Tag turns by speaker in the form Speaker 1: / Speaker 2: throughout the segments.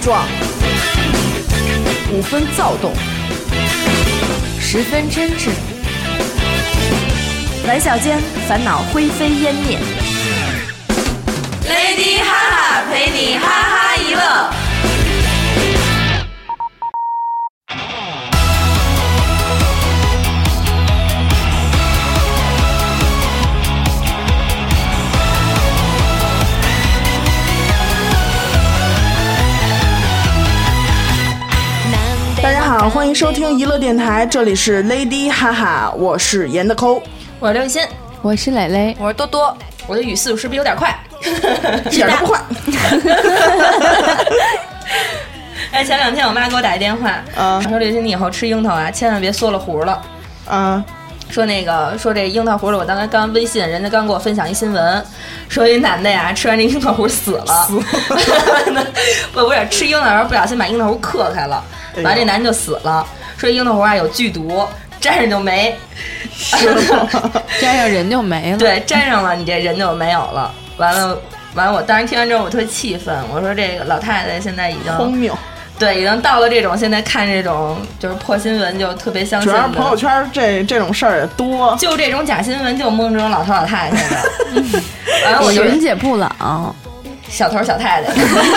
Speaker 1: 撞，五分躁动，十分真挚。玩笑间，烦恼灰飞烟灭。
Speaker 2: Lady 哈哈陪你哈哈一乐。
Speaker 3: 大家好，欢迎收听娱乐电台，这里是 Lady 哈哈，我是严的抠，
Speaker 2: 我是刘雨欣，
Speaker 4: 我是蕾蕾，
Speaker 2: 我是多多，我的语速是不是有点 快？
Speaker 3: 一点都不快。
Speaker 2: 哎，前两天我妈给我打一电话，
Speaker 3: 嗯
Speaker 2: 说刘雨欣，你以后吃樱桃啊，千万别缩了核了。
Speaker 3: 啊，
Speaker 2: 说那个说这樱桃核儿，我刚才刚微信，人家刚给我分享一新闻，说一男的呀吃完这樱桃核儿死了，死 不不是吃樱桃核儿不小心把樱桃核儿嗑开了，
Speaker 3: 哎呦
Speaker 2: 完这男的就死了，说樱桃核儿啊有剧毒，沾上就没，
Speaker 4: 沾上人就没了。
Speaker 2: 对，沾上了你这人就没有了，完了。完了，我当时听完之后我特气愤，我说这个老太太现在已
Speaker 3: 荒
Speaker 2: 经
Speaker 3: 谬！
Speaker 2: 对已经到了这种现在看这种就是破新闻就特别相
Speaker 3: 主
Speaker 2: 信
Speaker 3: 要
Speaker 2: 的
Speaker 3: 是朋友圈这这种事儿也多，
Speaker 2: 就这种假新闻就蒙这种老头老太太的，完了我就
Speaker 4: 人姐不老，
Speaker 2: 小头小太太。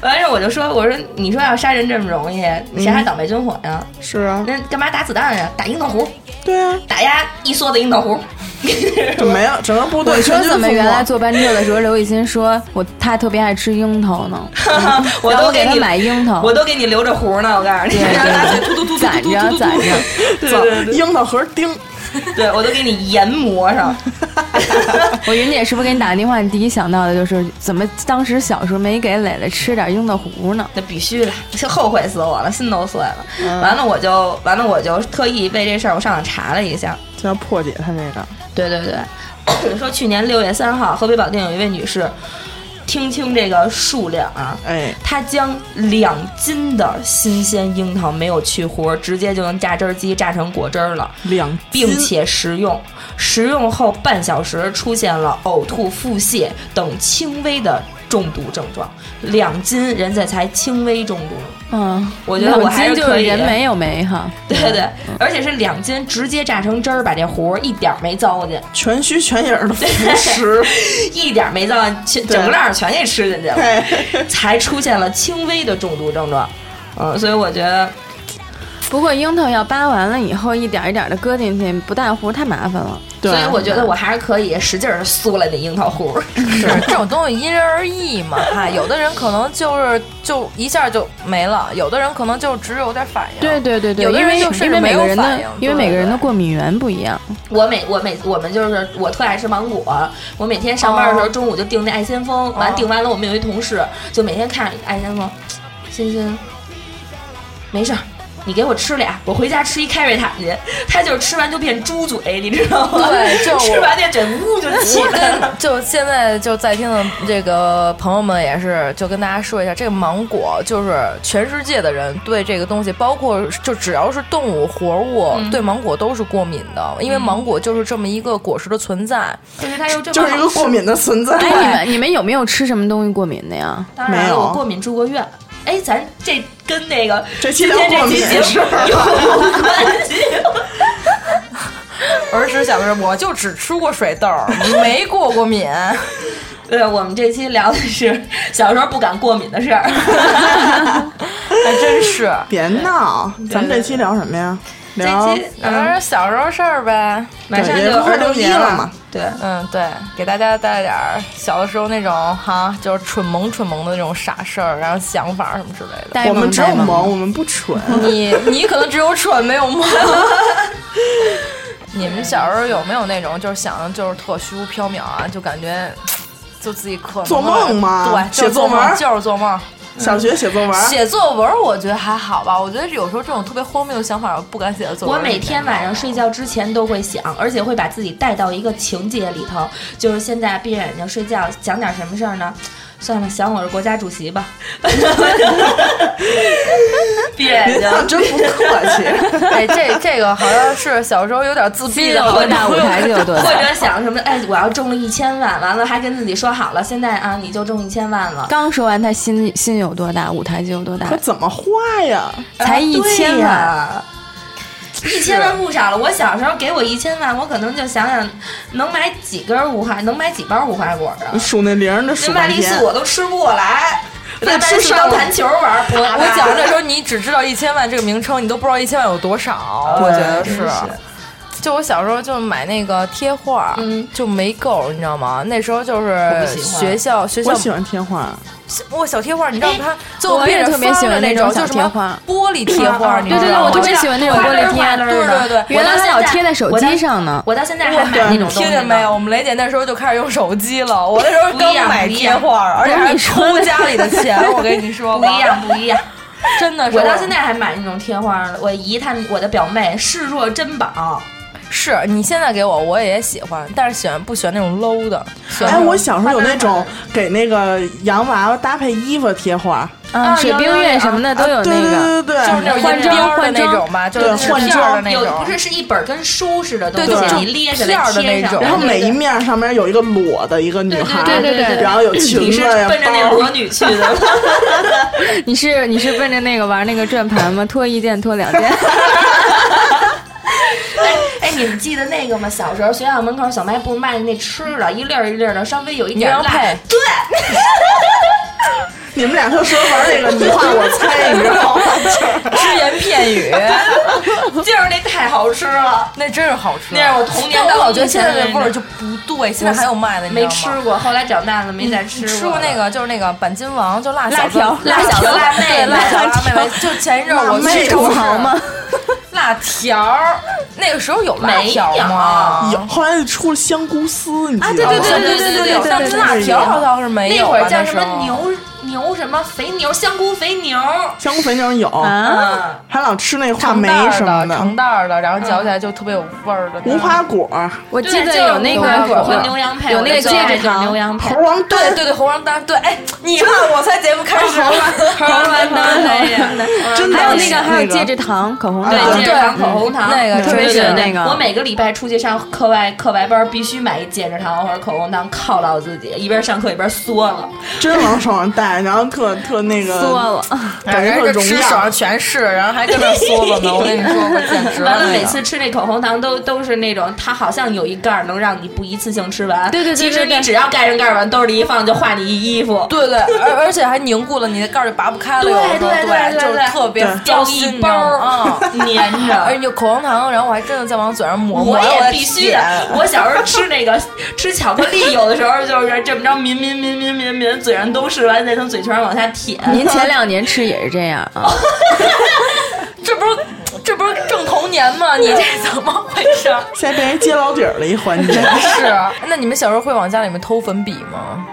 Speaker 2: 完事儿我就说，我说你说要杀人这么容易，谁还倒霉军火呀？
Speaker 3: 是啊，
Speaker 2: 那干嘛打子弹呀？打樱桃核，
Speaker 3: 对啊，
Speaker 2: 打压一梭子樱桃核。
Speaker 3: 就没了，整个部队
Speaker 4: 我说
Speaker 3: 全军覆
Speaker 4: 怎么原来
Speaker 3: 没。
Speaker 4: 坐班车的时候，刘雨欣说我她特别爱吃樱桃呢，
Speaker 2: 我
Speaker 4: 让
Speaker 2: 都
Speaker 4: 我给
Speaker 2: 你
Speaker 4: 她买樱桃，
Speaker 2: 我都给你留着核呢。我告诉你，
Speaker 4: 对
Speaker 2: 让他
Speaker 4: 对对攒着攒着，
Speaker 3: 樱桃核丁，
Speaker 2: 对我都给你研磨上。
Speaker 4: 我云姐是不是给你打电话？你第一想到的就是怎么当时小时候没给蕾蕾吃点樱桃糊呢？
Speaker 2: 那必须的，就后悔死我了，心都碎了。完了我就完了我就特意为这事儿我上网查了一下，
Speaker 3: 就要破解他这个。
Speaker 2: 对对 对，说去年六月三号，河北保定有一位女士，听清这个数量啊，
Speaker 3: 哎，
Speaker 2: 她将两斤的新鲜樱桃没有去核，直接就用榨汁机榨成果汁儿了。
Speaker 3: 两
Speaker 2: 并
Speaker 3: 斤
Speaker 2: 且食用，食用后半小时出现了呕吐、腹泻等轻微的中毒症状。两斤人家才轻微中毒，
Speaker 4: 嗯，
Speaker 2: 我觉得我还是
Speaker 4: 两斤就
Speaker 2: 可
Speaker 4: 是
Speaker 2: 以
Speaker 4: 人没有没哈，
Speaker 2: 对对对，
Speaker 3: 嗯
Speaker 2: 而且是两斤直接榨成汁儿，把这核一点儿没糟践。
Speaker 3: 全虚全影儿的服食，
Speaker 2: 一点没造，全
Speaker 3: 对
Speaker 2: 整个辣全给吃进去了，
Speaker 3: 对，
Speaker 2: 才出现了轻微的中毒症状。嗯，所以我觉得
Speaker 4: 不过樱桃要扒完了以后，一点一点的搁进去，不带糊太麻烦了。
Speaker 2: 所以我觉
Speaker 3: 嗯
Speaker 2: 得我还是可以使劲儿嗦了那樱桃核儿。
Speaker 5: 是这种东西因人而异嘛， 哈，有的人可能就是就一下就没了，有的人可能就只有点反应。
Speaker 4: 对对对对，
Speaker 5: 有的
Speaker 4: 因为
Speaker 5: 人就是
Speaker 4: 因为每个人
Speaker 5: 没有反
Speaker 4: 的
Speaker 5: 应
Speaker 4: 因为
Speaker 5: 对
Speaker 4: 每个人的
Speaker 5: 对
Speaker 4: 过敏源不一样。
Speaker 2: 我每我每我们就是我特爱吃芒果，我每天上班的时候
Speaker 5: 哦
Speaker 2: 中午就订那爱先锋，完
Speaker 5: 哦
Speaker 2: 订完了，我们有一同事就每天看着爱先锋，欣欣，没事儿。你给我吃俩，我回家吃一开瑞坦去。他就是吃完就变猪嘴，你知道吗？
Speaker 5: 对就我
Speaker 2: 吃完那嘴呜就起
Speaker 5: 我
Speaker 2: 来了。
Speaker 5: 跟就现在就在听的这个朋友们也是，就跟大家说一下，这个芒果就是全世界的人对这个东西，包括就只要是动物活物，对芒果都是过敏的，因为芒果就是这么一个果实的存在。
Speaker 2: 可是它又这么
Speaker 3: 就是一个过敏的存在。
Speaker 4: 哎，你们你们有没有吃什么东西过敏的呀？
Speaker 2: 当然
Speaker 3: 没有
Speaker 2: 了，我过敏住过院。哎，咱这跟那个
Speaker 3: 这期
Speaker 2: 今
Speaker 3: 聊过
Speaker 2: 天这
Speaker 3: 敏
Speaker 2: 期节
Speaker 3: 是
Speaker 2: 目有关系。
Speaker 5: 儿时小的时候，我就只吃过水豆，没过过 敏。
Speaker 2: 对，我们这期聊的是小时候不敢过敏的事 儿。
Speaker 5: 还真是。
Speaker 3: 别闹，咱们这期聊什么呀？
Speaker 2: 这
Speaker 3: 聊
Speaker 2: 期呃
Speaker 5: 嗯，小时候事儿呗。
Speaker 2: 马上
Speaker 3: 对也
Speaker 2: 就
Speaker 3: 不快
Speaker 2: 儿童
Speaker 3: 六一
Speaker 2: 节
Speaker 3: 了嘛。
Speaker 2: 对，
Speaker 5: 嗯，对，给大家带来点儿小的时候那种哈，就是蠢萌蠢萌的那种傻事儿，然后想法什么之类的。
Speaker 4: 呆
Speaker 3: 我
Speaker 4: 萌
Speaker 3: 们只有
Speaker 4: 呆萌
Speaker 3: 萌，我们不蠢。
Speaker 5: 你你可能只有蠢没有萌。 你们小时候有没有那种就是想的就是特虚无缥缈啊，就感觉就自己可能
Speaker 3: 做梦吗
Speaker 5: 对，就是
Speaker 3: 写作文啊
Speaker 5: 梦就是做梦。
Speaker 3: 小学写作文，
Speaker 5: 写作文我觉得还好吧，我觉得有时候这种特别荒谬的想法我不敢写在作
Speaker 2: 我
Speaker 5: 文里面。
Speaker 2: 每天晚上睡觉之前都会想，而且会把自己带到一个情节里头。就是现在闭着眼睛睡觉，想点什么事儿呢？算了，想我是国家主 席吧。闭着眼睛，
Speaker 3: 真不客气。
Speaker 5: 哎，这这个好像是小时候有点自闭的，
Speaker 4: 多大舞台就有多
Speaker 2: 或
Speaker 4: 大。
Speaker 2: 者想什么？哎，我要中了一千万，完了还跟自己说好了，现在啊你就中一千万了。
Speaker 4: 刚说完他心心有多大，舞台就有多大
Speaker 3: 可。啊怎么画呀？
Speaker 4: 才一千
Speaker 2: 对
Speaker 4: 万
Speaker 5: 啊
Speaker 2: 呀一千万不少了。我小时候给我一千万，我可能就想想能买几根无花，能买几包无花果啊
Speaker 5: 嗯
Speaker 3: 你？数那零儿那
Speaker 2: 那
Speaker 3: 数
Speaker 2: 麦
Speaker 3: 半
Speaker 2: 丽素
Speaker 3: 天。
Speaker 2: 我都吃不过来，
Speaker 5: 那
Speaker 2: 那麦丽素
Speaker 5: 吃
Speaker 2: 当
Speaker 5: 上
Speaker 2: 弹球玩儿。我
Speaker 5: 我讲的时候，你只知道一千万这个名称，你都不知道一千万有多少。我觉得是，就我小时候就买那个贴画，
Speaker 2: 嗯
Speaker 5: 就没够，你知道吗？那时候就是
Speaker 2: 不喜欢
Speaker 5: 学校学校
Speaker 3: 我喜欢贴画，
Speaker 5: 哇小贴画，你知道它最
Speaker 4: 我
Speaker 5: 后
Speaker 4: 也
Speaker 5: 变成
Speaker 4: 特别喜欢
Speaker 5: 那
Speaker 4: 那种
Speaker 5: 就
Speaker 4: 小
Speaker 5: 是
Speaker 4: 贴画
Speaker 5: 玻璃 贴画，你知
Speaker 4: 对对对，
Speaker 5: 道吗？
Speaker 4: 我特别喜欢那种玻璃贴，
Speaker 5: 对对对
Speaker 4: 原来老贴在手机上呢。
Speaker 2: 我到现在还买那种东
Speaker 5: 听
Speaker 2: 西
Speaker 5: 见没有？
Speaker 2: 呢。
Speaker 5: 我们雷姐那时候就开始用手机了，我那时候刚买贴画，而
Speaker 4: 一
Speaker 5: 且
Speaker 4: 样
Speaker 5: 还抽家里的钱，我跟你说
Speaker 2: 不
Speaker 5: 吧，
Speaker 2: 一样，不一样。
Speaker 5: 真 的是。
Speaker 2: 我到现在还买那种贴画呢。我姨她们，我的表妹视若珍宝，
Speaker 5: 是你现在给我，我也喜欢，但是喜欢不喜欢那种 low 的？喜欢
Speaker 3: 哎，
Speaker 5: 那种
Speaker 3: 我小时候有那种给那个洋娃娃搭配衣服贴画，
Speaker 4: 啊，水冰月什么的都有
Speaker 3: 啊对
Speaker 4: 那
Speaker 3: 对
Speaker 4: 个。
Speaker 3: 对对对，
Speaker 5: 就是那种
Speaker 4: 换
Speaker 5: 银
Speaker 4: 装
Speaker 5: 边儿的
Speaker 4: 换
Speaker 5: 那
Speaker 4: 装
Speaker 5: 种吧，就
Speaker 3: 对
Speaker 5: 是
Speaker 3: 换
Speaker 5: 片儿的
Speaker 3: 装
Speaker 5: 那
Speaker 2: 有
Speaker 5: 种
Speaker 2: 不。是是一本跟书似的东
Speaker 5: 对
Speaker 3: 对
Speaker 2: 西，
Speaker 3: 对
Speaker 2: 你捏着来贴
Speaker 5: 片儿的那
Speaker 2: 上，
Speaker 5: 种
Speaker 3: 然后
Speaker 2: 对
Speaker 3: 每一
Speaker 2: 对
Speaker 3: 面上面有一个裸的一个女孩，
Speaker 4: 对对对对对
Speaker 3: 然后有裙子
Speaker 2: 你是
Speaker 3: 呀、
Speaker 2: 奔着那
Speaker 3: 包
Speaker 2: 裸女去的吗？
Speaker 4: 你是你是奔着那个玩那个转盘吗？脱一件脱两件。
Speaker 2: 哎哎，你们记得那个吗？小时候学校门口小卖部卖的那吃的，一粒儿一粒儿的，稍微有一
Speaker 5: 牛
Speaker 2: 点
Speaker 5: 羊
Speaker 2: 辣
Speaker 5: 配。
Speaker 2: 对，
Speaker 3: 你们俩就说玩那个你画我猜，你知道吗？
Speaker 5: 只言片 语，
Speaker 2: 就是那太好吃了，
Speaker 5: 那真是好吃。
Speaker 2: 那是我童年
Speaker 5: 但
Speaker 2: 的
Speaker 5: 我老觉得
Speaker 2: 印象
Speaker 5: 现在的
Speaker 2: 那
Speaker 5: 味儿
Speaker 2: 种
Speaker 5: 就不对，现在还有卖的，你知
Speaker 2: 没
Speaker 5: 道
Speaker 2: 吃
Speaker 5: 吗？
Speaker 2: 过，后来长大了没再
Speaker 5: 你
Speaker 2: 嗯吃
Speaker 5: 吃
Speaker 2: 过
Speaker 5: 过那个就是那个板筋王，就
Speaker 4: 辣
Speaker 5: 辣小子
Speaker 4: 条
Speaker 5: 辣
Speaker 2: 辣
Speaker 5: 小子
Speaker 2: 条
Speaker 5: 辣妹，
Speaker 2: 辣
Speaker 5: 辣
Speaker 2: 条
Speaker 5: 条辣妹妹。就前一阵儿我
Speaker 3: 辣妹
Speaker 5: 去
Speaker 3: 土
Speaker 5: 豪
Speaker 3: 豪
Speaker 5: 嘛，
Speaker 3: 吗
Speaker 5: 辣条儿，那个时候有辣
Speaker 2: 没
Speaker 5: 条
Speaker 2: 有
Speaker 5: 吗？
Speaker 3: 有，后来出了香菇丝，你记得吗？
Speaker 5: 啊对对对对对对对，但是辣条好像是
Speaker 2: 啊
Speaker 5: 没
Speaker 2: 那
Speaker 5: 有
Speaker 2: 会
Speaker 5: 吧。
Speaker 2: 儿叫什
Speaker 5: 时
Speaker 2: 么
Speaker 5: 候
Speaker 2: 牛牛什么肥牛香菇肥牛，
Speaker 3: 香菇肥牛有，
Speaker 2: 嗯，
Speaker 3: 还老吃那话
Speaker 5: 成
Speaker 3: 梅
Speaker 5: 袋儿
Speaker 3: 什么
Speaker 5: 啊的，成袋儿的，然后嚼起来就特别有味儿的。
Speaker 3: 无花果、
Speaker 4: 我记
Speaker 2: 对
Speaker 4: 得
Speaker 2: 就是
Speaker 4: 有那
Speaker 2: 牛
Speaker 4: 个
Speaker 2: 肉火锅牛羊配，
Speaker 4: 有
Speaker 2: 我
Speaker 4: 那个
Speaker 2: 最爱就
Speaker 4: 戒指
Speaker 2: 是
Speaker 4: 糖
Speaker 2: 牛羊配
Speaker 3: 猴。王
Speaker 5: 对
Speaker 3: 炖，
Speaker 5: 对对，猴王丹，对，哎，你看我才节目开 始了，
Speaker 2: 猴 王丹哎呀，
Speaker 3: 真的
Speaker 4: 还有那个还
Speaker 3: 那个
Speaker 4: 有戒指糖、口红糖。
Speaker 2: 对，
Speaker 3: 对
Speaker 2: 戒指糖、口红糖，
Speaker 5: 那个
Speaker 2: 对
Speaker 5: 特别
Speaker 2: 对
Speaker 4: 喜欢
Speaker 2: 对
Speaker 4: 啊那个
Speaker 2: 我每个礼拜出去上课外课外班，必须买一戒指糖或者口红糖犒劳自己，一边上课一边缩了。
Speaker 3: 真往手上戴，然后特特那个，
Speaker 4: 缩了，
Speaker 3: 感觉特
Speaker 5: 这
Speaker 3: 荣
Speaker 5: 吃手
Speaker 3: 耀
Speaker 5: 上。全是，然后还跟 那嗦巴呢，我跟你说，我简直
Speaker 2: 完了，
Speaker 5: 那
Speaker 2: 每
Speaker 5: 个
Speaker 2: 次吃那口红糖都都是那种，它好像有一盖儿能让你不一次性吃完。
Speaker 4: 对对对
Speaker 2: 其实
Speaker 4: 对对
Speaker 2: 你只要盖上盖儿往兜里一放，就化你一衣服。
Speaker 5: 对对，而而且还凝固了，你的盖儿就拔不开了，有的时候
Speaker 2: 对对对对
Speaker 5: 就是
Speaker 2: 对
Speaker 5: 特别
Speaker 3: 对
Speaker 5: 糟
Speaker 2: 掉
Speaker 5: 心
Speaker 2: 一包
Speaker 5: 啊。嗯
Speaker 2: 儿粘
Speaker 5: 而
Speaker 2: 着
Speaker 5: 且。就口香糖，然后我还真的在往嘴上抹，抹
Speaker 2: 我
Speaker 5: 我啊
Speaker 2: 也
Speaker 5: 的
Speaker 2: 必须的
Speaker 5: 脸。
Speaker 2: 我小时候吃那个吃巧克力，有的时候就是这么着抿抿抿抿抿抿，嘴上都是完，再从嘴唇上往下舔。
Speaker 4: 您前两年吃也是这样啊？
Speaker 5: 这不是这不是正童年吗？啊你 这怎么回事儿？
Speaker 3: 现在变成揭老底儿的一环 节，
Speaker 5: 是， 那你们小时候会往家里面偷粉笔吗？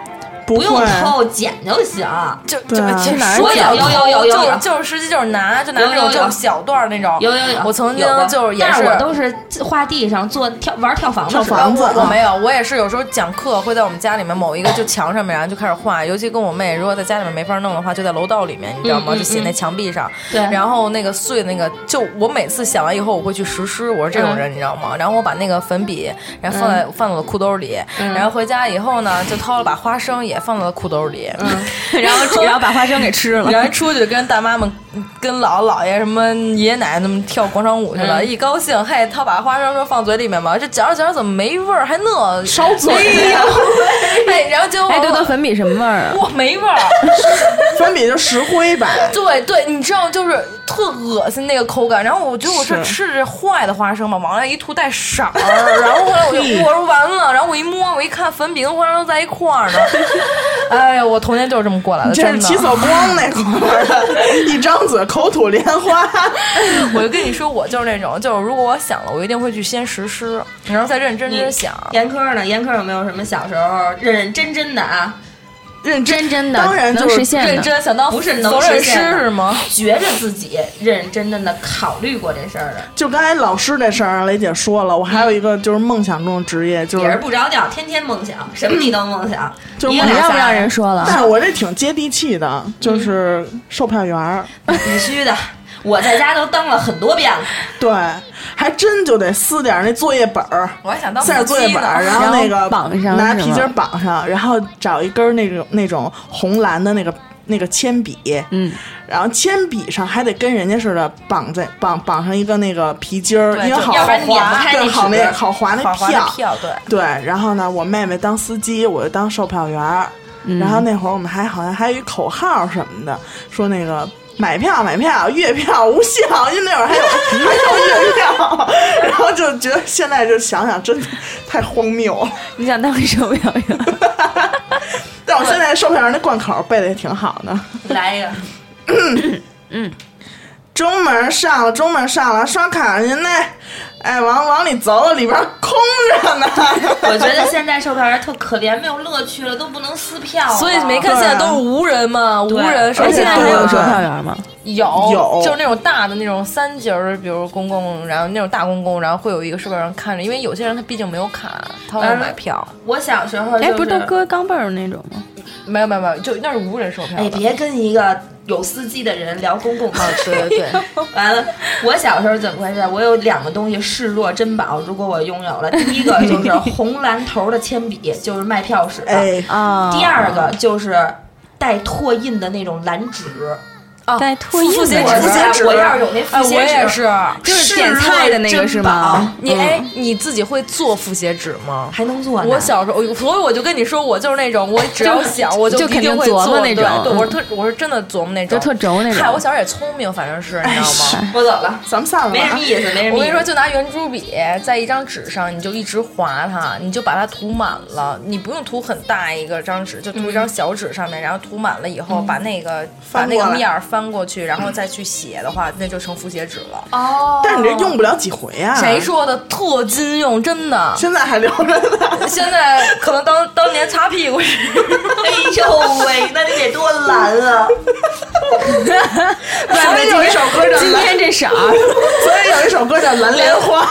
Speaker 3: 不
Speaker 2: 不用
Speaker 3: 会，
Speaker 2: 偷，捡就行。
Speaker 5: 就就
Speaker 3: 对啊
Speaker 5: 去哪
Speaker 2: 说有有有有有
Speaker 5: 就
Speaker 2: 有
Speaker 5: 是就是实际就是拿就拿那
Speaker 2: 有有
Speaker 5: 种
Speaker 2: 有
Speaker 5: 就是小段儿那种。
Speaker 2: 有有有，
Speaker 5: 我曾经
Speaker 2: 有过
Speaker 5: 就是也
Speaker 2: 但是
Speaker 5: 是
Speaker 2: 我都是画地上做跳玩跳房的时
Speaker 3: 跳
Speaker 2: 候
Speaker 3: 房子
Speaker 5: 我没有，我也是有时候讲课会在我们家里面某一个就墙上面，然后就开始画。尤其跟我妹，如果在家里面没法弄的话，就在楼道里面，你知道吗？
Speaker 2: 嗯嗯
Speaker 5: 就写那墙壁上。
Speaker 2: 对
Speaker 5: 然后那个碎那个，就我每次写完以后，我会去实施。我是
Speaker 2: 嗯
Speaker 5: 这种人，你知道吗？然后我把那个粉笔，然后放在放到我的裤兜里。
Speaker 2: 嗯
Speaker 5: 然后回家以后呢，就掏了把花生也放到了裤兜里。
Speaker 2: 嗯
Speaker 4: 然后只要把花生给吃
Speaker 3: 哦
Speaker 4: 了，
Speaker 5: 然后出去跟大妈们、跟姥姥姥爷、什么爷爷奶奶那么跳广场舞去了，一高兴，嘿，掏把花生说放嘴里面吧，这嚼着嚼着怎么没味儿，还那烧嘴，哎呀， 哎，然后结果
Speaker 4: 哎，多多粉笔什么味儿啊？
Speaker 5: 哇没味儿，
Speaker 3: 粉笔就石灰吧。
Speaker 5: 对对，你知道就是特恶心那个口感，然后我觉得我是
Speaker 3: 是
Speaker 5: 吃着坏的花生嘛，往那一涂带色儿，然后后来我 就我说完了，然后我一摸我一看粉饼跟花生在一块儿呢， 哎呀，我童年就是这么过来的，
Speaker 3: 这是
Speaker 5: 真的
Speaker 3: 七。色光那块儿， 一张嘴口吐莲花，
Speaker 5: 我就跟你说，我就是那种，就是如果我想了，我一定会去先实施，然后再认认真真想。
Speaker 2: 严科呢？严科有没有什么小时候认认真真的啊？
Speaker 3: 认真
Speaker 4: 真真的，
Speaker 3: 当然就
Speaker 4: 能
Speaker 3: 是
Speaker 4: 实现的
Speaker 5: 认真想当
Speaker 2: 不是能
Speaker 5: 责任
Speaker 2: 实
Speaker 5: 师
Speaker 2: 现的
Speaker 5: 是吗？
Speaker 2: 觉着自己认认真真的考虑过这事儿了，
Speaker 3: 就刚才老师这事儿，雷姐说了，我还有一个就是梦想中的职业，就
Speaker 2: 也是
Speaker 3: 是，
Speaker 2: 不着调，天天梦想，什么你都梦想，
Speaker 3: 就
Speaker 2: 一
Speaker 4: 你
Speaker 2: 个
Speaker 3: 梦
Speaker 2: 俩
Speaker 4: 让
Speaker 2: 仨
Speaker 4: 不让人说了？
Speaker 3: 但是我这挺接地气的，就是售票员儿，
Speaker 2: 必须的。我在家都当了很多遍了，
Speaker 3: 对，还真就得撕点儿那作业本儿，
Speaker 5: 我还想当
Speaker 3: 撕点儿作业本儿，
Speaker 5: 然
Speaker 3: 然
Speaker 5: 后
Speaker 3: 后那个
Speaker 4: 然后绑上
Speaker 3: 拿
Speaker 4: 是吗
Speaker 3: 皮筋儿绑上，然后找一根儿那种那种红蓝的那个那个铅笔，
Speaker 4: 嗯，
Speaker 3: 然后铅笔上还得跟人家似的绑在绑绑上一个那个皮筋儿，
Speaker 5: 对
Speaker 3: 因为
Speaker 5: 就
Speaker 3: 好
Speaker 5: 要不然你也
Speaker 3: 划
Speaker 2: 不开
Speaker 3: 对
Speaker 2: 那
Speaker 3: 好
Speaker 2: 纸
Speaker 3: 那好划
Speaker 5: 好
Speaker 3: 那
Speaker 5: 划的票对。
Speaker 3: 对，然后呢，我妹妹当司机，我就当售票员儿。
Speaker 5: 嗯
Speaker 3: 然后那会儿我们还好像还有一口号什么的，说那个买票买票，月票无效，因为那会儿还有还有月票，然后就觉得现在就想想真的太荒谬了。
Speaker 4: 你想当售票员？
Speaker 3: 但我现在售票员那贯口背的也挺好的，
Speaker 2: 来一个，
Speaker 3: 中门上了，中门上了，刷卡您那，哎，往往里走走，里边空着 呢。
Speaker 2: 我觉得现在售票员特可怜，没有乐趣了，都不能撕票了。
Speaker 5: 所以没看现在都是无人嘛，无
Speaker 2: 对
Speaker 5: 人售
Speaker 4: 哎，
Speaker 5: 票。
Speaker 4: 现在还有
Speaker 3: 对
Speaker 4: 售票员吗？
Speaker 5: 有
Speaker 3: 有
Speaker 5: 就是那种大的那种三节儿，比如公共，然后那种大公共，然后会有一个售票员看着，因为有些人他毕竟没有卡，他要买票。
Speaker 2: 我小时候
Speaker 4: 哎，
Speaker 2: 就
Speaker 4: 不
Speaker 2: 是
Speaker 4: 是都搁钢镚儿那种吗？
Speaker 5: 没有没有没有，就那是无人售票的。
Speaker 2: 哎，别跟一个有司机的人聊公共 号车。
Speaker 5: 对对 对，
Speaker 2: 完了，我小时候怎么回事？我有两个东西视若珍宝，如果我拥有了，第一个 就是红蓝头的铅笔，就是卖票使的；
Speaker 3: 哎，
Speaker 4: 啊，
Speaker 2: 第二个就是带拓印的那种蓝纸。
Speaker 5: 啊，
Speaker 4: 带拓印的
Speaker 5: 复写
Speaker 2: 我
Speaker 5: 纸
Speaker 3: 复写纸
Speaker 2: 我要是有那
Speaker 5: 哎，
Speaker 2: 复
Speaker 5: 我
Speaker 2: 写纸，
Speaker 5: 也是。
Speaker 4: 就是
Speaker 2: 视
Speaker 4: 点菜的
Speaker 2: 若
Speaker 4: 那个
Speaker 2: 珍
Speaker 4: 是吗
Speaker 2: 宝？
Speaker 5: 你哎，你自己会做复写纸吗？
Speaker 2: 还能做呢。
Speaker 5: 我小时候，我所以我就跟你说，我就是那种，我只 要
Speaker 4: 就
Speaker 5: 想，我
Speaker 4: 就
Speaker 5: 一
Speaker 4: 肯
Speaker 5: 定
Speaker 4: 定
Speaker 5: 会
Speaker 4: 琢磨
Speaker 5: 做
Speaker 4: 那
Speaker 5: 对
Speaker 4: 种
Speaker 5: 对，
Speaker 4: 嗯
Speaker 5: 我是特，我是真的琢磨那
Speaker 4: 就
Speaker 5: 种，
Speaker 4: 特轴那种。哎
Speaker 5: 嗨，我小时候也聪明，反正是你知道吗？
Speaker 2: 我走了，
Speaker 3: 咱们散了吧啊
Speaker 2: 没什么意思，没什么意思。
Speaker 5: 我跟你说，，就拿圆珠笔在一张纸上，你就一直划它，你就把它涂满了。你不用涂很大一个张纸，就涂一
Speaker 4: 嗯
Speaker 5: 张小纸上面，然后涂满了以后，把那个把
Speaker 3: 翻
Speaker 5: 那
Speaker 3: 过来
Speaker 5: 个面儿翻过去，然后再去写的话，那就成复写纸了。
Speaker 4: 啊
Speaker 2: 哦，
Speaker 3: 但是你这用不了几回呀、
Speaker 5: 谁？说的特金用？真的，
Speaker 3: 现在还留着呢。
Speaker 5: 现在可能当当年擦屁股 似的。
Speaker 2: 哎呦喂，那你得多蓝 啊！
Speaker 3: 所以有一首歌叫《
Speaker 4: 今
Speaker 3: 蓝
Speaker 4: 天这色儿，
Speaker 3: 所以有一首歌叫《蓝莲花》。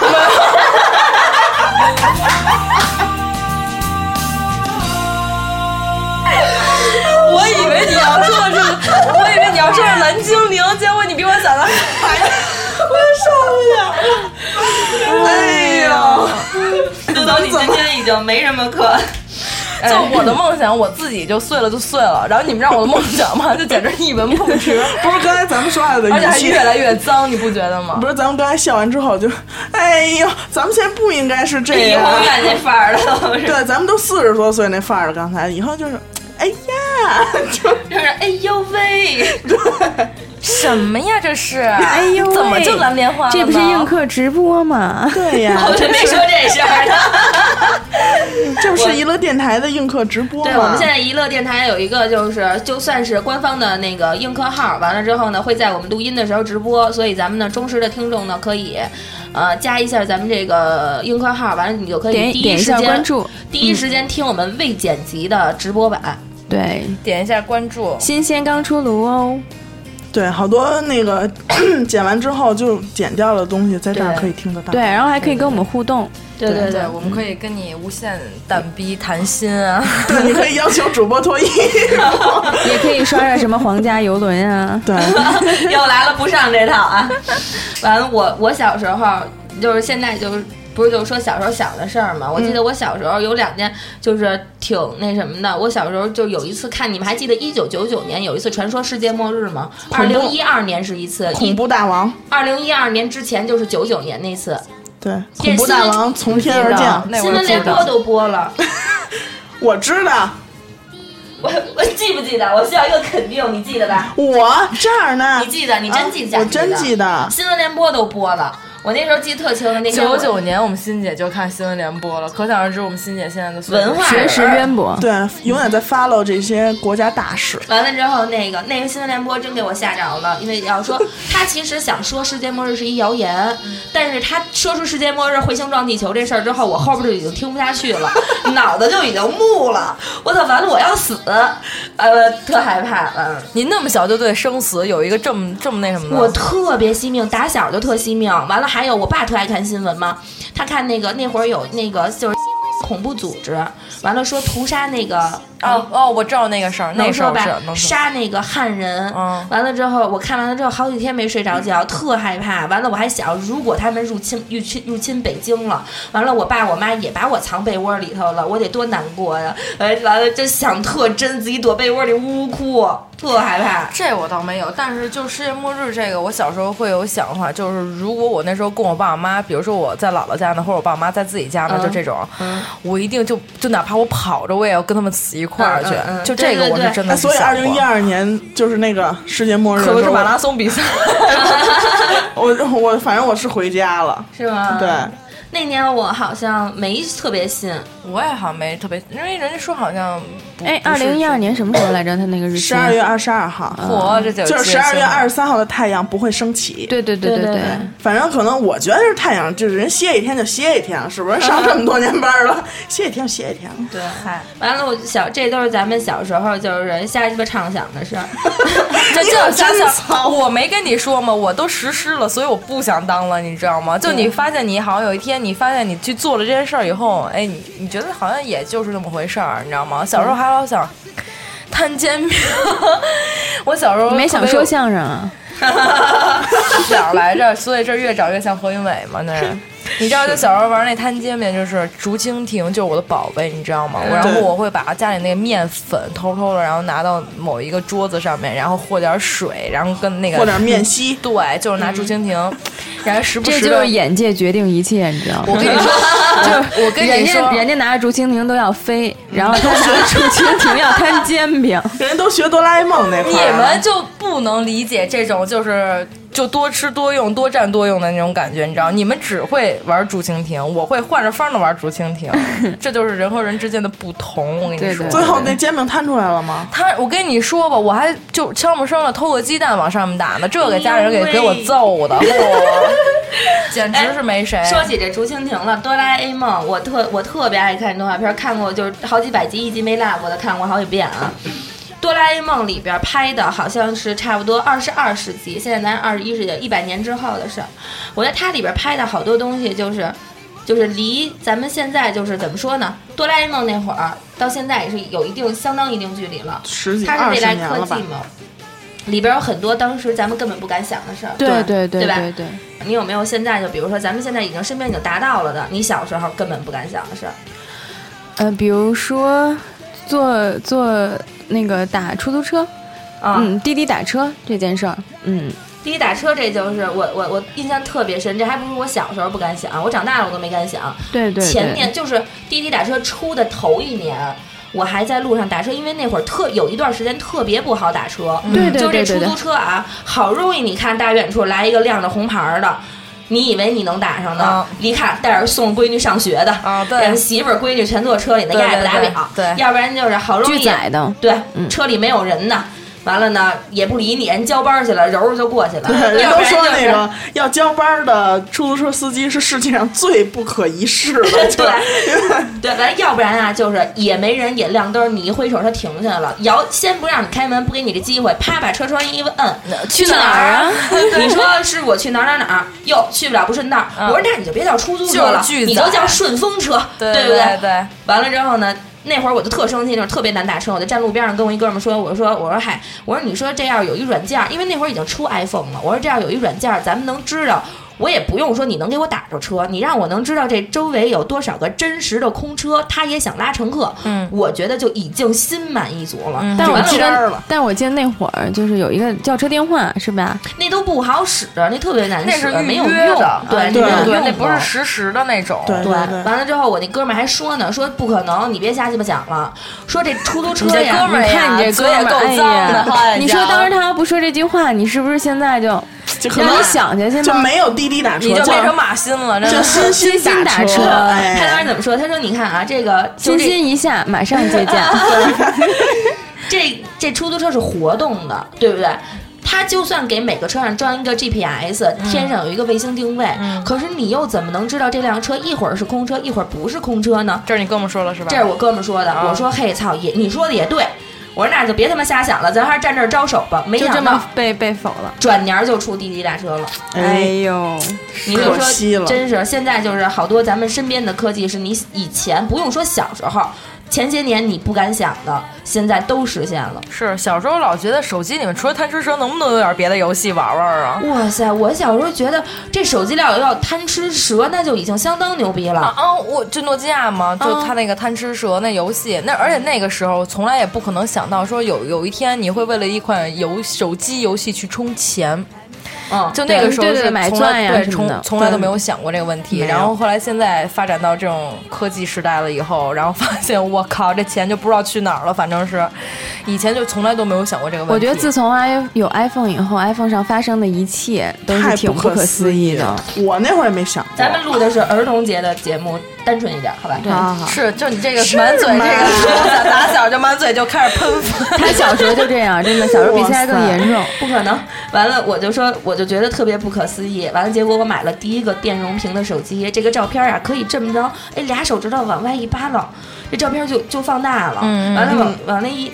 Speaker 5: 我以为你要说的是，我以为你要说是蓝精灵，结果你比我想的还。
Speaker 3: 哎呦，
Speaker 2: 杜总，你今天已经没什么可。
Speaker 5: 就我的梦想，我自己就碎了就碎了，然后你们让我的梦想嘛，就简直一文不值，
Speaker 3: 不是刚才咱们说话的
Speaker 5: 而且
Speaker 3: 语
Speaker 5: 还
Speaker 3: 气
Speaker 5: 越。来越脏，你不觉得吗
Speaker 3: 不？是，咱们刚才笑完之后就，哎呦，咱们现在不应该是这
Speaker 2: 怡
Speaker 3: 样。
Speaker 2: 红院那范儿了，都是
Speaker 3: 对，咱们都四十多岁那范儿了，刚才以后就是，哎呀，就
Speaker 2: 就是哎呦喂，
Speaker 5: 什么呀，这是？
Speaker 4: 哎
Speaker 5: 哎
Speaker 4: 呦喂，
Speaker 5: 怎么就蓝莲花了呢？
Speaker 4: 这不是映客直播吗？
Speaker 3: 对呀，
Speaker 2: 我就没说这事儿呢。
Speaker 3: 这不是娱乐电台的映客直播吗？
Speaker 2: 对，我们现在娱乐电台有一个，就是就算是官方的那个映客号，完了之后呢，会在我们录音的时候直播，所以咱们呢忠实的听众呢可以，呃，加一下咱们这个映客号，完了你就可以
Speaker 4: 点
Speaker 2: 第一
Speaker 4: 点一
Speaker 2: 时
Speaker 4: 下
Speaker 2: 间
Speaker 4: 关，注，
Speaker 2: 第一时间听我们未剪辑的直播版。
Speaker 4: 对，
Speaker 5: 点一下关注，
Speaker 4: 新鲜刚出炉哦。
Speaker 3: 对好多那个 剪完之后就剪掉的东西，在这儿
Speaker 2: 对
Speaker 3: 可以听得到。
Speaker 4: 对，，然后还可以跟我们互动。
Speaker 2: 对对
Speaker 5: 对，我们可以跟你无限蛋逼谈心啊。
Speaker 3: 对，你可以要求主播脱衣。，
Speaker 4: 也可以刷刷什么皇家游轮啊
Speaker 3: 对，
Speaker 2: 又来了，不上这套啊！完了，我我小时候就是现在就是不是就说小时候小的事儿嘛？我记得我小时候有两件就是挺那什么的。我小时候就有一次看，你们还记得一九九九年有一次传说世界末日吗？二
Speaker 3: 恐怖
Speaker 2: 零一二年是一次，
Speaker 3: 恐怖大王，
Speaker 2: 二零一二年之前就是九九年那次，
Speaker 3: 对，恐
Speaker 2: 电
Speaker 3: 怖大
Speaker 2: 视
Speaker 3: 王从天而降。
Speaker 5: 那
Speaker 2: 新
Speaker 5: 我就
Speaker 2: 闻
Speaker 5: 记
Speaker 2: 联播
Speaker 5: 得，
Speaker 2: 都播了。
Speaker 3: 我知道，
Speaker 2: 我我记不记得？我需要一个肯定，你记得吧？
Speaker 3: 我这儿呢啊
Speaker 2: 你，记得？你真记得？
Speaker 3: 啊我真记得
Speaker 2: 新闻联播都播了。我那时候记得特清的，那天
Speaker 5: 九
Speaker 2: 我
Speaker 5: 九年我们欣姐就看新闻联播了，可想而知我们欣姐现在的岁数
Speaker 2: 文化
Speaker 4: 学识渊博。
Speaker 3: 对，永远在 follow 这些国家大事。
Speaker 2: 完了之后，那个那个新闻联播真给我吓着了，因为要 说他其实想说世界末日是一谣言，但是他说出世界末日彗星撞地球这事儿之后，我后边就已经听不下去了， 脑子就已经木了，我操，完了我要死，呃，特害怕，嗯。
Speaker 5: 你那么小就对生死有一个这么这么那什么的，
Speaker 2: 我特别惜命，打小就特惜命。完了，还有我爸特爱看新闻嘛，他看那个那会儿有那个就是恐怖组织，完了说屠杀那个嗯
Speaker 5: 哦哦，我知道那个事儿，那
Speaker 2: 能
Speaker 5: 事
Speaker 2: 说
Speaker 5: 儿
Speaker 2: 吧
Speaker 5: 是能，说。
Speaker 2: 杀那个汉人。
Speaker 5: 嗯
Speaker 2: 完了之后，我看完了之后，好几天没睡着觉，特害怕。完了，我还想，如果他们入侵、入侵、入侵北京了，完了，我爸我妈也把我藏被窝里头了，我得多难过呀！哎，完了就想特真，自己躲被窝里呜呜哭，特害 怕。
Speaker 5: 这我倒没有，但是就世界末日这个，我小时候会有想法，就是如果我那时候跟我爸我妈，比如说我在姥姥家呢，或者我爸妈在自己家呢，
Speaker 2: 嗯
Speaker 5: 就这种，我一定就就哪怕我跑着，我也要跟他们死一块儿去。
Speaker 2: 嗯嗯嗯
Speaker 5: 就这
Speaker 2: 对
Speaker 5: 个
Speaker 2: 对
Speaker 5: 我是
Speaker 2: 对
Speaker 5: 真的
Speaker 3: 哎，
Speaker 5: 是
Speaker 3: 所以
Speaker 5: 想
Speaker 3: 二
Speaker 5: 过
Speaker 3: 零一二年就是那个世界末日的时
Speaker 5: 可
Speaker 3: 候，
Speaker 5: 不是马拉松比赛，
Speaker 3: 我 我反正我是回家了。
Speaker 2: 是吗？
Speaker 3: 对，
Speaker 2: 那年我好像没特别信，
Speaker 5: 我也好像没特别，因为人家说好像不
Speaker 4: 哎，二零一二年什么时候来着？他那个日期？
Speaker 3: 十二月。二十二号，啊
Speaker 2: 嗯
Speaker 5: 火，这就
Speaker 3: 就是十二月二
Speaker 5: 十
Speaker 3: 十三号的太阳不会升起。
Speaker 4: 对对对
Speaker 2: 对对
Speaker 4: 对
Speaker 2: 对
Speaker 3: 反正可能我觉得是太阳，就是人歇一天就歇一天了，是不是？上这么多年班了，歇一天就歇一天了。
Speaker 2: 对，
Speaker 5: 嗨，
Speaker 2: 完了我就小，这都是咱们小时候就是瞎鸡巴畅想的事儿。
Speaker 5: 这
Speaker 3: 你
Speaker 5: 这
Speaker 3: 可
Speaker 5: 想
Speaker 3: 真
Speaker 5: 想，
Speaker 3: 糙
Speaker 5: 我没跟你说吗？我都实施了，所以我不想当了，你知道吗？就你发现你好像有一天，你发现你去做了这件事儿以后，哎，你你觉得好像也就是那么回事儿，你知道吗？
Speaker 4: 嗯
Speaker 5: 小时候还老想摊煎饼， 我小时候
Speaker 4: 你没想
Speaker 5: 特别
Speaker 4: 说
Speaker 5: 有
Speaker 4: 相声啊？
Speaker 5: 哪儿来着？所以这越长越像何云伟嘛，那人。你知道，就小时候玩那摊煎饼，就是竹蜻蜓，就是我的宝贝，你知道
Speaker 3: 嗯
Speaker 5: 吗？我然后我会把家里那个面粉偷偷的，然后拿到某一个桌子上面，然后和点水，然后跟那个
Speaker 3: 和点面嗯稀
Speaker 5: 对，就是拿竹蜻蜓，然后时不
Speaker 4: 这
Speaker 5: 时
Speaker 4: 就是
Speaker 5: 的。
Speaker 4: 眼界决定一切，你知道吗？
Speaker 5: 我 跟你说，就是我跟
Speaker 4: 人
Speaker 5: 你
Speaker 4: 家
Speaker 5: 说，
Speaker 4: 人家拿着竹蜻蜓都要飞，然后他拿着竹蜻蜓要摊煎饼。
Speaker 3: 人都学哆啦 A 梦那块
Speaker 5: 你
Speaker 3: 儿了
Speaker 5: 们就不能理解这种就是就多吃多用、多占多用的那种感觉，你知道？你们只会玩竹蜻蜓，我会换着方的玩竹蜻蜓，这就是人和人之间的不同。我跟你
Speaker 4: 对
Speaker 5: 说
Speaker 4: 对，
Speaker 3: 最后那煎饼摊出来了吗？
Speaker 5: 他，我跟你说吧，我还就悄没声的偷个鸡蛋往上面打呢，这给家人给
Speaker 2: 哎呦喂
Speaker 5: 给我揍的，嚯，简直是没谁。
Speaker 2: 哎说起这竹蜻蜓了，哆啦 A 梦，我特我特别爱看动画片，看过就是好几百集，一集没落过的，看过好几遍啊。哆啦 A 梦里边拍的好像是差不多二十二世纪，现在咱二十一世纪，一百年之后的事儿。我觉得它里边拍的好多东西就是。就是离咱们现在就是怎么说呢？哆啦 A 梦那会儿到现在也是有一定相当一定距离了，
Speaker 3: 十几
Speaker 2: 它是
Speaker 3: 二
Speaker 2: 未
Speaker 3: 十
Speaker 2: 来
Speaker 3: 年
Speaker 2: 科
Speaker 3: 了
Speaker 2: 技
Speaker 3: 吧？
Speaker 2: 嘛，里边有很多当时咱们根本不敢想的事儿。
Speaker 4: 对对对
Speaker 2: 对吧
Speaker 4: 对对，
Speaker 2: 你有没有现在就比如说咱们现在已经身边已经达到了的，你小时候根本不敢想的事儿？
Speaker 4: 呃，比如说坐坐那个打出租车，
Speaker 2: 啊、
Speaker 4: 嗯，滴滴打车这件事儿，嗯，
Speaker 2: 滴滴打车这就是我我我印象特别深，这还不是我小时候不敢想，我长大了我都没敢想。
Speaker 4: 对对对，
Speaker 2: 前年就是滴滴打车出的头一年。我还在路上打车，因为那会儿特有一段时间特别不好打车，
Speaker 4: 嗯对对
Speaker 2: 就
Speaker 4: 对
Speaker 2: 是这出
Speaker 4: 对对
Speaker 2: 租，车啊，好容易你看大远处来一个亮着红牌儿的，你以为你能打上呢
Speaker 5: 啊？
Speaker 4: 嗯
Speaker 2: 一看带着送闺女上学的，
Speaker 5: 啊，
Speaker 2: 人
Speaker 5: 对，
Speaker 2: 媳妇儿闺女全坐车里呢，
Speaker 5: 对
Speaker 2: 压也不打
Speaker 5: 对
Speaker 2: 表，
Speaker 5: 对对
Speaker 2: 要不然就是好容
Speaker 4: 拒
Speaker 2: 易
Speaker 4: 载的，
Speaker 2: 对，
Speaker 4: 嗯
Speaker 2: 车里没有人呢，完了呢也不理你，人交班去了，揉揉就过去 了。
Speaker 3: 对，人
Speaker 2: 要不
Speaker 3: 都
Speaker 2: 然
Speaker 3: 说
Speaker 2: 就是
Speaker 3: 那个要交班的出租车司机是世界上最不可一世的，就
Speaker 2: 对，完了要不然啊就是也没人也亮灯，你一挥手他停下来了，摇先不让你开门，不给你这机会，啪把车窗一摁。
Speaker 5: 嗯
Speaker 4: 去哪儿 啊？
Speaker 2: 你说是我去哪儿哪儿哪儿？哟，去不了不顺道。
Speaker 5: 嗯
Speaker 2: 我说那你就别叫出租车了
Speaker 5: 就是，拒载
Speaker 2: 你就叫顺风车，
Speaker 5: 对
Speaker 2: 不
Speaker 5: 对对，
Speaker 2: 完了之后呢，那会儿我就特生气，就是特别难打车。我就站路边上跟我一哥们儿说，我说我说嗨，我说你说这要有一软件儿，因为那会儿已经出 iPhone 了，我说这要有一软件儿，咱们能知道。我也不用说你能给我打着车，你让我能知道这周围有多少个真实的空车，他也想拉乘客，
Speaker 5: 嗯
Speaker 2: 我觉得就已经心满意足了。
Speaker 4: 但我
Speaker 2: 完了
Speaker 4: 记
Speaker 3: 中间儿
Speaker 4: 得
Speaker 3: 了，
Speaker 4: 但我记得那会儿就是有一个叫车电话，是吧？
Speaker 2: 那都不好使，啊那特别难
Speaker 5: 那
Speaker 2: 使
Speaker 5: 是，预
Speaker 2: 没有
Speaker 5: 约
Speaker 2: 用
Speaker 5: 的，，啊
Speaker 2: 对，
Speaker 5: 对
Speaker 2: 啊没有用
Speaker 5: 那不是
Speaker 2: 的
Speaker 5: 实时的那种，
Speaker 3: 对
Speaker 2: 对，完了之后，我那哥们儿还说呢，说不可能，你别瞎鸡巴想了，说这出租车
Speaker 5: 你这
Speaker 2: 呀，
Speaker 5: 哥们儿
Speaker 4: 你
Speaker 5: 呀
Speaker 4: 看你这
Speaker 5: 嘴
Speaker 4: 哥
Speaker 5: 也
Speaker 4: 们儿，
Speaker 5: 够
Speaker 4: 哎
Speaker 5: 脏的
Speaker 4: 呀
Speaker 5: 好家伙
Speaker 4: 你说当时他要不说这句话，你是不是现在就
Speaker 3: 就可
Speaker 4: 让
Speaker 3: 能
Speaker 4: 你想去去
Speaker 3: 就
Speaker 4: 吗？
Speaker 3: 没有滴滴打车，
Speaker 5: 你就
Speaker 3: 就
Speaker 5: 变成马心了，真
Speaker 3: 就
Speaker 5: 的。
Speaker 3: 心
Speaker 4: 心心打
Speaker 3: 打
Speaker 4: 车
Speaker 2: 他当时
Speaker 3: 哎，
Speaker 2: 怎么说？他说：“你看啊，这个就
Speaker 4: 欣
Speaker 2: 这
Speaker 4: 欣一下，马上接见。
Speaker 2: 这这出租车是活动的，对不对？它就算给每个车上装一个 GPS，天
Speaker 4: 嗯
Speaker 2: 上有一个卫星定位，可是你又怎么能知道这辆车一会儿是空车，一会儿不是空车呢？
Speaker 5: 这是你跟我们说了是吧？
Speaker 2: 这是我哥们说的。
Speaker 5: 啊
Speaker 4: 哦
Speaker 2: 我说嘿操，也你说的也对。我说那就别他妈瞎想了，咱还是站这儿招手吧。没
Speaker 4: 就这
Speaker 2: 想到
Speaker 4: 么被被否了。
Speaker 2: 转年儿就出滴滴打车了。
Speaker 4: 哎
Speaker 3: 哎，
Speaker 4: 呦，
Speaker 2: 你就
Speaker 3: 可惜
Speaker 2: 说，
Speaker 3: 了
Speaker 2: 真是现在就是好多咱们身边的科技，是你以前不用说小时候，前些年你不敢想的，现在都实现了。
Speaker 5: 是小时候老觉得手机里面除了贪吃蛇，能不能有点别的游戏玩玩啊？
Speaker 2: 哇塞！我小时候觉得这手机料要贪吃蛇，那就已经相当牛逼
Speaker 5: 啊
Speaker 2: 了。
Speaker 5: 啊！我就诺基亚嘛，就他那个贪吃蛇那游戏，那而且那个时候从来也不可能想到说有有一天你会为了一款游手机游戏去充钱，
Speaker 2: 嗯，
Speaker 5: 就那个时候
Speaker 4: 对对
Speaker 5: 是
Speaker 4: 对买
Speaker 5: 从来
Speaker 4: 钻呀
Speaker 5: 对
Speaker 4: 什么的
Speaker 5: 从从来都没有想过这个问题。
Speaker 3: 没有
Speaker 5: 然后后来现在发展到这种科技时代了以后，然后发现我靠，这钱就不知道去哪儿了，反正是以前就从来都没有想过这个问题。
Speaker 4: 我觉得自从 i 有 iPhone 以后，iPhone 上发生的一切都是
Speaker 3: 太
Speaker 4: 挺
Speaker 3: 不
Speaker 4: 可
Speaker 3: 思
Speaker 4: 思议的。
Speaker 3: 了。我那会儿也没想过，
Speaker 2: 咱们录的是儿童节的节目，单纯一点，好吧？对
Speaker 3: 啊，
Speaker 5: 是，就你这个满嘴这个，打小就满嘴就开始喷粪。
Speaker 4: 他小时候就这样，真的，小时候比现在更严重。
Speaker 2: 不可能！完了，我就说，我就觉得特别不可思议。完了，结果我买了第一个电容屏的手机，这个照片啊，可以这么着，哎，俩手指头往外一扒拉，这照片就就放大了。
Speaker 5: 嗯嗯
Speaker 2: 完了往往那一，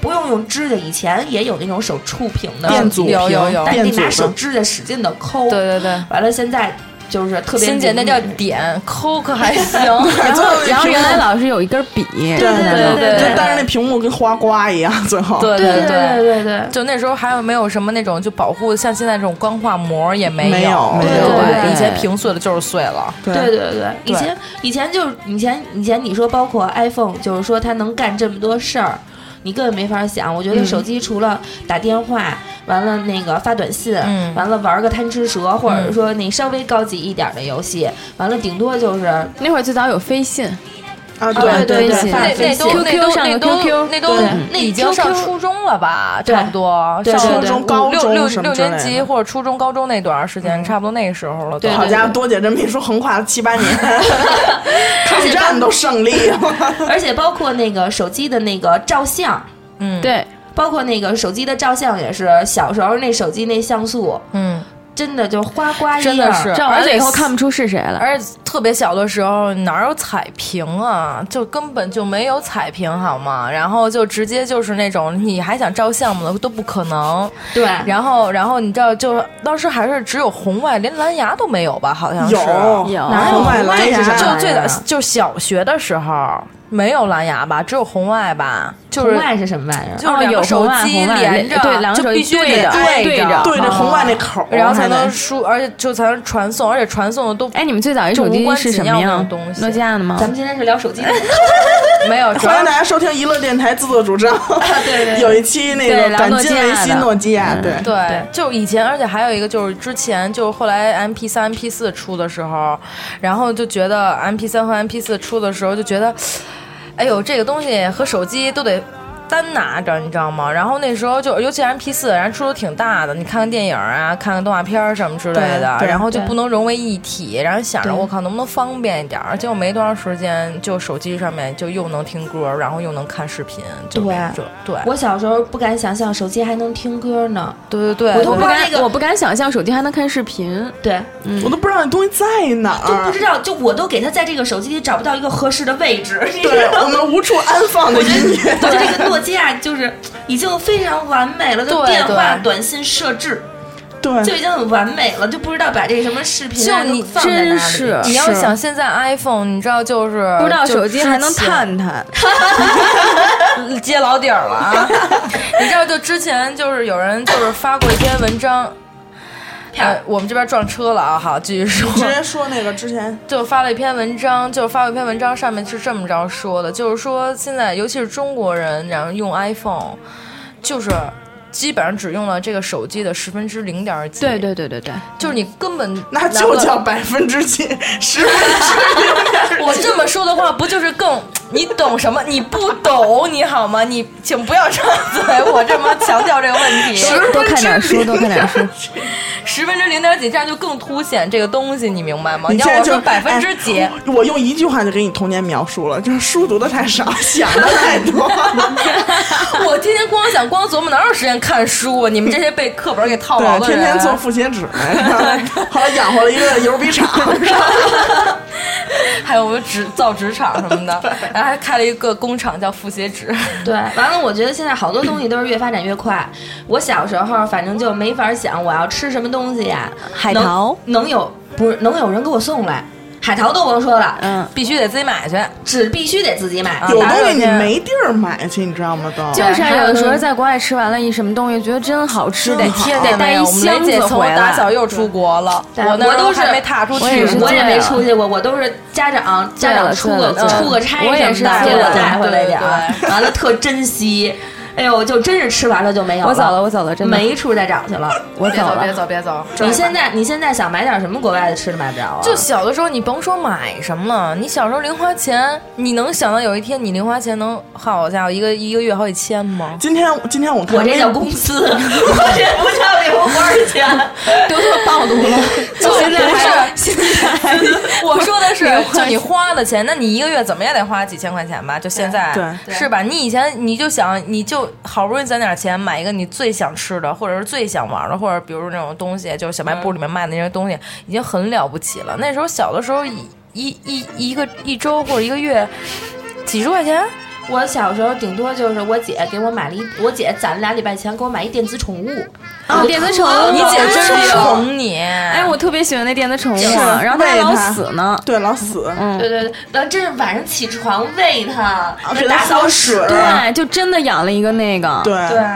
Speaker 2: 不用用指甲，以前也有那种手触屏的，
Speaker 3: 电阻
Speaker 5: 有有
Speaker 3: 屏
Speaker 5: 有
Speaker 2: 但是
Speaker 3: 电
Speaker 2: 你拿
Speaker 3: 阻
Speaker 2: 手
Speaker 3: 的，
Speaker 2: 指甲使劲的抠。
Speaker 5: 对对，
Speaker 2: 完了，现在就是特别
Speaker 5: 欣姐那叫
Speaker 2: 灵敏
Speaker 5: 点抠可还行。
Speaker 4: 然后，然后原来老是有一根笔，对
Speaker 3: 对
Speaker 5: 对对对
Speaker 3: 就但是那屏幕跟花瓜一样，最后
Speaker 5: 对
Speaker 2: 对
Speaker 5: 对。
Speaker 2: 对对对。
Speaker 5: 就那时候还有没有什么那种就保护，像现在这种钢化膜也没
Speaker 3: 没有
Speaker 5: 对
Speaker 3: 没
Speaker 2: 有
Speaker 5: 对，
Speaker 2: 对
Speaker 5: 以前屏碎了就是碎了。
Speaker 2: 对对对，以前以前就是以前以前你说包括 iPhone，就是说它能干这么多事儿，你根本没法想。我觉
Speaker 5: 嗯
Speaker 2: 得手机除了打电话，完了那个发短信，
Speaker 5: 嗯
Speaker 2: 完了玩个贪吃蛇，或者说你稍微高级一点的游戏，完了顶多就是
Speaker 4: 那会儿最早有飞信，
Speaker 3: 啊，对
Speaker 2: 对对
Speaker 4: 对
Speaker 2: 对，
Speaker 4: 发
Speaker 2: 发
Speaker 5: 那那
Speaker 2: 飞
Speaker 5: 都
Speaker 2: 信。
Speaker 5: 那
Speaker 4: QQ
Speaker 5: 都
Speaker 4: 上
Speaker 5: 那
Speaker 4: 有
Speaker 5: 都
Speaker 4: QQ
Speaker 5: 那都
Speaker 2: 对那
Speaker 5: 已经上
Speaker 2: QQ
Speaker 5: 初中了吧？
Speaker 2: 对
Speaker 5: 差不多
Speaker 2: 对
Speaker 5: 上
Speaker 2: 对
Speaker 3: 初
Speaker 2: 对
Speaker 3: 中、高
Speaker 5: 六六
Speaker 3: 中什
Speaker 5: 六
Speaker 3: 么之类
Speaker 5: 年
Speaker 3: 的。
Speaker 5: 级或者初中、高中那段时间，差不多那个时候了都。
Speaker 2: 对
Speaker 3: 好家伙，多姐这么一说，横跨了七八年，抗战都胜利了。
Speaker 2: 而且包括那个手机的那个照相，
Speaker 5: 嗯，
Speaker 4: 对，
Speaker 2: 包括那个手机的照相也是小时候那手机那像素，
Speaker 5: 嗯。
Speaker 2: 真的就花瓜一
Speaker 5: 真的
Speaker 2: 样
Speaker 5: 是
Speaker 4: 照完了以后看不出是谁了。
Speaker 5: 而且特别小的时候哪有彩屏啊，就根本就没有彩屏好吗？然后就直接就是那种你还想照相吗？都不可能。
Speaker 2: 对。
Speaker 5: 然后，然后你知道，就是当时还是只有红外，连蓝牙都没有吧？好像是
Speaker 3: 有
Speaker 4: 有
Speaker 3: 哪有啊外蓝牙？
Speaker 5: 就最早
Speaker 2: 蓝牙
Speaker 5: 就小学的时候没有蓝牙吧，只有红外吧，就是
Speaker 2: 红外是什么玩意儿？
Speaker 5: 就是
Speaker 4: 哦
Speaker 5: 两
Speaker 4: 有
Speaker 5: 个手
Speaker 4: 红外
Speaker 5: 机
Speaker 4: 红外
Speaker 5: 连着，
Speaker 4: 对两个
Speaker 5: 就
Speaker 4: 手机
Speaker 5: 必须
Speaker 4: 对
Speaker 5: 得
Speaker 4: 着
Speaker 5: 对
Speaker 4: 对着
Speaker 3: 对着红外那口儿，
Speaker 5: 然后才能
Speaker 3: 还得
Speaker 5: 输，而且就才能传送，而且传送的都
Speaker 4: 哎，你们最早一手机是什么
Speaker 5: 这无关紧要
Speaker 4: 样
Speaker 5: 的东？西
Speaker 4: 诺基亚的吗？
Speaker 2: 咱们今天是聊手 机的，
Speaker 5: 没有，主
Speaker 3: 欢
Speaker 5: 要
Speaker 3: 迎大家收听娱乐电台自作主张。
Speaker 2: 对对
Speaker 3: 有一期那
Speaker 4: 对
Speaker 3: 个
Speaker 4: 聊
Speaker 3: 感
Speaker 4: 诺基
Speaker 3: 激
Speaker 4: 亚
Speaker 3: 维
Speaker 4: 的
Speaker 3: 新诺基亚，对，
Speaker 5: 嗯对，就以前，而且还有一个就是之前，就是后来 M P 三、M P 四出的时候，然后就觉得 M P 三和 M P 四出的时候就觉得，哎呦，这个东西和手机都得。单拿着，你知道吗？然后那时候就，尤其 M P 四，然后出的挺大的，你看看电影啊，看看动画片儿什么之类的，
Speaker 3: 对对
Speaker 5: 然后就
Speaker 2: 对
Speaker 5: 不能融为一体。然后想着
Speaker 2: 对
Speaker 5: 我靠，能不能方便一点儿？结果没多长时间，就手机上面就又能听歌，然后又能看视频，就
Speaker 2: 对
Speaker 5: 就对
Speaker 2: 我小时候不敢想象手机还能听歌呢，
Speaker 5: 对对对，
Speaker 2: 我都
Speaker 4: 我
Speaker 2: 不
Speaker 4: 不
Speaker 2: 知道那
Speaker 4: 敢，
Speaker 2: 个
Speaker 4: 我不敢想象手机还能看视频。
Speaker 2: 对，
Speaker 3: 我都不知道那东西在哪
Speaker 2: 就不
Speaker 3: 儿
Speaker 2: 知。道，就我都给它在这个手机里找不到一个合适的位置，你知
Speaker 3: 对
Speaker 2: 道吗？
Speaker 3: 我们无处安放的音乐，
Speaker 2: 我觉得这个诺基亚就是已经非常完美了，就
Speaker 5: 对
Speaker 2: 电话
Speaker 5: 对
Speaker 2: 短信设置
Speaker 3: 对
Speaker 2: 就已经很完美了，就不知道把这个什么视频啊
Speaker 5: 就你
Speaker 2: 都放在哪
Speaker 4: 真
Speaker 2: 里。
Speaker 4: 是
Speaker 5: 你要
Speaker 3: 是
Speaker 5: 想现在 iPhone，你知道就是
Speaker 4: 不知道
Speaker 5: 就
Speaker 4: 手机还能
Speaker 5: 之前
Speaker 4: 探呃探，
Speaker 5: 揭老底儿了 啊！ 你知道就之前就是有人就是发过一篇文章，
Speaker 2: 啪
Speaker 5: 呃，我们这边撞车了啊！好，继续说。
Speaker 3: 直接说那个之前
Speaker 5: 就发了一篇文章，就发了一篇文章，上面是这么着说的，就是说现在尤其是中国人，然后用 iPhone，就是基本上只用了这个手机的十分之零点几。
Speaker 4: 对，对对对对，
Speaker 5: 就是你根本
Speaker 3: 那就叫百分之几， 十分之零点
Speaker 5: 我这么说的话，不就是更你懂什么？你不懂，你好吗？你请不要张嘴，我这么强调这个问题。
Speaker 3: 十分
Speaker 4: 多看点
Speaker 3: 之
Speaker 4: 书，
Speaker 3: 零
Speaker 4: 多看点 书。
Speaker 5: 十分之零点几，这样就更凸显这个东西，你明白吗？
Speaker 3: 你
Speaker 5: 你
Speaker 3: 现在
Speaker 5: 要我
Speaker 3: 就
Speaker 5: 说百分之几，
Speaker 3: 哎我我用一句话就给你童年描述了，就是书读的太少， 想的太多。
Speaker 5: 我天天光想光琢磨，哪有时间看书啊？你们这些被课本给套牢
Speaker 3: 对，
Speaker 5: 的
Speaker 3: 天
Speaker 5: 人，
Speaker 3: 天做复写 纸，后来养活了一个油笔 厂。
Speaker 5: 还有我们职造纸厂什么的，然后还开了一个工厂叫复写纸。
Speaker 2: 对，完了，我觉得现在好多东西都是越发展越快。我小时候反正就没法想我要吃什么东西呀，
Speaker 4: 海
Speaker 2: 能
Speaker 4: 淘
Speaker 2: 能有不是能有人给我送来？海淘都甭说了，
Speaker 4: 嗯，
Speaker 5: 必须得自己买去，
Speaker 2: 纸必须得自己买。
Speaker 3: 有东西你没地儿买去，你知道吗？都
Speaker 4: 就是
Speaker 2: 还有
Speaker 4: 啊有时候
Speaker 2: 嗯
Speaker 4: 在国外吃完了一什么东西，觉得真好吃，
Speaker 3: 真
Speaker 4: 得
Speaker 3: 好
Speaker 4: 得带一
Speaker 5: 我们
Speaker 4: 箱
Speaker 5: 雷姐
Speaker 4: 子
Speaker 5: 从
Speaker 4: 回
Speaker 5: 打小
Speaker 4: 来。
Speaker 5: 又出国了，
Speaker 2: 对
Speaker 5: 我那
Speaker 2: 我都
Speaker 5: 时候
Speaker 2: 是
Speaker 5: 还没踏出去，
Speaker 4: 我也是
Speaker 2: 我也没
Speaker 4: 对啊
Speaker 2: 出去过，我都是家长家长出个
Speaker 4: 对了对了
Speaker 2: 出个差
Speaker 4: 我也
Speaker 2: 什么的，
Speaker 4: 是
Speaker 2: 给
Speaker 4: 对
Speaker 2: 我
Speaker 4: 了
Speaker 2: 带回来点儿
Speaker 5: 对，
Speaker 2: 完了特珍惜。哎呦，就真是吃完了就没有
Speaker 4: 我走了，我走了，真的，
Speaker 2: 没处再找去了。
Speaker 4: 我走了。
Speaker 5: 走，别走！
Speaker 2: 你现在你现在想买点什么国外的吃的买不着啊？
Speaker 5: 就小的时候，你甭说买什么了，你小时候零花钱，你能想到有一天你零花钱能好家伙一个一个月好几千吗？
Speaker 3: 今天今天我看
Speaker 2: 我这叫公司，我这不叫零花钱。
Speaker 4: 都说暴露 了，
Speaker 5: 就
Speaker 2: 现在
Speaker 5: 不是
Speaker 2: 还，
Speaker 5: 现在我说的是，就你花的钱，那你一个月怎么也得花几千块钱吧？就现在，
Speaker 3: 对
Speaker 2: 对
Speaker 5: 是吧？你以前你就想，你就好不容易攒点钱买一个你最想吃的，或者是最想玩的，或者比如那种东西，就是小卖部里面卖的那些东西，已经很了不起了。那时候小的时候一，一一一个一周或者一个月几十块钱，
Speaker 2: 我小时候顶多就是我姐给我买了一，我姐攒俩礼拜钱给我买一电子宠物，
Speaker 4: 啊，电子宠物，啊
Speaker 5: 你姐真
Speaker 4: 是
Speaker 5: 是宠你，
Speaker 4: 哎，
Speaker 5: 哎
Speaker 4: 我特别喜欢那电子宠物，啊
Speaker 3: 是
Speaker 4: 然后它还嗯
Speaker 3: 喂
Speaker 4: 老
Speaker 3: 它
Speaker 4: 死呢。
Speaker 3: 对老死，
Speaker 2: 对对对，然后真是晚上起床喂它，
Speaker 3: 给它
Speaker 2: 打扫
Speaker 3: 喝水
Speaker 2: 室
Speaker 4: 对，就真的养了一个那个，
Speaker 3: 对，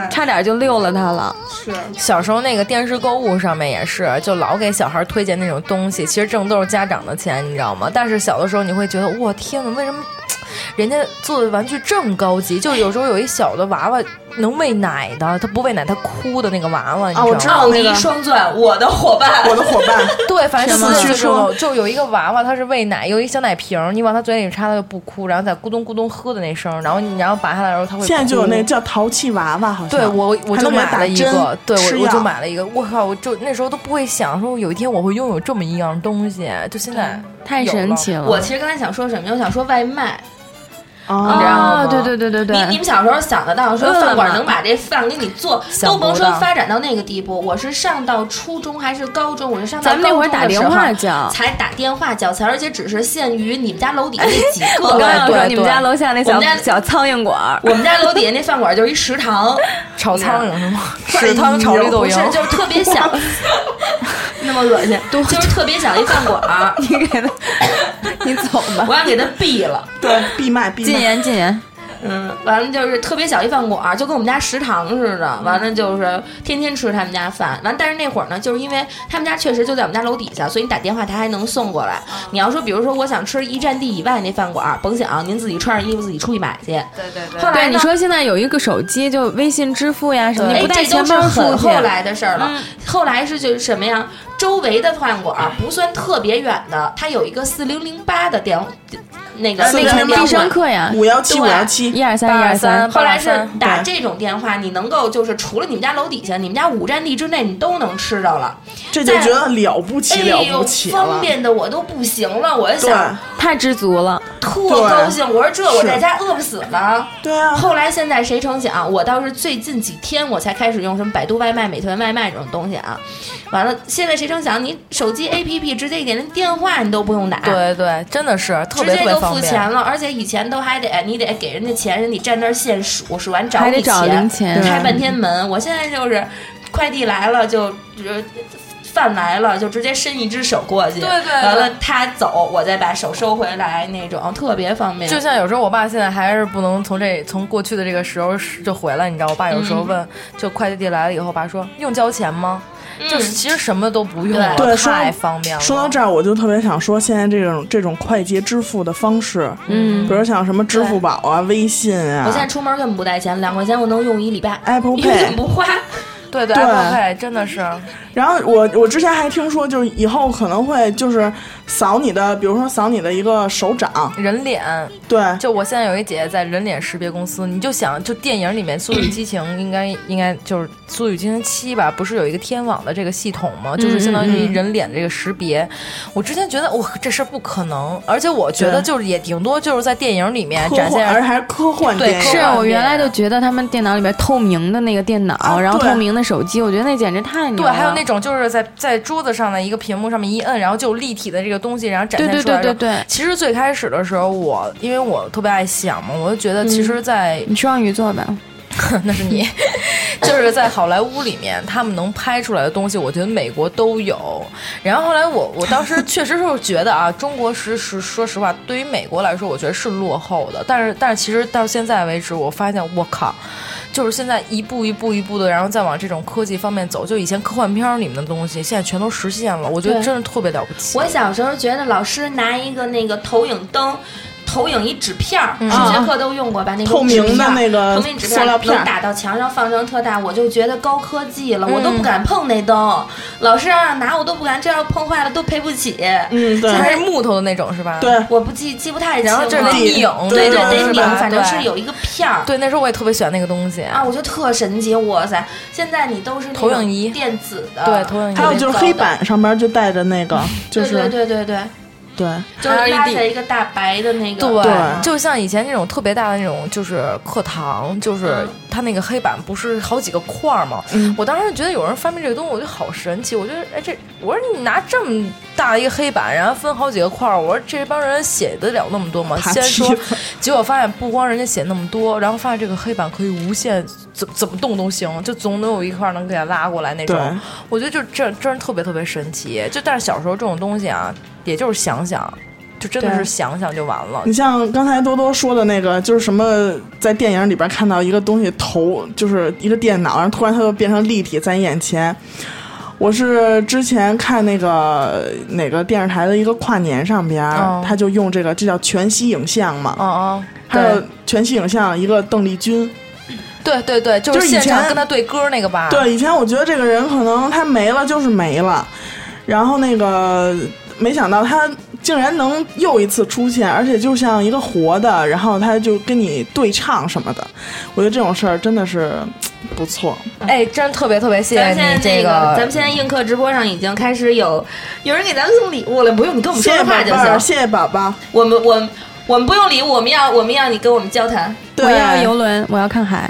Speaker 4: 差点就溜了它了。
Speaker 5: 小时候那个电视购物上面也是，就老给小孩推荐那种东西，其实挣都是家长的钱，你知道吗？但是小的时候你会觉得，我天呐，为什么人家做的玩具这么高级？就有时候有一小的娃娃能喂奶的，他不喂奶他哭的那个娃娃，你知道吗？
Speaker 3: 啊
Speaker 4: 哦
Speaker 3: 我知道
Speaker 2: 奥利双钻，我的伙伴
Speaker 3: 我。的伙 伴，
Speaker 5: 对，反正
Speaker 3: 什么
Speaker 5: 四
Speaker 3: 据
Speaker 5: 岁
Speaker 3: 说
Speaker 5: 就就有一个娃娃，他是喂奶，有一小奶瓶儿，你往他嘴里插，他就不哭，然后在咕咚咕咚喝的那声儿，然后你然后拔下来的时候他会哭。
Speaker 3: 现在就有那个叫淘气娃娃，好像
Speaker 5: 对我，我
Speaker 3: 还
Speaker 5: 就
Speaker 3: 能给它
Speaker 5: 买
Speaker 3: 打
Speaker 5: 了一
Speaker 3: 针
Speaker 5: 个，对
Speaker 3: 吃
Speaker 5: 我我就
Speaker 3: 药
Speaker 5: 买了一个。我靠，我就那时候都不会想说有一天我会拥有这么一样东西，就现在
Speaker 3: 嗯
Speaker 4: 太
Speaker 5: 有
Speaker 4: 神
Speaker 5: 了
Speaker 4: 奇了，
Speaker 2: 我其实刚才想说什么，我想说外卖。
Speaker 3: 啊
Speaker 2: 你知道吗
Speaker 4: 啊，对对对对
Speaker 2: 你你
Speaker 4: 对，
Speaker 2: 们小时候想得到说
Speaker 4: 饿了
Speaker 2: 饭馆
Speaker 4: 么
Speaker 2: 能把这饭给你做，
Speaker 5: 想
Speaker 2: 都甭
Speaker 5: 不
Speaker 2: 说
Speaker 5: 到
Speaker 2: 发展到那个地步。我是上到初中还是高中，我是上到
Speaker 4: 咱们那
Speaker 2: 高
Speaker 4: 会儿
Speaker 2: 中
Speaker 4: 打
Speaker 2: 的时
Speaker 4: 电
Speaker 2: 候
Speaker 4: 话叫。
Speaker 2: 才打电话 叫菜，而且只是限于你们家楼底下那几个。
Speaker 4: 我刚要
Speaker 5: 对
Speaker 4: 说
Speaker 5: 对
Speaker 4: 你们家楼下那
Speaker 2: 我
Speaker 4: 小
Speaker 2: 们家
Speaker 4: 小苍蝇馆儿，
Speaker 2: 我们家楼底下那饭馆就是一食 堂，
Speaker 5: 炒
Speaker 2: 苍
Speaker 5: 苍 蝇是吗？屎汤炒绿豆
Speaker 2: 不是
Speaker 5: 蝇，
Speaker 2: 就是特别 想，那么恶心，就是特别想一饭馆 儿，
Speaker 4: 你给它，你走吧。
Speaker 2: 我要给它毙了。
Speaker 3: 对必卖必
Speaker 4: 禁
Speaker 3: 卖，
Speaker 4: 言禁言，
Speaker 2: 嗯，完了就是特别小一饭馆儿，就跟我们家食堂似的。完了就是天天吃他们家饭。完，但是那会儿呢，就是因为他们家确实就在我们家楼底下，所以你打电话他还能送过来。你要说，比如说我想吃一站地以外那饭馆儿，甭想您自己穿上衣服自己出去买去。
Speaker 5: 对对
Speaker 2: 后来
Speaker 4: 对
Speaker 2: 呢
Speaker 4: 你说现在有一个手机，就微信支付呀什么，
Speaker 2: 哎
Speaker 4: 你不带
Speaker 2: 这都
Speaker 4: 钱
Speaker 2: 是
Speaker 4: 包出
Speaker 2: 很
Speaker 4: 去
Speaker 2: 后。来的事儿了。嗯后来是就是什么呀？周围的饭馆儿不算特别远的，它有一个四零零八的电那个
Speaker 3: 呃
Speaker 4: 那
Speaker 2: 电
Speaker 4: 个
Speaker 2: 话
Speaker 4: 必胜客呀，
Speaker 3: 五幺七
Speaker 2: 对
Speaker 3: 五幺七，
Speaker 4: 一二三一二三，
Speaker 2: 后来是
Speaker 5: 823
Speaker 2: 打这种电话，你能够就是除了你们家楼底下，你们家五站地之内你都能吃着了。
Speaker 3: 这就觉得了不
Speaker 2: 哎
Speaker 3: 起了
Speaker 2: 呦
Speaker 3: 不，起
Speaker 2: 方
Speaker 3: 了，
Speaker 2: 便的我都不行了，我
Speaker 3: 对
Speaker 2: 想
Speaker 4: 太知足了。
Speaker 2: 特高兴，我说这我在家饿不死了。
Speaker 3: 对啊，
Speaker 2: 后来现在谁成想，啊我倒是最近几天我才开始用什么百度外卖、美团外卖这种东西啊。完了，现在谁成想，你手机 APP 直接一点，连电话你都不用打。
Speaker 5: 对对，真的是特
Speaker 2: 直
Speaker 5: 别
Speaker 2: 接就
Speaker 5: 特别
Speaker 2: 付
Speaker 5: 方
Speaker 2: 钱
Speaker 5: 便。
Speaker 2: 了，而且以前都还得你得给人家钱，人家站那儿现数，数完找
Speaker 4: 还得
Speaker 2: 你
Speaker 4: 找零钱
Speaker 2: 开半天门。我现在就是快递来了就就饭来了就直接伸一只手过去，
Speaker 5: 对对对
Speaker 2: 完了他走，我再把手收回来那种，特别方便。
Speaker 5: 就像有时候我爸现在还是不能从这从过去的这个时候就回来，你知道，我爸有时候
Speaker 3: 嗯
Speaker 5: 问，就快递来了以后，我爸说用交钱吗？就是
Speaker 2: 嗯
Speaker 5: 其实什么都不用了，
Speaker 3: 嗯对对说
Speaker 5: 太方便了。
Speaker 3: 说到这儿，我就特别想说，现在这种这种快捷支付的方式，
Speaker 4: 嗯
Speaker 3: 比如像什么支付宝啊、微信啊
Speaker 2: 我现在出门根本不带钱，两块钱我能用一礼
Speaker 4: 哎
Speaker 2: 拜，
Speaker 3: ，Apple
Speaker 2: 一分
Speaker 3: Pay，
Speaker 2: 钱不花。
Speaker 5: 对对
Speaker 3: 对
Speaker 5: Apple Pay 真的是，
Speaker 3: 然后我我之前还听说，就是以后可能会就是扫你的，比如说扫你的一个手掌，
Speaker 5: 人脸，
Speaker 3: 对，
Speaker 5: 就我现在有一姐姐在人脸识别公司，你就想，就电影里面《速度与激情》应该应该就是《速度与激情七》吧，不是有一个天网的这个系统
Speaker 4: 嗯
Speaker 5: 吗？就是相当于人脸这个识别。我之前觉得哇，这事儿不可能，而且我觉
Speaker 3: 对
Speaker 5: 得就是也顶多就是在电影里面
Speaker 3: 科
Speaker 5: 展
Speaker 3: 幻，而且
Speaker 5: 现。
Speaker 3: 还是科幻
Speaker 5: 对
Speaker 3: 电
Speaker 5: 科
Speaker 3: 影
Speaker 4: 是。
Speaker 5: 幻
Speaker 4: 我
Speaker 5: 电
Speaker 4: 原来
Speaker 5: 影
Speaker 4: 就觉得他们电脑里边透明的那个电脑，
Speaker 3: 啊
Speaker 4: 然后
Speaker 3: 对
Speaker 4: 透明的手机，我觉得那简直太牛
Speaker 5: 对，
Speaker 4: 了。
Speaker 5: 还有那种就是在在桌子上的一个屏幕上面一摁，然后就立体的这个东西，然后展
Speaker 4: 对
Speaker 5: 现
Speaker 4: 对
Speaker 5: 出来
Speaker 4: 对
Speaker 5: 的。
Speaker 4: 对对，
Speaker 5: 其实最开始的时候我，因为我特别爱想嘛，我就觉得其
Speaker 4: 嗯
Speaker 5: 实在，
Speaker 4: 你双鱼座吧？
Speaker 5: 那 是你，就是在好莱坞里面，他们能拍出来的东西，我觉得美国都有。然后后来我我当时确实是觉得啊，中国实实说实话，对于美国来说，我觉得是落后的。但是但是其实到现在为止，我发现我靠，就是现在一步一步一步的，然后再往这种科技方面走，就以前科幻片儿里面的东西，现在全都实现了。我觉得
Speaker 2: 对
Speaker 5: 真是特别了不起。
Speaker 2: 我小时候觉得老师拿一个那个投影灯，投影一纸片儿，数学课都用过吧？那个
Speaker 3: 嗯啊透明的那个
Speaker 2: 透明纸片
Speaker 3: 塑料
Speaker 2: 儿
Speaker 3: 片儿
Speaker 2: 能打到墙上放成特大，我就觉得高科技了，我
Speaker 3: 嗯
Speaker 2: 都不敢碰那灯。老师让、拿我都不敢，这要碰坏了都赔不起。
Speaker 3: 嗯，对
Speaker 5: 还是木头的那种是吧？
Speaker 3: 对，
Speaker 2: 我不记记不太清
Speaker 5: 然后
Speaker 2: 了，
Speaker 5: 这得
Speaker 3: 地
Speaker 5: 拧，
Speaker 2: 对对
Speaker 5: 那种
Speaker 2: 得
Speaker 5: 是
Speaker 2: 拧
Speaker 5: 吧，
Speaker 2: 反正
Speaker 5: 对
Speaker 2: 是有一个片儿。
Speaker 5: 对，那时候我也特别喜欢那个东西。
Speaker 2: 啊，我觉得特神奇，哇塞！现在你都是那种
Speaker 5: 投影仪
Speaker 2: 电子的，
Speaker 5: 对投影仪
Speaker 3: 还有就是黑板上边就带着那 个，就
Speaker 2: 对
Speaker 3: 是
Speaker 2: 对对对对，
Speaker 3: 对
Speaker 2: 就是拉
Speaker 5: LED
Speaker 2: 起来一个大白的那个，
Speaker 5: 对，
Speaker 3: 对
Speaker 5: 就像以前那种特别大的那种，就是课堂，就是
Speaker 2: 嗯
Speaker 5: 它那个黑板不是好几个块儿吗？
Speaker 3: 嗯
Speaker 5: 我当时觉得有人发明这个东西，我觉得好神奇。我觉得，哎，这我说你拿这么大一个黑板，然后分好几个块儿，我说这帮人写得了那么多吗？
Speaker 3: 爬
Speaker 5: 先说
Speaker 3: 梯，
Speaker 5: 结果发现不光人家写那么多，然后发现这个黑板可以无限怎怎么动都行，就总能有一块儿能给它拉过来那种
Speaker 3: 对。
Speaker 5: 我觉得就这真是特别特别神奇。就但是小时候这种东西啊，也就是想想，就真的
Speaker 2: 对
Speaker 5: 是想想就完了。
Speaker 3: 你像刚才多多说的那个，就是什么在电影里边看到一个东西头，就是一个电脑，然后突然它就变成立体在你眼前。我是之前看那个哪个电视台的一个跨年上边儿，
Speaker 5: 哦
Speaker 3: 他就用这个，这叫全息影像嘛。
Speaker 5: 嗯嗯，
Speaker 3: 还有全息影像，一个邓丽君。
Speaker 5: 对对对，就
Speaker 3: 就是是以
Speaker 5: 现场
Speaker 3: 前
Speaker 5: 跟他对歌那个
Speaker 2: 啊
Speaker 5: 吧。
Speaker 3: 对，以前我觉得这个人可能他没了就是没了，然后那个没想到他竟然能又一次出现，而且就像一个活的，然后他就跟你对唱什么的，我觉得这种事儿真的是不错。
Speaker 5: 哎，真特别特别谢谢
Speaker 2: 咱们现在
Speaker 5: 你这
Speaker 2: 那咱们现在映客直播上已经开始有有人给咱们送礼物了，不用你跟我们
Speaker 3: 谢
Speaker 2: 说
Speaker 3: 谢
Speaker 2: 说
Speaker 3: 宝
Speaker 2: 话
Speaker 3: 贝
Speaker 2: 就
Speaker 3: 儿，
Speaker 2: 行。
Speaker 3: 谢谢宝宝。
Speaker 2: 我们我们我们不用礼物，我们要我们要你跟我们交谈。
Speaker 3: 对
Speaker 4: 我要游轮，我要看海。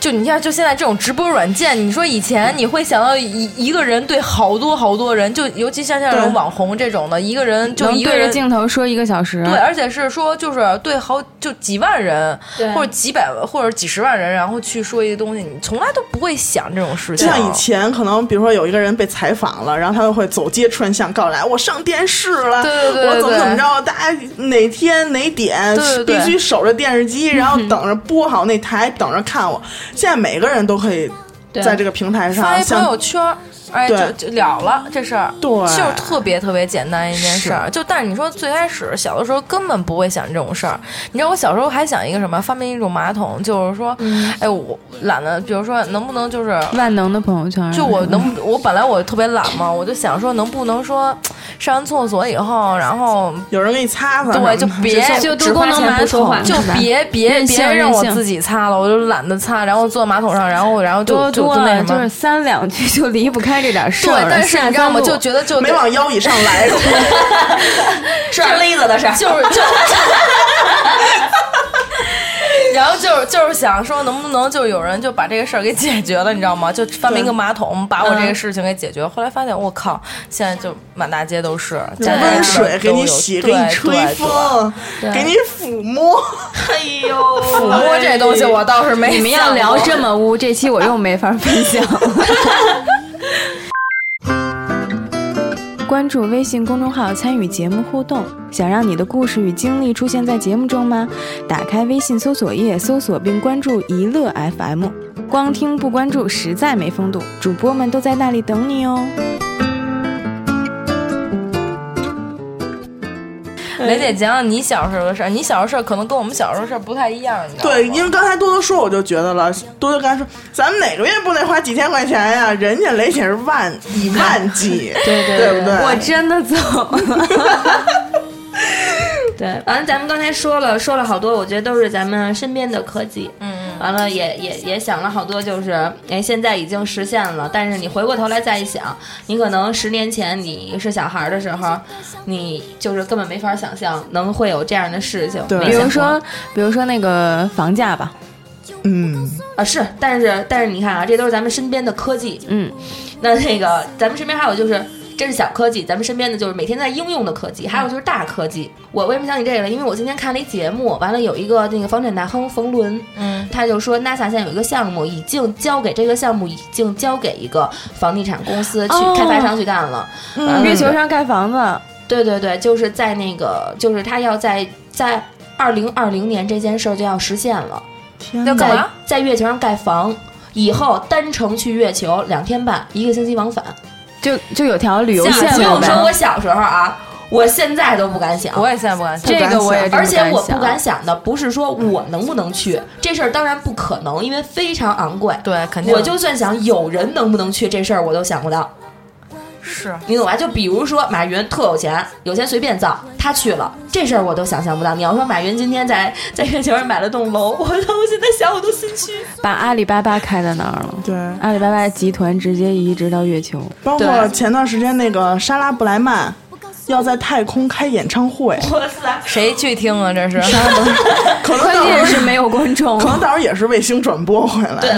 Speaker 5: 就你像就现在这种直播软件，你说以前你会想到一一个人对好多好多人，就尤其像像这种
Speaker 3: 对
Speaker 5: 网红这种的，一个人就
Speaker 4: 能
Speaker 5: 一个
Speaker 4: 对着
Speaker 5: 人。
Speaker 4: 镜头说一个小时。
Speaker 5: 对，而且是说，就是对好就几万人，
Speaker 2: 对
Speaker 5: 或者几百万或者几十万人，然后去说一个东西，你从来都不会想这种事
Speaker 3: 就
Speaker 5: 情。
Speaker 3: 像以前，可能比如说有一个人被采访了，然后他就会走街串巷告来，我上电视了，
Speaker 5: 对对对对
Speaker 3: 我怎么怎么着，大家哪天哪点
Speaker 5: 对对对
Speaker 3: 必须守着电视机，然后等着播好那台，等着看我。现在每个人都可以
Speaker 2: 对
Speaker 3: 在这个平 台上，
Speaker 5: 发一朋友
Speaker 3: 像
Speaker 5: 圈儿，哎，
Speaker 3: 对
Speaker 5: 就就了了这事儿，
Speaker 3: 对
Speaker 5: 就是特别特别简单一件事儿。就但是你说最开始小的时候根本不会想这种事儿，你知道我小时候还想一个什么，发明一种马桶，就是说，哎，我懒得，比如说能不能就是。
Speaker 4: 万能的朋友圈，
Speaker 5: 就我能，我本来我特别懒嘛，我就想说能不能说，上完厕所以后，然后
Speaker 3: 有人给你擦擦，
Speaker 5: 对，就别
Speaker 4: 就
Speaker 2: 只花
Speaker 4: 多功能
Speaker 2: 钱
Speaker 4: 马
Speaker 2: 不说
Speaker 4: 桶
Speaker 2: 话，
Speaker 5: 就
Speaker 4: 对吧
Speaker 5: 别别
Speaker 4: 任
Speaker 5: 别
Speaker 4: 性
Speaker 5: 让
Speaker 4: 任
Speaker 5: 我
Speaker 4: 性
Speaker 5: 自己擦了，我就懒得擦，然后坐马桶上，然后然后就
Speaker 4: 多
Speaker 5: 就
Speaker 4: 多
Speaker 5: 就那什
Speaker 4: 了，
Speaker 5: 么，
Speaker 4: 就是三两句就离不开这点事儿
Speaker 5: 对
Speaker 4: 了。，
Speaker 5: 但是你知道吗？就觉得 就
Speaker 3: 没往腰以上 来。
Speaker 2: 是啊勒子的事儿，
Speaker 5: 就是就。 然后就是就是想说，能不能就有人就把这个事儿给解决了，你知道吗？就发明一个马桶，把我这个事情给解决。后来发现，我靠，现在就满大街都是，家家
Speaker 3: 温
Speaker 5: 都
Speaker 3: 水
Speaker 5: 有
Speaker 3: 给你洗，
Speaker 5: 对
Speaker 3: 给你吹
Speaker 5: 对
Speaker 3: 风，
Speaker 5: 对
Speaker 3: 给你抚摸。
Speaker 2: 哎 呦，
Speaker 5: 对抚摸这东西，我倒是没。
Speaker 4: 你们要 聊这么污，这期我又没法分享。关注微信公众号参与节目互动。想让你的故事与经历出现在节目中吗？打开微信搜索页，搜索并关注“一乐 FM”。光听不关注实在没风度，主播们都在那里等你哦。
Speaker 5: 雷姐讲讲你小时候的事儿，你小时候事儿可能跟我们小时候事儿不太一样，你知道吗？
Speaker 3: 对，因为刚才多多说，我就觉得了，多多刚才说，咱们哪个月不得花几千块钱呀、人家雷姐是万以万计，
Speaker 2: 对
Speaker 3: 对
Speaker 2: 对
Speaker 3: 不对？
Speaker 4: 我真的走了。
Speaker 2: 对，完了，咱们刚才说了说了好多，我觉得都是咱们身边的科技。嗯嗯。完了也，也也想了好多，就是哎，现在已经实现了，但是你回过头来再一想，你可能十年前你是小孩儿的时候，你就是根本没法想象能会有这样的事情。
Speaker 3: 对
Speaker 2: 没
Speaker 4: 比
Speaker 2: 想
Speaker 4: 如
Speaker 2: 过
Speaker 4: 说，比如说那个房价吧，
Speaker 3: 嗯，
Speaker 2: 啊，是，但是但是你看啊，这都是咱们身边的科技。
Speaker 4: 嗯，
Speaker 2: 那那个咱们身边还有就是。这是小科技，咱们身边的就是每天在应用的科技，还有就是大科技。我为什么想起这个呢？因为我今天看了一节目，完了有一个那个房产大亨冯仑，
Speaker 5: 嗯，
Speaker 2: 他就说 NASA 现在有一个项目已经交给这个项目已经交给一个房地产公司去、
Speaker 4: 哦
Speaker 2: 开发商去干了。嗯
Speaker 4: 月球上盖房子，
Speaker 2: 对对对，就是在那个，就是他要在在二零二零年这件事儿就要实现了，
Speaker 3: 天
Speaker 5: 要
Speaker 3: 哪！
Speaker 5: 干
Speaker 2: 在
Speaker 5: 嘛？
Speaker 2: 在月球上盖房。以后单程去月球两天半，一个星期往返。
Speaker 4: 就就有条旅游线
Speaker 2: 想
Speaker 4: 路
Speaker 2: 就说
Speaker 4: 呗
Speaker 2: 我。小时候啊，我现在都不敢想。
Speaker 5: 我也现在不敢想。
Speaker 4: 这个我也真不
Speaker 2: 而且我不
Speaker 4: 想
Speaker 2: 敢想的不是说我能不能去这事儿，当然不可能，因为非常昂贵。
Speaker 5: 对，肯定
Speaker 2: 我就算想有人能不能去这事儿，我都想不到。
Speaker 5: 是
Speaker 2: 你懂吧？就比如说马云特有钱，有钱随便造，他去了这事儿我都想象不到。你要说马云今天在在月球上买了栋楼，我都我现在想我都心虚。
Speaker 4: 把阿里巴巴开在那儿了。
Speaker 3: 对，
Speaker 4: 阿里巴巴集团直接移植到月球，
Speaker 3: 包括
Speaker 2: 对
Speaker 3: 前段时间那个莎拉布莱曼要在太空开演唱会，
Speaker 2: 哇塞！
Speaker 5: 谁去听啊？这是
Speaker 3: 可能
Speaker 4: 关
Speaker 3: 到时
Speaker 4: 键
Speaker 3: 候
Speaker 4: 是没有观众
Speaker 3: 可。能到时候也是卫星转播回来。对，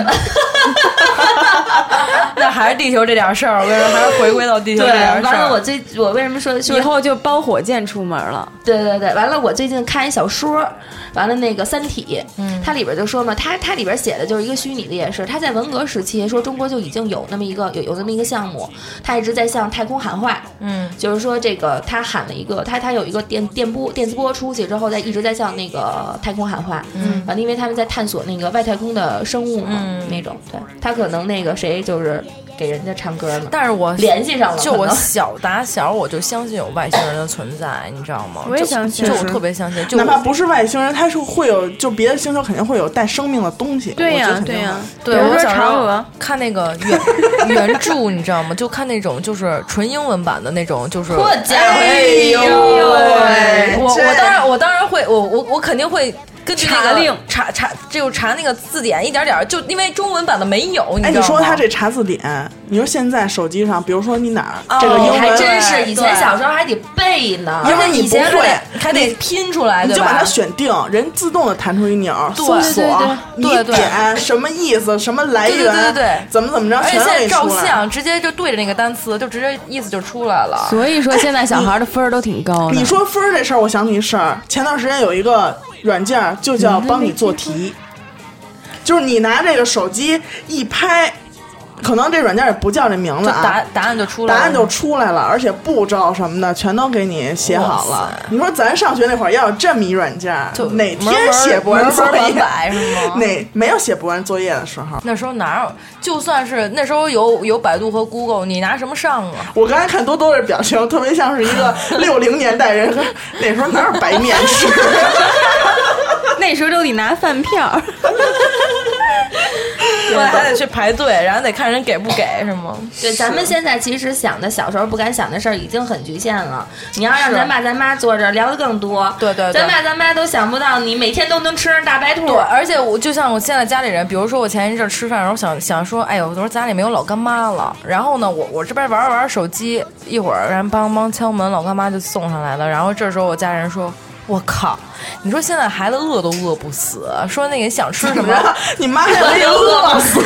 Speaker 5: 那还是地球这点事儿，我跟你说，还是回归到地球
Speaker 2: 对，
Speaker 5: 这
Speaker 2: 完
Speaker 5: 点事儿。
Speaker 2: 了我最我为什么说说
Speaker 4: 以后就包火箭出门了，
Speaker 2: 对对对，完了，我最近看一小说，完了那个《三体》，
Speaker 3: 嗯
Speaker 2: 它里边就说嘛，它它里边写的就是一个虚拟的，也是它在文革时期说中国就已经有那么一个有有那么一个项目，它一直在向太空喊话，
Speaker 5: 嗯，
Speaker 2: 就是说这个它喊了一个，它它有一个电电波电磁波出去之后，再一直在向那个太空喊话，嗯，完了，因为他们在探索那个外太空的生物嘛，
Speaker 5: 嗯
Speaker 2: 那种，对，他可能那个谁就是给人家唱歌呢，
Speaker 5: 但是我
Speaker 2: 联系上了，
Speaker 5: 就
Speaker 2: 可
Speaker 5: 我
Speaker 2: 能
Speaker 5: 小打小我就相信有外星人的存在，你知道吗？
Speaker 4: 我也
Speaker 5: 就
Speaker 4: 相信
Speaker 5: 就我特别相信，就
Speaker 3: 哪怕
Speaker 5: 我
Speaker 3: 不是外星人，它是会有，就别的星球肯定会有带生命的东西。
Speaker 4: 对呀
Speaker 3: 我觉得肯定
Speaker 4: 对呀
Speaker 3: 会
Speaker 5: 对
Speaker 4: 比如
Speaker 5: 我
Speaker 4: 说
Speaker 5: 小时
Speaker 4: 嫦
Speaker 5: 候
Speaker 4: 娥
Speaker 5: 看那个原原著，你知道吗？就看那种就是纯英文版的那种，就是
Speaker 2: 我家伙，
Speaker 3: 哎呦喂
Speaker 5: 我
Speaker 3: 这
Speaker 5: 我当然我当然会，我我我肯定会根据那
Speaker 4: 查
Speaker 5: 个
Speaker 4: 令
Speaker 5: 查查，就查那个字典一点点儿，就因为中文版的没有，你
Speaker 3: 哎，你
Speaker 5: 知道
Speaker 3: 说
Speaker 5: 吗？
Speaker 3: 他这查字典，你说现在手机上，比如说你哪儿、
Speaker 5: 哦
Speaker 3: 这个英文，
Speaker 2: 还真是，
Speaker 5: 对
Speaker 2: 以前小时候还得背呢。
Speaker 3: 因
Speaker 5: 而
Speaker 3: 为
Speaker 5: 且
Speaker 3: 你
Speaker 5: 以前还
Speaker 3: 不会
Speaker 5: 得还得拼出来，
Speaker 3: 你
Speaker 5: 对
Speaker 3: 就
Speaker 5: 吧？
Speaker 3: 把它选定，人自动的弹出一钮儿，
Speaker 5: 对
Speaker 3: 搜索，
Speaker 5: 对对对
Speaker 3: 你点什么意思，什么来源，
Speaker 5: 对对对对对
Speaker 3: 怎么怎么着，
Speaker 5: 而且
Speaker 3: 全
Speaker 5: 现
Speaker 3: 给
Speaker 5: 在
Speaker 3: 你
Speaker 5: 照
Speaker 3: 出来。
Speaker 5: 相直接就对着那个单词，就直接意思就出来了。
Speaker 4: 所以说现在小孩的分儿都挺高的。
Speaker 3: 你说分儿这事儿，我想起一事儿，前段时间有一个软件儿就叫帮你做题，就是你拿这个手机一拍，可能这软件儿也不叫这名字
Speaker 5: 就
Speaker 3: 啊，
Speaker 5: 答答案就出来
Speaker 3: 答
Speaker 5: 了，
Speaker 3: 案就出来了，而且步骤什么的全都给你写好
Speaker 5: 哇
Speaker 3: 了。你说咱上学那会儿要有这么一软件儿，
Speaker 5: 就
Speaker 3: 哪
Speaker 5: 门
Speaker 3: 天
Speaker 5: 门
Speaker 3: 写不完
Speaker 5: 门
Speaker 3: 作
Speaker 5: 门
Speaker 3: 业
Speaker 5: 板，板是吗？
Speaker 3: 哪没有写不完作业的时候？
Speaker 5: 那时候哪有？就算是那时候有有百度和 Google，你拿什么上啊？
Speaker 3: 我刚才看多多的表情，特别像是一 个六零年代人，那时候哪有白面 吃？
Speaker 4: 那时候都得拿饭票，
Speaker 5: 对，还得去排队，然后得看人给不给是吗？
Speaker 2: 对，咱们现在其实想的小时候不敢想的事儿已经很局限了。你要让
Speaker 5: 是
Speaker 2: 咱爸咱妈坐这儿聊的更多，
Speaker 5: 对对对
Speaker 2: 咱爸咱妈都想不到你每天都能吃上大白兔
Speaker 5: 对，。而且我就像我现在家里人，比如说我前一阵儿吃饭，然后想想说，哎呦，我说家里没有老干妈了。然后呢，我我这边玩着玩着手机，一会儿然后梆梆敲门，老干妈就送上来了。然后这时候我家人说，我靠，你说现在孩子饿都饿不死，说那个想吃什么，
Speaker 3: 你妈也没饿死，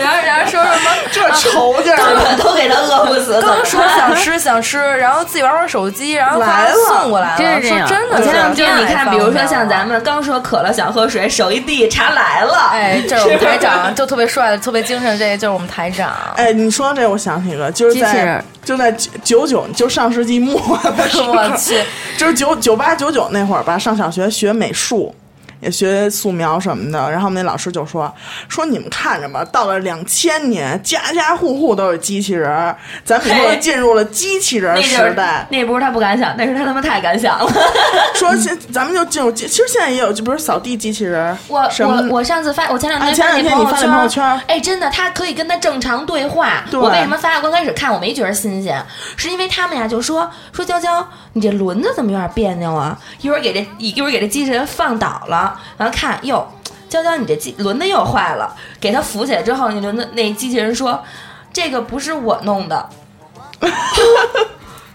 Speaker 5: 然后然后 说什么
Speaker 3: 这愁劲儿。
Speaker 2: 都给他饿不死，
Speaker 5: 刚说想吃想吃，然后自己玩会儿手机，然后
Speaker 3: 来了
Speaker 5: 送过来了，
Speaker 4: 真是这
Speaker 5: 说
Speaker 4: 样
Speaker 5: 真
Speaker 2: 我
Speaker 5: 的
Speaker 2: 前两
Speaker 5: 是，
Speaker 2: 天你看，比如说像咱
Speaker 5: 们。
Speaker 2: 们刚说渴了想喝水，手一递茶来了，
Speaker 5: 哎，这是我
Speaker 2: 是
Speaker 5: 们
Speaker 2: 不是
Speaker 5: 台长，就特别帅的，特别精神，这就是我们台长。
Speaker 3: 哎，你说这我想起一个，就是
Speaker 4: 机器人
Speaker 3: 在就在九九九就上世纪末的时 候，
Speaker 5: 我去，
Speaker 3: 就是九九八九九那会儿吧，上小学学美术。也学素描什么的，然后我们那老师就说说你们看着吧，到了两千年，家家户户都有机器人儿，咱们以后
Speaker 2: 嘿
Speaker 3: 进入了机器人
Speaker 2: 那
Speaker 3: 儿
Speaker 2: 就是
Speaker 3: 时 代。
Speaker 2: 那不是他不敢想，那是他他妈太敢 想了。
Speaker 3: 说现咱们就进入机，其实现在也有，就比如扫地机器人儿，
Speaker 2: 我
Speaker 3: 什么
Speaker 2: 我我上次发，我前两
Speaker 3: 啊
Speaker 2: 天
Speaker 3: 前两
Speaker 2: 你
Speaker 3: 天你发那朋友
Speaker 2: 圈
Speaker 3: 圈，
Speaker 2: 哎，真的，他可以跟他正常对话。
Speaker 3: 对
Speaker 2: 我为什么发？刚开始看我没觉得新鲜，是因为他们呀就说说娇娇，你这轮子怎么有点别扭啊？一会儿给这一会儿给这机器人放倒了，然后看哟，娇娇你这机轮子又坏了，给它扶起来之后，那轮子那机器人说，这个不是我 弄的，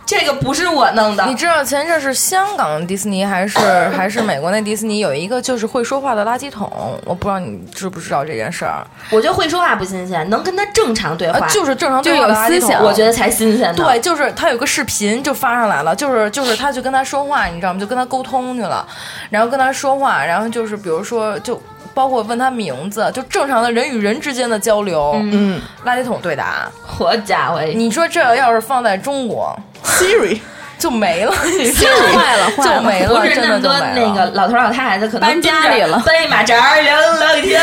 Speaker 2: 这个不是我弄
Speaker 4: 啊
Speaker 2: 的
Speaker 5: 你，知道前阵是香港迪士尼还是 还是美国那迪士尼有一个就是会说话的垃圾桶，我不知道你知不知道这件事儿，
Speaker 2: 我就会说话不新鲜，能跟他正常对
Speaker 5: 呃
Speaker 2: 话，，
Speaker 5: 就是正常
Speaker 4: 啊就
Speaker 5: 对
Speaker 4: 有
Speaker 5: 话的垃
Speaker 4: 思
Speaker 5: 圾桶
Speaker 4: 想
Speaker 2: 我觉得才新鲜呢。
Speaker 5: 对，就是他有个视频就发上来了，就是就是他去跟他说话，你知道吗？就跟他沟通去了，然后跟他说话，然后就是比如说就包括问他名字，就正常的人与人之间的交流，
Speaker 3: 嗯
Speaker 5: 垃圾桶对答。
Speaker 2: 好家伙，
Speaker 5: 你说这要是放在中国
Speaker 3: ，Siri，
Speaker 5: 就 没了，你知
Speaker 4: 就
Speaker 5: 道吗
Speaker 4: 坏了，坏
Speaker 5: 就
Speaker 4: 了。
Speaker 5: 没
Speaker 2: 不
Speaker 5: 了，
Speaker 2: 是
Speaker 5: 真
Speaker 2: 那
Speaker 5: 的
Speaker 2: 么
Speaker 5: 就
Speaker 2: 多
Speaker 5: 没
Speaker 2: 那个
Speaker 5: 了。
Speaker 2: 老头老太太，他可能
Speaker 4: 搬家
Speaker 2: 蹲着
Speaker 4: 里了
Speaker 2: 搬一马扎人聊天。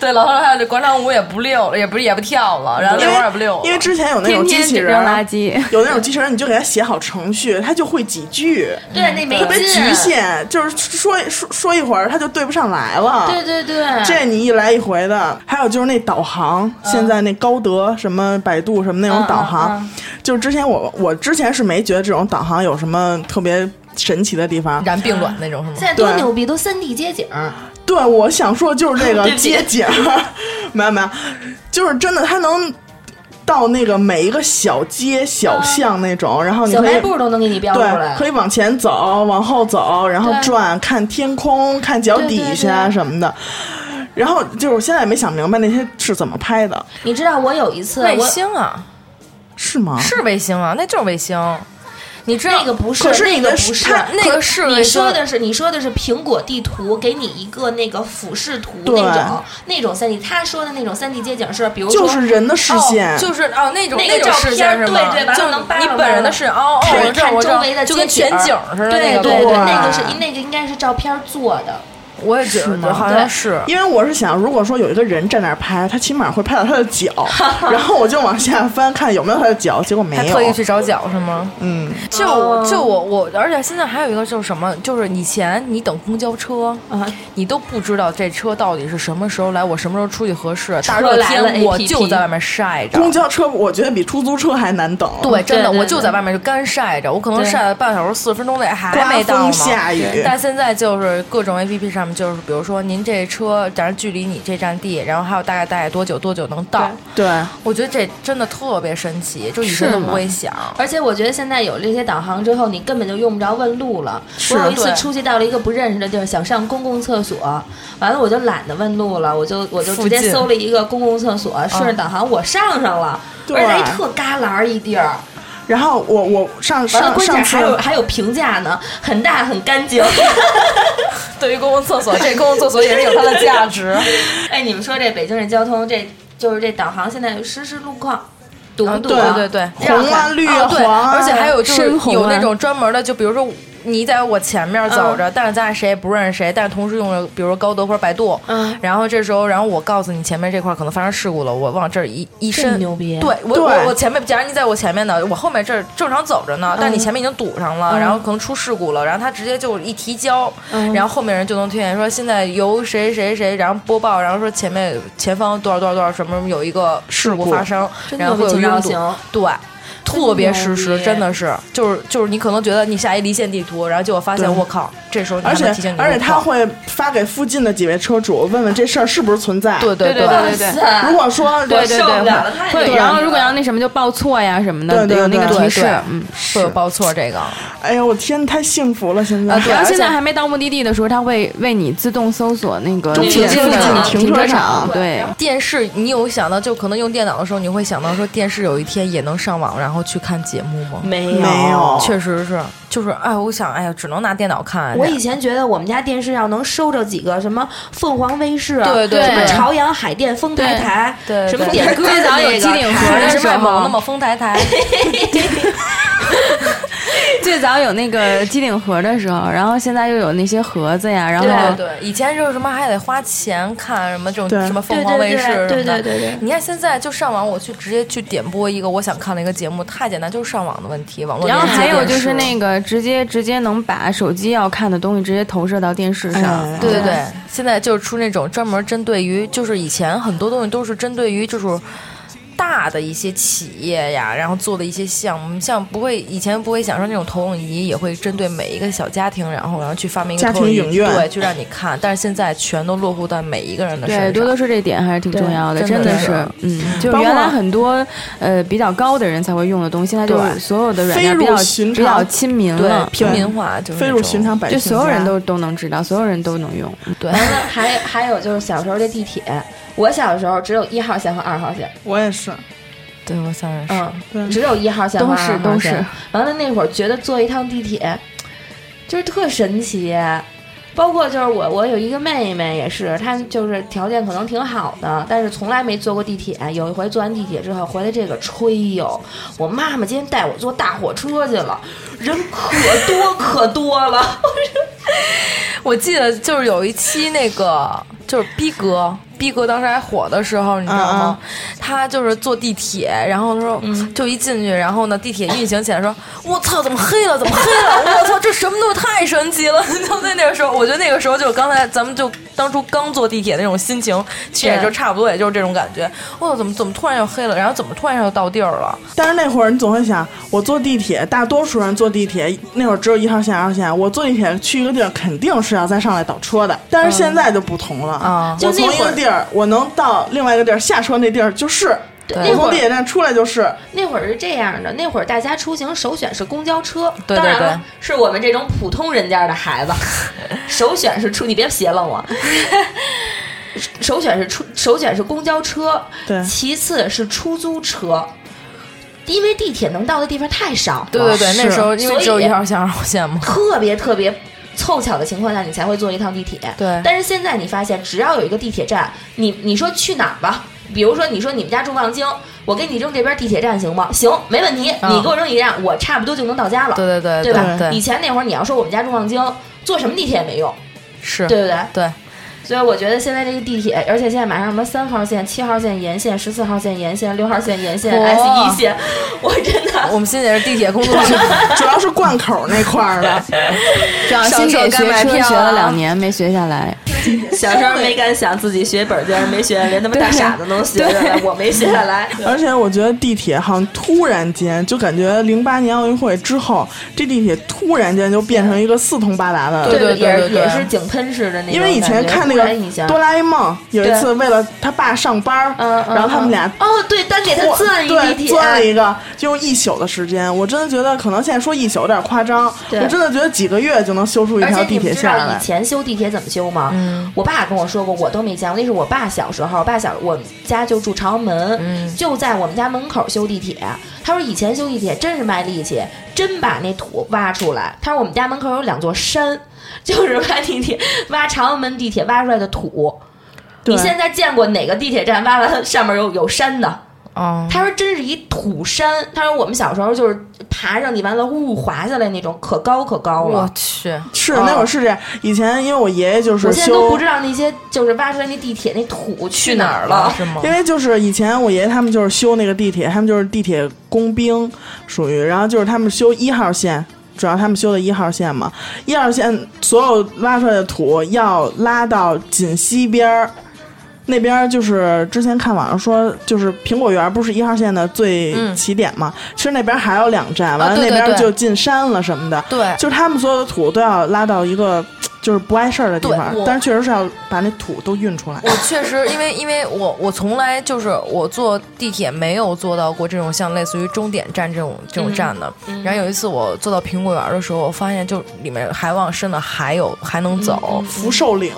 Speaker 5: 对，老头老太太广场舞也不溜了，也不也不跳了，然后
Speaker 3: 因
Speaker 5: 遛
Speaker 3: 为
Speaker 5: 弯也不溜了。
Speaker 3: 因为之前有那
Speaker 4: 天
Speaker 3: 种机
Speaker 4: 天
Speaker 3: 器
Speaker 4: 只
Speaker 3: 人
Speaker 4: 扔
Speaker 3: 儿，
Speaker 4: 垃圾，
Speaker 3: 有那种机器人，你就给他写好程序，他就会几句，
Speaker 2: 对，那没
Speaker 3: 特别
Speaker 2: 劲
Speaker 3: 局。限，就是说说说一会儿他就对不上来了。
Speaker 2: 对对对，
Speaker 3: 这你一来一回的，还有就是那导航，
Speaker 2: 嗯
Speaker 3: 现在那高德什么百度什么那种导航，就是之前我我之前是没觉得这种导航有什么特别神奇的地方。
Speaker 5: 染病卵那种是吗
Speaker 2: 现？在多
Speaker 3: 对
Speaker 2: 牛逼，都三 D 街景儿，
Speaker 3: 对，我想说就是这个
Speaker 2: 对不起
Speaker 3: 街景儿，没有没有，就是真的它能到那个每一个小街小巷那种，然后你
Speaker 2: 小
Speaker 3: 可以
Speaker 2: 卖部都能给你标出来
Speaker 3: 对，。可以往前走，往后走，然后
Speaker 2: 对
Speaker 3: 转，看天空，看脚底下什么的。然后就是我现在也没想明白那些是怎么拍的，
Speaker 2: 你知道我有一次，
Speaker 5: 卫
Speaker 2: 我
Speaker 5: 星啊，
Speaker 3: 是吗？
Speaker 5: 是卫星啊，那就是卫星。你知道哦
Speaker 2: 那个不是，
Speaker 3: 可是
Speaker 2: 那
Speaker 3: 你
Speaker 2: 个
Speaker 3: 的
Speaker 2: 不是
Speaker 3: 它，
Speaker 5: 那个是
Speaker 2: 你说
Speaker 5: 就
Speaker 2: 的是你说的是苹果地图给你一个那个俯视图
Speaker 3: 对
Speaker 2: 那种那种三 D，他说的那种三 D 街景是，比如说
Speaker 3: 就是人的视线，
Speaker 5: 哦、就是哦那种
Speaker 2: 那个
Speaker 5: 种
Speaker 2: 照
Speaker 5: 视
Speaker 2: 片
Speaker 5: 线
Speaker 2: 对
Speaker 5: 是吗？
Speaker 2: 对完了
Speaker 5: 就
Speaker 2: 能扒
Speaker 5: 你
Speaker 2: 拉
Speaker 5: 本人
Speaker 2: 吗
Speaker 5: 的视哦哦，
Speaker 2: 看
Speaker 5: 我知道
Speaker 2: 看
Speaker 5: 我知道
Speaker 2: 周围的，
Speaker 5: 就跟
Speaker 2: 街
Speaker 5: 全
Speaker 2: 景儿
Speaker 5: 景似的那
Speaker 2: 对对
Speaker 5: 个东
Speaker 2: 对，
Speaker 5: 西
Speaker 3: 哇
Speaker 2: 那个是那个应该是照片做的，
Speaker 5: 我也觉
Speaker 3: 吗
Speaker 5: 得好像
Speaker 2: 对
Speaker 5: 是。
Speaker 3: 因为我是想，如果说有一个人站那儿拍，他起码会拍到他的脚， 然后我就往下翻看有没有他的脚，结果没
Speaker 5: 还
Speaker 3: 有
Speaker 5: 特。意去找脚是吗？
Speaker 3: 嗯，
Speaker 5: 就我就我我，而且现在还有一个就是什么，就是以前你等公交车，
Speaker 2: 啊
Speaker 5: 你都不知道这车到底是什么时候来，我什么时候出去合适。
Speaker 2: 车
Speaker 5: 大热
Speaker 2: 来了
Speaker 5: 天我
Speaker 2: APP
Speaker 5: 就在外面晒着，
Speaker 3: 公交车我觉得比出租车还难等，
Speaker 5: 对，真的
Speaker 2: 对对
Speaker 5: 我就在外面就干晒着，我可能
Speaker 2: 对
Speaker 5: 晒了半小时、四十分钟内还
Speaker 3: 刮
Speaker 5: 没到
Speaker 3: 风
Speaker 5: 呢。
Speaker 3: 下雨，
Speaker 5: 但现在就是各种 A P P 上面，就是比如说您这车，咱距离你这站地，然后还有大概大概多久多久能到？
Speaker 3: 对，
Speaker 5: 我觉得这真的特别神奇，就以前都不会想。
Speaker 2: 而且我觉得现在有这些导航之后，你根本就用不着问路了。我有一次
Speaker 5: 对
Speaker 2: 出去到了一个不认识的地儿，想上公共厕所，完了我就懒得问路了，我就我就直接
Speaker 5: 附近
Speaker 2: 搜了一个公共厕所，顺着导航我上上
Speaker 5: 啊
Speaker 2: 了，
Speaker 3: 对
Speaker 2: 而且还特旮旯儿一地儿，
Speaker 3: 然后我我上
Speaker 2: 完了
Speaker 3: 上
Speaker 2: 关键
Speaker 3: 上次
Speaker 2: 还有还有评价呢，很大很干 净。
Speaker 5: 对于公共厕所，这公共厕所也是有它的价值。
Speaker 2: 哎，你们说这北京这交通，这就是这导航现在实时路况，堵不
Speaker 5: 嗯，
Speaker 2: 堵
Speaker 5: 对
Speaker 2: 啊？
Speaker 5: 对对。
Speaker 3: 红啊绿啊
Speaker 5: 哦，对，
Speaker 3: 黄啊，
Speaker 5: 而且还有就是
Speaker 4: 深红啊
Speaker 5: 有那种专门的，就比如说你在我前面走着，但是咱俩谁也不认识谁，但是同时用着，比如说高德或者百度，
Speaker 2: 嗯
Speaker 5: 然后这时候，然后我告诉你前面这块可能发生事故了，我往这儿一一
Speaker 2: 这么
Speaker 5: 伸，
Speaker 2: 牛逼
Speaker 5: 对我
Speaker 3: 对
Speaker 5: 我我前面，假如你在我前面呢，我后面这儿正常走着呢，但你前面已经堵上了，然后可能出事故了，然后他直接就一提交，
Speaker 2: 嗯
Speaker 5: 然后后面人就能听见说现在由谁谁谁，然后播报，然后说前面前方多少多少多少什么什么有一个事故
Speaker 3: 事故
Speaker 5: 发生，
Speaker 2: 真
Speaker 5: 然后
Speaker 2: 牛
Speaker 5: 会
Speaker 2: 逼，挺
Speaker 5: 有拥
Speaker 2: 高
Speaker 5: 堵
Speaker 2: 兴。。
Speaker 5: 对。特别实
Speaker 2: 真牛
Speaker 5: 时，
Speaker 2: 逼
Speaker 5: 真的是，就是就是你可能觉得你下一离线地图，然后结果发现
Speaker 3: 对
Speaker 5: 我靠，这时候你
Speaker 3: 而
Speaker 5: 还
Speaker 3: 且
Speaker 5: 能提醒你
Speaker 3: 而且
Speaker 5: 入
Speaker 3: 他
Speaker 5: 矿
Speaker 3: 会发给附近的几位车主，问问这事儿是不是存在。
Speaker 5: 对对
Speaker 4: 对
Speaker 5: 对
Speaker 4: 对对
Speaker 2: 哇塞
Speaker 3: 如果说
Speaker 2: 对
Speaker 4: 对对
Speaker 2: 受不
Speaker 4: 对，啊
Speaker 2: 了了太
Speaker 4: 会
Speaker 2: 多了
Speaker 4: 会。然后如果要那什么就报错呀什么的，
Speaker 3: 对对
Speaker 4: 有那个
Speaker 3: 对
Speaker 4: 提示
Speaker 5: 对。
Speaker 4: 嗯，
Speaker 5: 会有报错这个。
Speaker 3: 哎呀，我天，太幸福了！现在、
Speaker 5: 啊对
Speaker 4: 然后
Speaker 5: 而且
Speaker 4: 现在还没到目的地的时候，它会为你自动搜索那个
Speaker 3: 中
Speaker 4: 你
Speaker 3: 途
Speaker 4: 的
Speaker 3: 附近
Speaker 4: 那个
Speaker 3: 停
Speaker 4: 停
Speaker 3: 车
Speaker 4: 车
Speaker 3: 场
Speaker 4: 对。
Speaker 5: 电视，你有想到就可能用电脑的时候，你会想到说电视有一天也能上网，然后去看节目吗？
Speaker 2: 没
Speaker 3: 没有
Speaker 5: 哦确实是，就是哎，我想哎呀，只能拿电脑看。
Speaker 2: 我以前觉得我们家电视要能收着几个什么凤凰卫视，
Speaker 5: 对对
Speaker 2: 什么
Speaker 5: 对
Speaker 2: 朝阳海淀丰台台，
Speaker 5: 对对
Speaker 2: 什么
Speaker 5: 对
Speaker 2: 点歌
Speaker 4: 最
Speaker 2: 的
Speaker 4: 早有
Speaker 2: 那
Speaker 4: 机顶
Speaker 2: 个
Speaker 4: 盒
Speaker 2: 台
Speaker 4: 的
Speaker 5: 是
Speaker 4: 时候
Speaker 5: 卖萌的嘛，丰台台，
Speaker 4: 最早有那个机顶盒的时候，然后现在又有那些盒子呀，然后
Speaker 5: 对对，以前就是什么还得花钱看什么这种
Speaker 3: 对
Speaker 5: 什么凤
Speaker 2: 对
Speaker 5: 凰
Speaker 2: 对
Speaker 5: 卫
Speaker 2: 对
Speaker 5: 视什么的。
Speaker 2: 对对对对。
Speaker 5: 你看现在就上网，我去直接去点播一个我想看的一个节目，太简单，就是上网的问题，网络
Speaker 4: 然后
Speaker 5: 连接
Speaker 4: 还有
Speaker 5: 电
Speaker 4: 就是
Speaker 5: 视
Speaker 4: 那个直接直接能把手机要看的东西直接投射到电视上，
Speaker 3: 哎
Speaker 5: 对对
Speaker 2: 对
Speaker 5: 对，
Speaker 4: 嗯
Speaker 5: 现在就是出那种专门针对于，就是以前很多东西都是针对于就是大的一些企业呀，然后做的一些项目，像不会以前不会想说那种投影仪也会针对每一个小家庭，然后然后去发明一个
Speaker 3: 家庭
Speaker 5: 投影仪
Speaker 3: 影院
Speaker 5: 对，去让你看，但是现在全都落户到每一个人的身
Speaker 4: 对，
Speaker 5: 上。
Speaker 4: 多多说这点还是挺重要的，
Speaker 5: 对
Speaker 4: 真
Speaker 5: 真的
Speaker 4: 是
Speaker 5: 是，
Speaker 4: 嗯，就是
Speaker 3: 包括
Speaker 4: 原来很多呃比较高的人才会用的东西，现在就是
Speaker 3: 对
Speaker 4: 所有的软件比较
Speaker 3: 非入寻常
Speaker 4: 比较亲民
Speaker 5: 对
Speaker 4: 了，
Speaker 5: 平民化就是
Speaker 3: 飞
Speaker 5: 那
Speaker 3: 入
Speaker 5: 种
Speaker 3: 寻常百
Speaker 4: 就
Speaker 3: 姓
Speaker 4: 所有
Speaker 3: 家
Speaker 4: 人都都能知道，所有人都能用。
Speaker 5: 对
Speaker 2: 完了，还还有就是小时候的地铁，我小时候只有一号线和二号线，
Speaker 3: 我也是，
Speaker 5: 对，我想也是。
Speaker 2: 嗯，
Speaker 3: 对
Speaker 2: 只有一号线和
Speaker 4: 都
Speaker 2: 二
Speaker 4: 是
Speaker 2: 号线。
Speaker 4: 都是
Speaker 2: 完了那会儿觉得坐一趟地铁就是特神奇，包括就是我我有一个妹妹也是，她就是条件可能挺好的，但是从来没坐过地铁。有一回坐完地铁之后回来，这个吹哟，我妈妈今天带我坐大火车去了，人可多可多了。
Speaker 5: 我记得就是有一期那个就是逼哥，逼哥当时还火的时候，你知道吗？
Speaker 2: 嗯
Speaker 5: 他就是坐地铁，然后他说、就一进去，然后呢地铁运行起来说，我操，怎么黑了？怎么黑了？我操，这什么东西太神奇了！ 就在那个时候，我觉得那个时候就是刚才咱们就当初刚坐地铁那种心情，其实也就差不多，也就是这种感觉。我操，怎么怎么突然又黑了？然后怎么突然又到地儿了？
Speaker 3: 但是那会儿你总会想，我坐地铁，大多数人坐地铁那会儿只有一号线、二号线，我坐地铁去一个地儿肯定是要再上来倒车的。但是现在就不同了，
Speaker 5: 啊
Speaker 3: 我
Speaker 2: 就
Speaker 3: 从
Speaker 2: 那
Speaker 3: 一
Speaker 2: 会儿
Speaker 3: 个地儿，我能到另外一个地儿下车，那地儿就是。
Speaker 5: 对
Speaker 3: 我从地铁站出来就是，
Speaker 2: 那会儿是这样的，那会儿大家出行首选是公交车，
Speaker 5: 对对
Speaker 2: 当然
Speaker 5: 对
Speaker 2: 了，是我们这种普通人家的孩子， 首选是出，你别斜楞我。 首选是出，首选是公交车，
Speaker 3: 对
Speaker 2: 其次是出租车，因为地铁能到的地方太少了，
Speaker 5: 对对对，那时候因
Speaker 2: 哦
Speaker 5: 为
Speaker 2: 所以
Speaker 5: 只有一号线、二号线嘛。
Speaker 2: 特别特别凑巧的情况下，你才会坐一趟地铁。
Speaker 5: 对
Speaker 2: 但是现在你发现，只要有一个地铁站，你你说去哪儿吧？比如说，你说你们家住望京，我给你扔这边地铁站行吗？行，没问题。
Speaker 5: 嗯
Speaker 2: 你给我扔一站，我差不多就能到家了，
Speaker 5: 对对对
Speaker 2: 对吧？
Speaker 5: 对
Speaker 2: 以前那会儿，你要说我们家住望京，坐什么地铁也没用，
Speaker 5: 是，
Speaker 2: 对不对？
Speaker 5: 对。
Speaker 2: 所以我觉得现在这个地铁，而且现在马上什么三号线、七号线沿线、十四号线沿线、六号线沿线、
Speaker 5: 哇
Speaker 2: S 一线， 我真的
Speaker 5: 我们欣姐是地铁工作 者。
Speaker 3: 主要是贯口那块儿的。
Speaker 4: 主要
Speaker 5: 上
Speaker 4: 新
Speaker 5: 手
Speaker 4: 给
Speaker 5: 该
Speaker 4: 学
Speaker 5: 买
Speaker 4: 车
Speaker 5: 票
Speaker 3: 啊
Speaker 4: 学了
Speaker 5: 了
Speaker 4: 两年没学下来，
Speaker 2: 小时候没敢想自己学本儿竟然没学，连他们大傻子都学下来，我没学下来。
Speaker 3: 而且我觉得地铁好像突然间就感觉零八年奥运会之后，这地铁突然间就变成一个四通八达的
Speaker 5: 对对对
Speaker 2: 也
Speaker 5: 对对
Speaker 2: 也是井喷式的那种感觉。
Speaker 3: 因为以前看那个
Speaker 2: 突然一下
Speaker 3: 哆啦 A 梦，有一次为了他爸上班儿，
Speaker 2: 嗯，嗯
Speaker 3: 然后他们俩
Speaker 2: 嗯哦，对，单给他
Speaker 3: 我
Speaker 2: 钻一地
Speaker 3: 对
Speaker 2: 铁，啊
Speaker 3: 钻了一个，就用一宿的时间。我真的觉得，可能现在说一宿有点夸张，
Speaker 2: 对
Speaker 3: 我真的觉得几个月就能修出一
Speaker 2: 而且
Speaker 3: 条
Speaker 2: 你
Speaker 3: 地
Speaker 2: 们
Speaker 3: 铁
Speaker 2: 知
Speaker 3: 下
Speaker 2: 道
Speaker 3: 来
Speaker 2: 以。前修地铁怎么修吗？
Speaker 5: 嗯
Speaker 2: 我爸跟我说过，我都没见过。那是我爸小时候，我爸小我们家就住朝阳门，
Speaker 5: 嗯
Speaker 2: 就在我们家门口修地铁。他说以前修地铁真是卖力气，真把那土挖出来。他说我们家门口有两座山， 就是挖地铁挖朝阳门地铁挖出来的土。
Speaker 3: 对
Speaker 2: 你现在见过哪个地铁站挖完上面有有山的？
Speaker 5: 哦，
Speaker 2: 他说真是一土山。他说我们小时候就是爬上去完了，呜滑下来那种，可高可高了
Speaker 5: 我。去，
Speaker 3: 是
Speaker 2: 哦
Speaker 3: 那会儿是这样，以前因为我爷爷就是
Speaker 2: 我现在都
Speaker 3: 修
Speaker 2: 不知，道那些就是挖出来那地铁那土去哪儿了。
Speaker 5: 是吗
Speaker 3: 因为就是以前我爷爷他们就是修那个地铁，他们就是地铁工兵属于，然后就是他们修一号线。主要他们修的一号线嘛，一号线所有挖出来的土要拉到锦溪边儿，那边就是之前看网上说，就是苹果园不是一号线的最起点嘛？其实那边还有两站，完了
Speaker 5: 啊对
Speaker 3: 那
Speaker 5: 对
Speaker 3: 边
Speaker 5: 对
Speaker 3: 就进山了什么的。
Speaker 5: 对
Speaker 3: 就是他们所有的土都要拉到一个就是不碍事儿的地方
Speaker 5: 对我，
Speaker 3: 但是确实是要把那土都运出来。
Speaker 5: 我确实，因为因为我我从来就是我坐地铁没有坐到过这种像类似于终点站这种这
Speaker 2: 嗯
Speaker 5: 种站的。然后有一次我坐到苹果园的时候，我发现就里面还往深了还有还能
Speaker 2: 嗯
Speaker 5: 走。
Speaker 3: 福寿岭，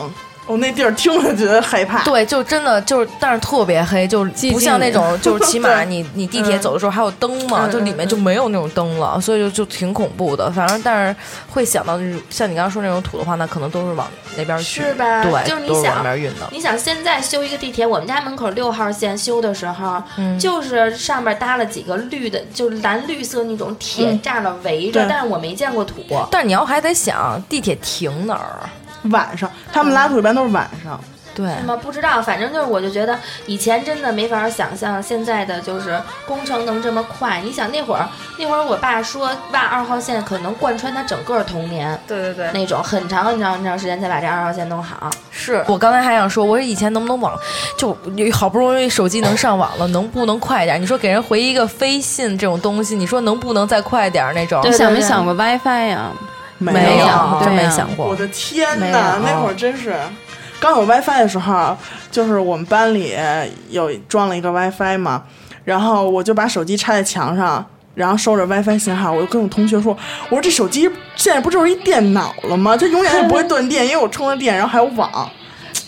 Speaker 3: 哦，那地儿听着觉得害怕。
Speaker 5: 对，就真的就是，但是特别黑，就是
Speaker 4: 寂静
Speaker 5: 不像那种，就是起 码
Speaker 3: 对
Speaker 5: 你你地铁走的时候还有灯嘛，
Speaker 2: 嗯
Speaker 5: 就里面就没有那种灯了，所以就就挺恐怖的。反正但是会想到就是像你刚刚说那种土的话，那可能都是往那边去，
Speaker 2: 是吧
Speaker 5: 对，
Speaker 2: 就是你
Speaker 5: 都呃是往
Speaker 2: 想
Speaker 5: 那边运的。
Speaker 2: 你想现在修一个地铁，我们家门口六号线修的时候，
Speaker 5: 嗯
Speaker 2: 就是上面搭了几个绿的，就是蓝绿色那种铁栅栏围着，
Speaker 3: 对
Speaker 2: 但是我没见过土。
Speaker 5: 但是你要还得想地铁停哪儿，啊
Speaker 3: 晚上他们拉土一般都是晚上。
Speaker 5: 对，
Speaker 2: 那么不知道，反正就是我就觉得以前真的没法想象现在的就是工程能这么快。你想那会儿，那会儿我爸说挖二号线可能贯穿他整个童年
Speaker 1: 对对对，
Speaker 2: 那种，很长很长很长时间才把这二号线弄好。
Speaker 5: 是我刚才还想说，我说以前能不能网，就好不容易手机能上网了，能不能快点儿？你说给人回一个飞信这种东西，你说能不能再快点儿那种？
Speaker 2: 对
Speaker 4: 你想没想过 WiFi 呀？
Speaker 3: 没
Speaker 5: 没
Speaker 4: 有
Speaker 5: 有，真
Speaker 4: 对
Speaker 5: 没
Speaker 4: 呀
Speaker 5: 想过
Speaker 3: 我。的天
Speaker 5: 没有
Speaker 3: 呐，那会儿真是。刚有 WiFi 的时候，就是我们班里有装了一个 WiFi 嘛，然后我就把手机插在墙上，然后收着 WiFi 信号，我就跟我同学说：“我说这手机现在不就是一电脑了吗？它永远也不会断电，因为我充了电，然后还有网。”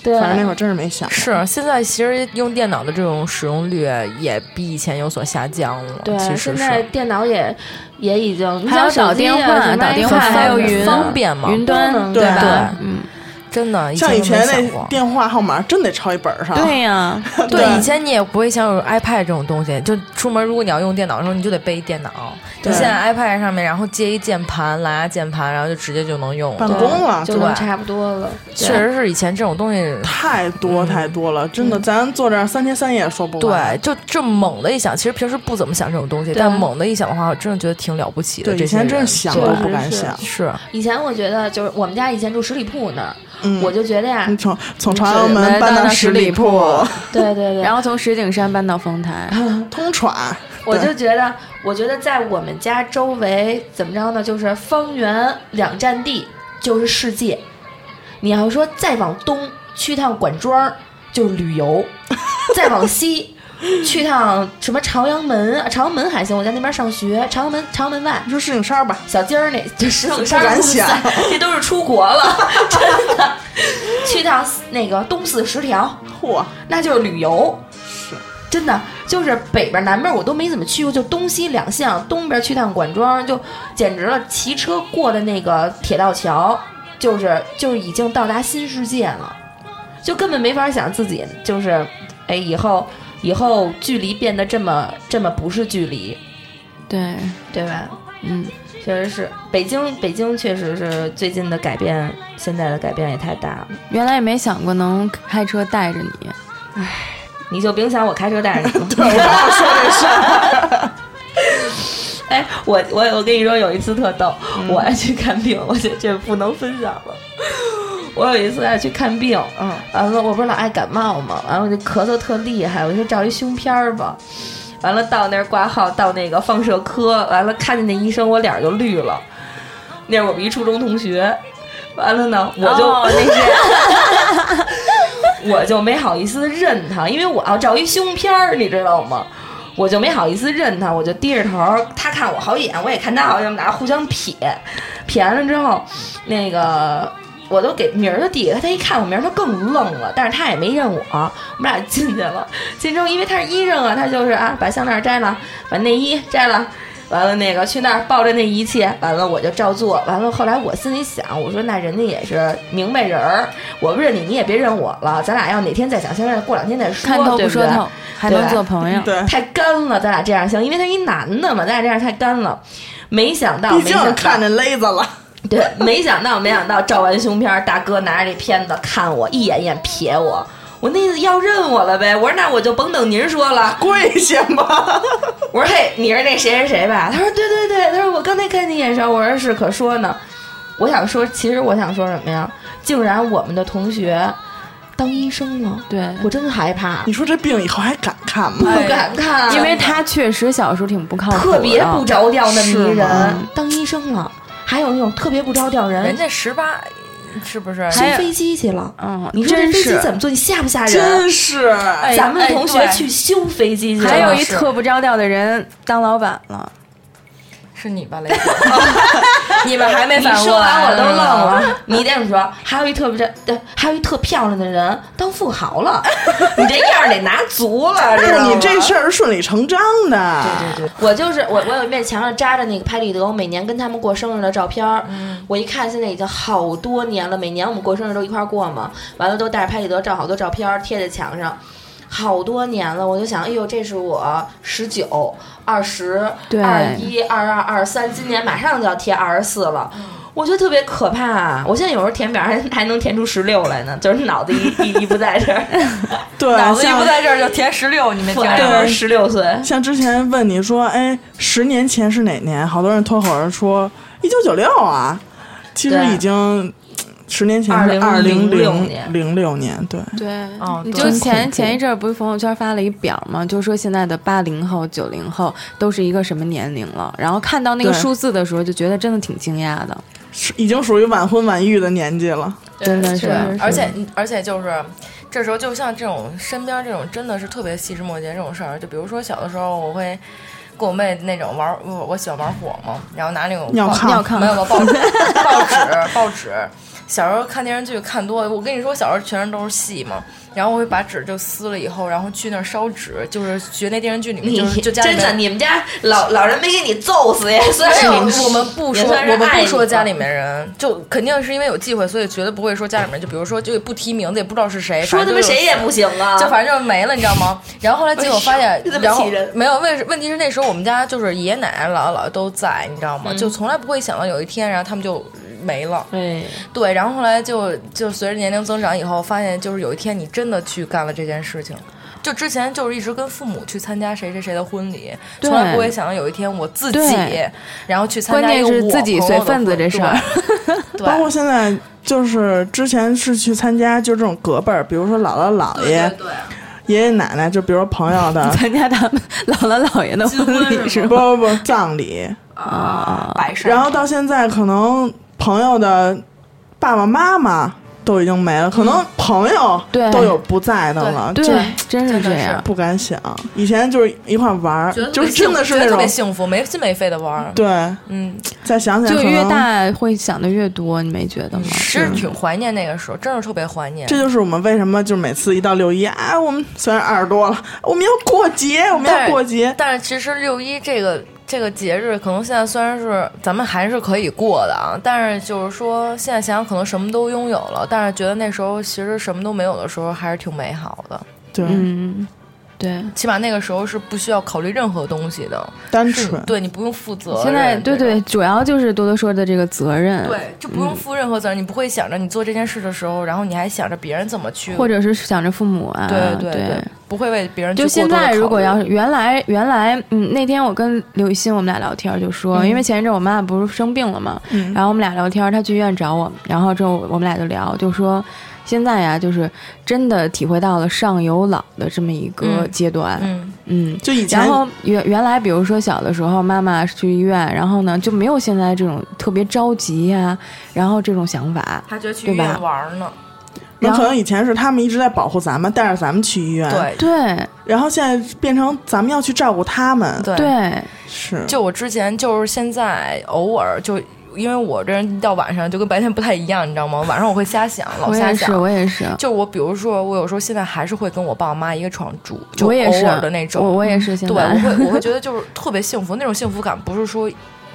Speaker 2: 对
Speaker 3: 反正那会儿真是没想。
Speaker 5: 是，现在其实用电脑的这种使用率也比以前有所下降了。
Speaker 2: 对，
Speaker 5: 其实
Speaker 2: 现在
Speaker 5: 是
Speaker 2: 电脑也也已经，你
Speaker 4: 还有
Speaker 2: 像
Speaker 4: 打
Speaker 2: 手机
Speaker 4: 电
Speaker 2: 啊
Speaker 4: 话、
Speaker 2: 什么
Speaker 4: 打电
Speaker 2: 也很
Speaker 4: 话，还有
Speaker 2: 方便
Speaker 4: 云
Speaker 5: 方便嘛
Speaker 4: 云端
Speaker 2: 都能
Speaker 3: 对
Speaker 4: 吧
Speaker 5: 对？
Speaker 4: 嗯，
Speaker 5: 真的，
Speaker 3: 像以
Speaker 5: 以
Speaker 3: 前
Speaker 5: 都没想
Speaker 3: 那
Speaker 5: 过。
Speaker 3: 电话号码真得抄一本儿上。
Speaker 4: 对呀，
Speaker 5: 对，
Speaker 3: 对
Speaker 5: 以前你也不会像有 iPad 这种东西，就出门如果你要用电脑的时候，你就得背电脑。
Speaker 3: 对
Speaker 5: 就现在 iPad 上面，然后接一键盘，蓝牙键盘，然后就直接就能用。
Speaker 3: 办
Speaker 5: 对
Speaker 3: 公了，
Speaker 2: 就
Speaker 5: 对
Speaker 2: 能差不多了。
Speaker 5: 确实是以前这种东西，
Speaker 3: 太多太多了，真的，咱坐这儿三天三夜说不完。
Speaker 5: 对，就这猛的一想，其实平时不怎么想这种东西，
Speaker 2: 对
Speaker 5: 但猛的一想的话，我真的觉得挺了不起的。
Speaker 3: 对，以
Speaker 5: 这些
Speaker 3: 前真
Speaker 5: 人
Speaker 3: 是想都不敢
Speaker 2: 确实是
Speaker 3: 想。
Speaker 5: 是
Speaker 2: 以前我觉得就是我们家以前住十里铺那儿，
Speaker 3: 嗯
Speaker 2: 我就觉得呀，
Speaker 3: 你从从朝阳门搬到十里铺，
Speaker 2: 对对 对，
Speaker 4: 然后从石景山搬到丰台，
Speaker 3: 通喘。
Speaker 2: 我就
Speaker 3: 对
Speaker 2: 觉得，我觉得在我们家周围怎么着呢，就是方圆两站地就是世界。你要说再往东去趟管庄儿就是旅 游，再往西去趟什么朝阳门，啊朝阳门还行，我在那边上学，朝阳门朝阳门外。
Speaker 3: 你说石景山吧，
Speaker 2: 小鸡儿那就石景山，
Speaker 3: 不敢
Speaker 2: 哇塞
Speaker 3: 想
Speaker 2: 这都是出国了， 真的。去趟那个东四十条，
Speaker 3: 嚯，
Speaker 2: 那就是旅游。
Speaker 3: 是
Speaker 2: 真的就是北边南边我都没怎么去过，就东西两向，东边去趟管庄，就简直了，骑车过的那个铁道桥，就是就是已经到达新世界了，就根本没法想自己就是，哎，以后以后距离变得这么这么不是距离，
Speaker 4: 对，
Speaker 2: 对吧？
Speaker 4: 嗯，
Speaker 2: 确实是，北京北京确实是最近的改变，现在的改变也太大了。
Speaker 4: 原来也没想过能开车带着你，
Speaker 2: 你就别想我开车带着你了。
Speaker 3: 对，我刚要说这事儿，
Speaker 2: 哎，我我我跟你说，有一次特逗，我要去看病，我这这不能分享了。我有一次要去看病，
Speaker 3: 嗯，
Speaker 2: 完了我不是老爱感冒嘛，完了我就咳嗽特厉害，我就照一胸片儿吧。完了到那儿挂号，到那个放射科，完了看见那医生，我脸儿就绿了。那是我们一初中同学，完了呢，我就、
Speaker 4: 哦
Speaker 2: 那是。 我就没好意思认他，因为我要照一胸片儿，你知道吗？我就没好意思认他，我就低着头儿，他看我好一眼，我也看他好一眼，我们俩互相瞥，瞥完了之后，那个我都给名儿都递给他，他一看我名儿，他更愣了，但是他也没认我，我们俩进去了， 进之后因为他是医生啊，他就是啊，把项链摘了，把内衣摘了。完了，那个去那儿抱着那一切，完了我就照做。完了，后来我心里想，我说那人家也是明白人儿，我不认你，你也别认我了。咱俩要哪天再想相认，过两天再说，
Speaker 4: 看透
Speaker 2: 对
Speaker 4: 不
Speaker 2: 不
Speaker 4: 说
Speaker 2: 对
Speaker 4: 透，还能做朋友。
Speaker 3: 对，
Speaker 2: 太干了，咱俩这样行，因为他一男的嘛，咱俩这样太干了。没想到，
Speaker 3: 毕
Speaker 2: 没想到
Speaker 3: 竟看见勒子了，
Speaker 2: 对，没想到，没想到，照完胸片儿，大哥拿着这片子看我，一眼一眼瞥我，我那意思要认我了呗。我说那我就甭等您说了。
Speaker 3: 跪下吧。
Speaker 2: 我说嘿，你是那谁谁谁吧？他说对对对，他说我刚才看你眼熟。我说是，可说呢。我想说，其实我想说什么呀？竟然我们的同学
Speaker 1: 当医生了，
Speaker 4: 对，
Speaker 1: 我真害怕
Speaker 3: 你，说这病以后还敢看吗？
Speaker 2: 不敢看，
Speaker 4: 哎因为他确实小时候挺不靠谱的，
Speaker 1: 特别不着调的迷
Speaker 3: 是
Speaker 1: 人
Speaker 3: 吗。
Speaker 1: 当医生了，还有那种特别不着
Speaker 2: 哎
Speaker 1: 调人
Speaker 5: 人，家十八是不是？
Speaker 1: 坐
Speaker 4: 还有
Speaker 1: 飞机去了。
Speaker 4: 嗯，
Speaker 1: 你说这
Speaker 4: 真
Speaker 1: 飞机
Speaker 4: 是。
Speaker 1: 怎么坐？你吓不吓人？
Speaker 3: 真是，
Speaker 5: 哎
Speaker 1: 咱们
Speaker 5: 哎
Speaker 1: 同学
Speaker 5: 对
Speaker 1: 去修飞机去了，
Speaker 4: 还有一
Speaker 5: 是
Speaker 4: 特不着调的人当老板了，
Speaker 5: 是你吧，雷姐？ 你们还没
Speaker 2: 你
Speaker 5: 反
Speaker 2: 说完我都愣
Speaker 5: 嗯
Speaker 2: 了。你得说，还有一特别这，对，还有一特漂亮的人当富 豪了，你这样儿得拿足了，
Speaker 3: 但
Speaker 2: 知
Speaker 3: 是
Speaker 2: 道吗
Speaker 3: 你这事儿是顺理成章的。
Speaker 2: 对对对，我就是我，我有一面墙上扎着那个拍立得，我每年跟他们过生日的照片儿。我一看，现在已经好多年了，每年我们过生日都一块儿过嘛，完了都带着拍立得照好多照片儿贴在墙上。好多年了，我就想，哎呦，这是我十九、二十、
Speaker 4: 对
Speaker 2: 二一、二二、二三，今年马上就要贴二十四了，我觉得特别可怕、啊我现在有时候填表还还能填出十六来呢，就是脑子一一一不在这儿，
Speaker 3: 对
Speaker 5: 脑子一
Speaker 3: 像
Speaker 5: 不在这儿就填十六，你们听着
Speaker 2: 对，十六岁，
Speaker 3: 像之前问你说，哎，十年前是哪年？好多人脱口而出一九九六啊，其实
Speaker 2: 对
Speaker 3: 已经十年前是二零
Speaker 2: 2006
Speaker 3: 零
Speaker 2: 年
Speaker 3: 零六年，对，
Speaker 4: 对，
Speaker 5: 哦
Speaker 4: 你
Speaker 5: 对
Speaker 4: 就
Speaker 5: 真
Speaker 4: 前前一阵儿不是朋友圈发了一表嘛，就说现在的八零后、九零后都是一个什么年龄了，然后看到那个
Speaker 3: 对
Speaker 4: 数字的时候，就觉得真的挺惊讶的，
Speaker 3: 是已经属于晚婚晚育的年纪了。
Speaker 4: 真的是
Speaker 5: 对，而且而且就是这时候，就像这种身边这种真的是特别细枝末节这种事儿，就比如说小的时候，我会跟我妹那种玩，我我喜欢玩火嘛，然后拿那种
Speaker 3: 尿
Speaker 5: 报
Speaker 3: 炕
Speaker 4: 尿炕
Speaker 5: 没有个报 纸报纸报纸。小时候看电视剧看多了，我跟你说，小时候全都是戏嘛，然后我会把纸就撕了以后，然后去那儿烧纸，就是学那电视剧里面，就是
Speaker 2: 你
Speaker 5: 就家里
Speaker 2: 真
Speaker 5: 面
Speaker 2: 的，你们家老老人没给你揍死 呀？虽
Speaker 5: 没
Speaker 2: 然
Speaker 5: 有，
Speaker 2: 你
Speaker 5: 我们不
Speaker 2: 也
Speaker 5: 说，
Speaker 2: 算是
Speaker 5: 我们
Speaker 2: 爱
Speaker 5: 不
Speaker 2: 你
Speaker 5: 说
Speaker 2: 吧
Speaker 5: 家里面人，就肯定是因为有忌讳，所以绝对不会说家里面，就比如说就不提名字，也不知道是谁，
Speaker 2: 说
Speaker 5: 反
Speaker 2: 他
Speaker 5: 正
Speaker 2: 妈
Speaker 5: 就是
Speaker 2: 谁也不行啊！
Speaker 5: 就反正就是没了，你知道吗？然后后来结果发现
Speaker 2: 哎这怎，么
Speaker 5: 然后
Speaker 2: 气人
Speaker 5: 没有问问题是那时候我们家就是爷爷奶奶、姥姥姥爷都在，你知道
Speaker 2: 嗯
Speaker 5: 吗？就从来不会想到有一天，然后他们就没了。
Speaker 2: 对，
Speaker 5: 对，然后后来就就随着年龄增长以后，发现就是有一天你真的去干了这件事情。就之前就是一直跟父母去参加谁谁谁的婚礼，
Speaker 4: 对
Speaker 5: 从来不会想到有一天我自己
Speaker 4: 对，
Speaker 5: 然后去参
Speaker 4: 关
Speaker 5: 加一
Speaker 4: 键
Speaker 5: 个
Speaker 4: 是
Speaker 5: 我
Speaker 4: 自己
Speaker 5: 朋
Speaker 4: 随
Speaker 5: 友的
Speaker 4: 份子
Speaker 5: 婚
Speaker 4: 这事儿，，，
Speaker 5: 对
Speaker 3: 包括
Speaker 5: 对
Speaker 3: 现在，就是之前是去参加就这种隔辈儿，比如说姥姥姥爷、
Speaker 5: 对对
Speaker 3: 爷爷奶奶，就比如朋友的
Speaker 4: 参加他们姥姥姥爷的婚礼是
Speaker 3: 不
Speaker 4: 吧？
Speaker 3: 不不葬礼，
Speaker 5: 啊，白事儿。
Speaker 3: 然后到现在可能朋友的爸爸妈妈都已经没了，可能朋友
Speaker 4: 嗯对
Speaker 3: 都有不在的了，
Speaker 4: 对
Speaker 3: 就，
Speaker 4: 真是这样。
Speaker 3: 不敢想。以前就是一块玩儿
Speaker 5: 觉得，特
Speaker 3: 就
Speaker 5: 别
Speaker 3: 是真的是
Speaker 5: 幸觉得
Speaker 3: 那
Speaker 5: 特别
Speaker 3: 种
Speaker 5: 幸福，没心没肺的玩儿。
Speaker 3: 对。
Speaker 5: 嗯，
Speaker 3: 再想想，
Speaker 4: 就
Speaker 3: 可
Speaker 4: 越
Speaker 3: 能
Speaker 4: 大会想的越多，你没觉得吗？
Speaker 5: 其实挺怀念那个时候，真是特别怀念。
Speaker 3: 这就是我们为什么就是每次一到六一啊，我们虽然二十多了，我们要过节，我们要过节。
Speaker 5: 但是其实六一这个这个节日，可能现在虽然是咱们还是可以过的啊，但是就是说现在想想，可能什么都拥有了，但是觉得那时候其实什么都没有的时候，还是挺美好的。
Speaker 3: 对，
Speaker 4: 嗯，对。
Speaker 5: 起码那个时候是不需要考虑任何东西的，
Speaker 3: 单
Speaker 5: 是
Speaker 3: 纯。
Speaker 5: 对你不用负责任。
Speaker 4: 现在对
Speaker 5: 这
Speaker 4: 对
Speaker 5: 种，
Speaker 4: 主要就是多多说的这个责任，
Speaker 5: 对，就不用负任何责任，你不会想着你做这件事的时候，然后你还想着别人怎么去，
Speaker 4: 或者是想着父母啊，
Speaker 5: 对
Speaker 4: 对
Speaker 5: 对，不会为别人去
Speaker 4: 就现
Speaker 5: 过多地
Speaker 4: 在，如
Speaker 5: 考
Speaker 4: 果
Speaker 5: 虑
Speaker 4: 要是原来原来，嗯，那天我跟刘雨欣我们俩聊天就说，
Speaker 5: 嗯
Speaker 4: 因为前一阵我妈不是生病了嘛，然后我们俩聊天，她去医院找我，然后之后我们俩就聊，就说现在呀，就是真的体会到了上有老的这么一个
Speaker 5: 嗯
Speaker 4: 阶段，
Speaker 5: 嗯，
Speaker 4: 嗯
Speaker 3: 就以前
Speaker 4: 然后原原来，比如说小的时候，妈妈去医院，然后呢就没有现在这种特别着急呀、然后这种想法。
Speaker 5: 他觉得去
Speaker 4: 对
Speaker 5: 医
Speaker 4: 吧
Speaker 5: 院玩儿呢，
Speaker 3: 那
Speaker 4: 然后
Speaker 3: 可能以前是他们一直在保护咱们，带着咱们去医
Speaker 4: 嗯
Speaker 3: 院，
Speaker 5: 对
Speaker 4: 对
Speaker 3: 然后现在变成咱们要去照顾他们，
Speaker 5: 对
Speaker 4: 对，
Speaker 3: 是
Speaker 5: 就我之前就是现在偶尔就，因为我这人到晚上就跟白天不太一样，你知道吗？晚上我会瞎想，老
Speaker 4: 我
Speaker 5: 瞎
Speaker 4: 也是，
Speaker 5: 想。
Speaker 4: 我也是，
Speaker 5: 就我，比如说，我有时候现在还是会跟我爸我妈一个床住，就
Speaker 4: 我也是
Speaker 5: 偶尔的那种。嗯
Speaker 4: 我我也是现
Speaker 5: 对，
Speaker 4: 在
Speaker 5: 我会我会觉得就是特别幸福，那种幸福感不是说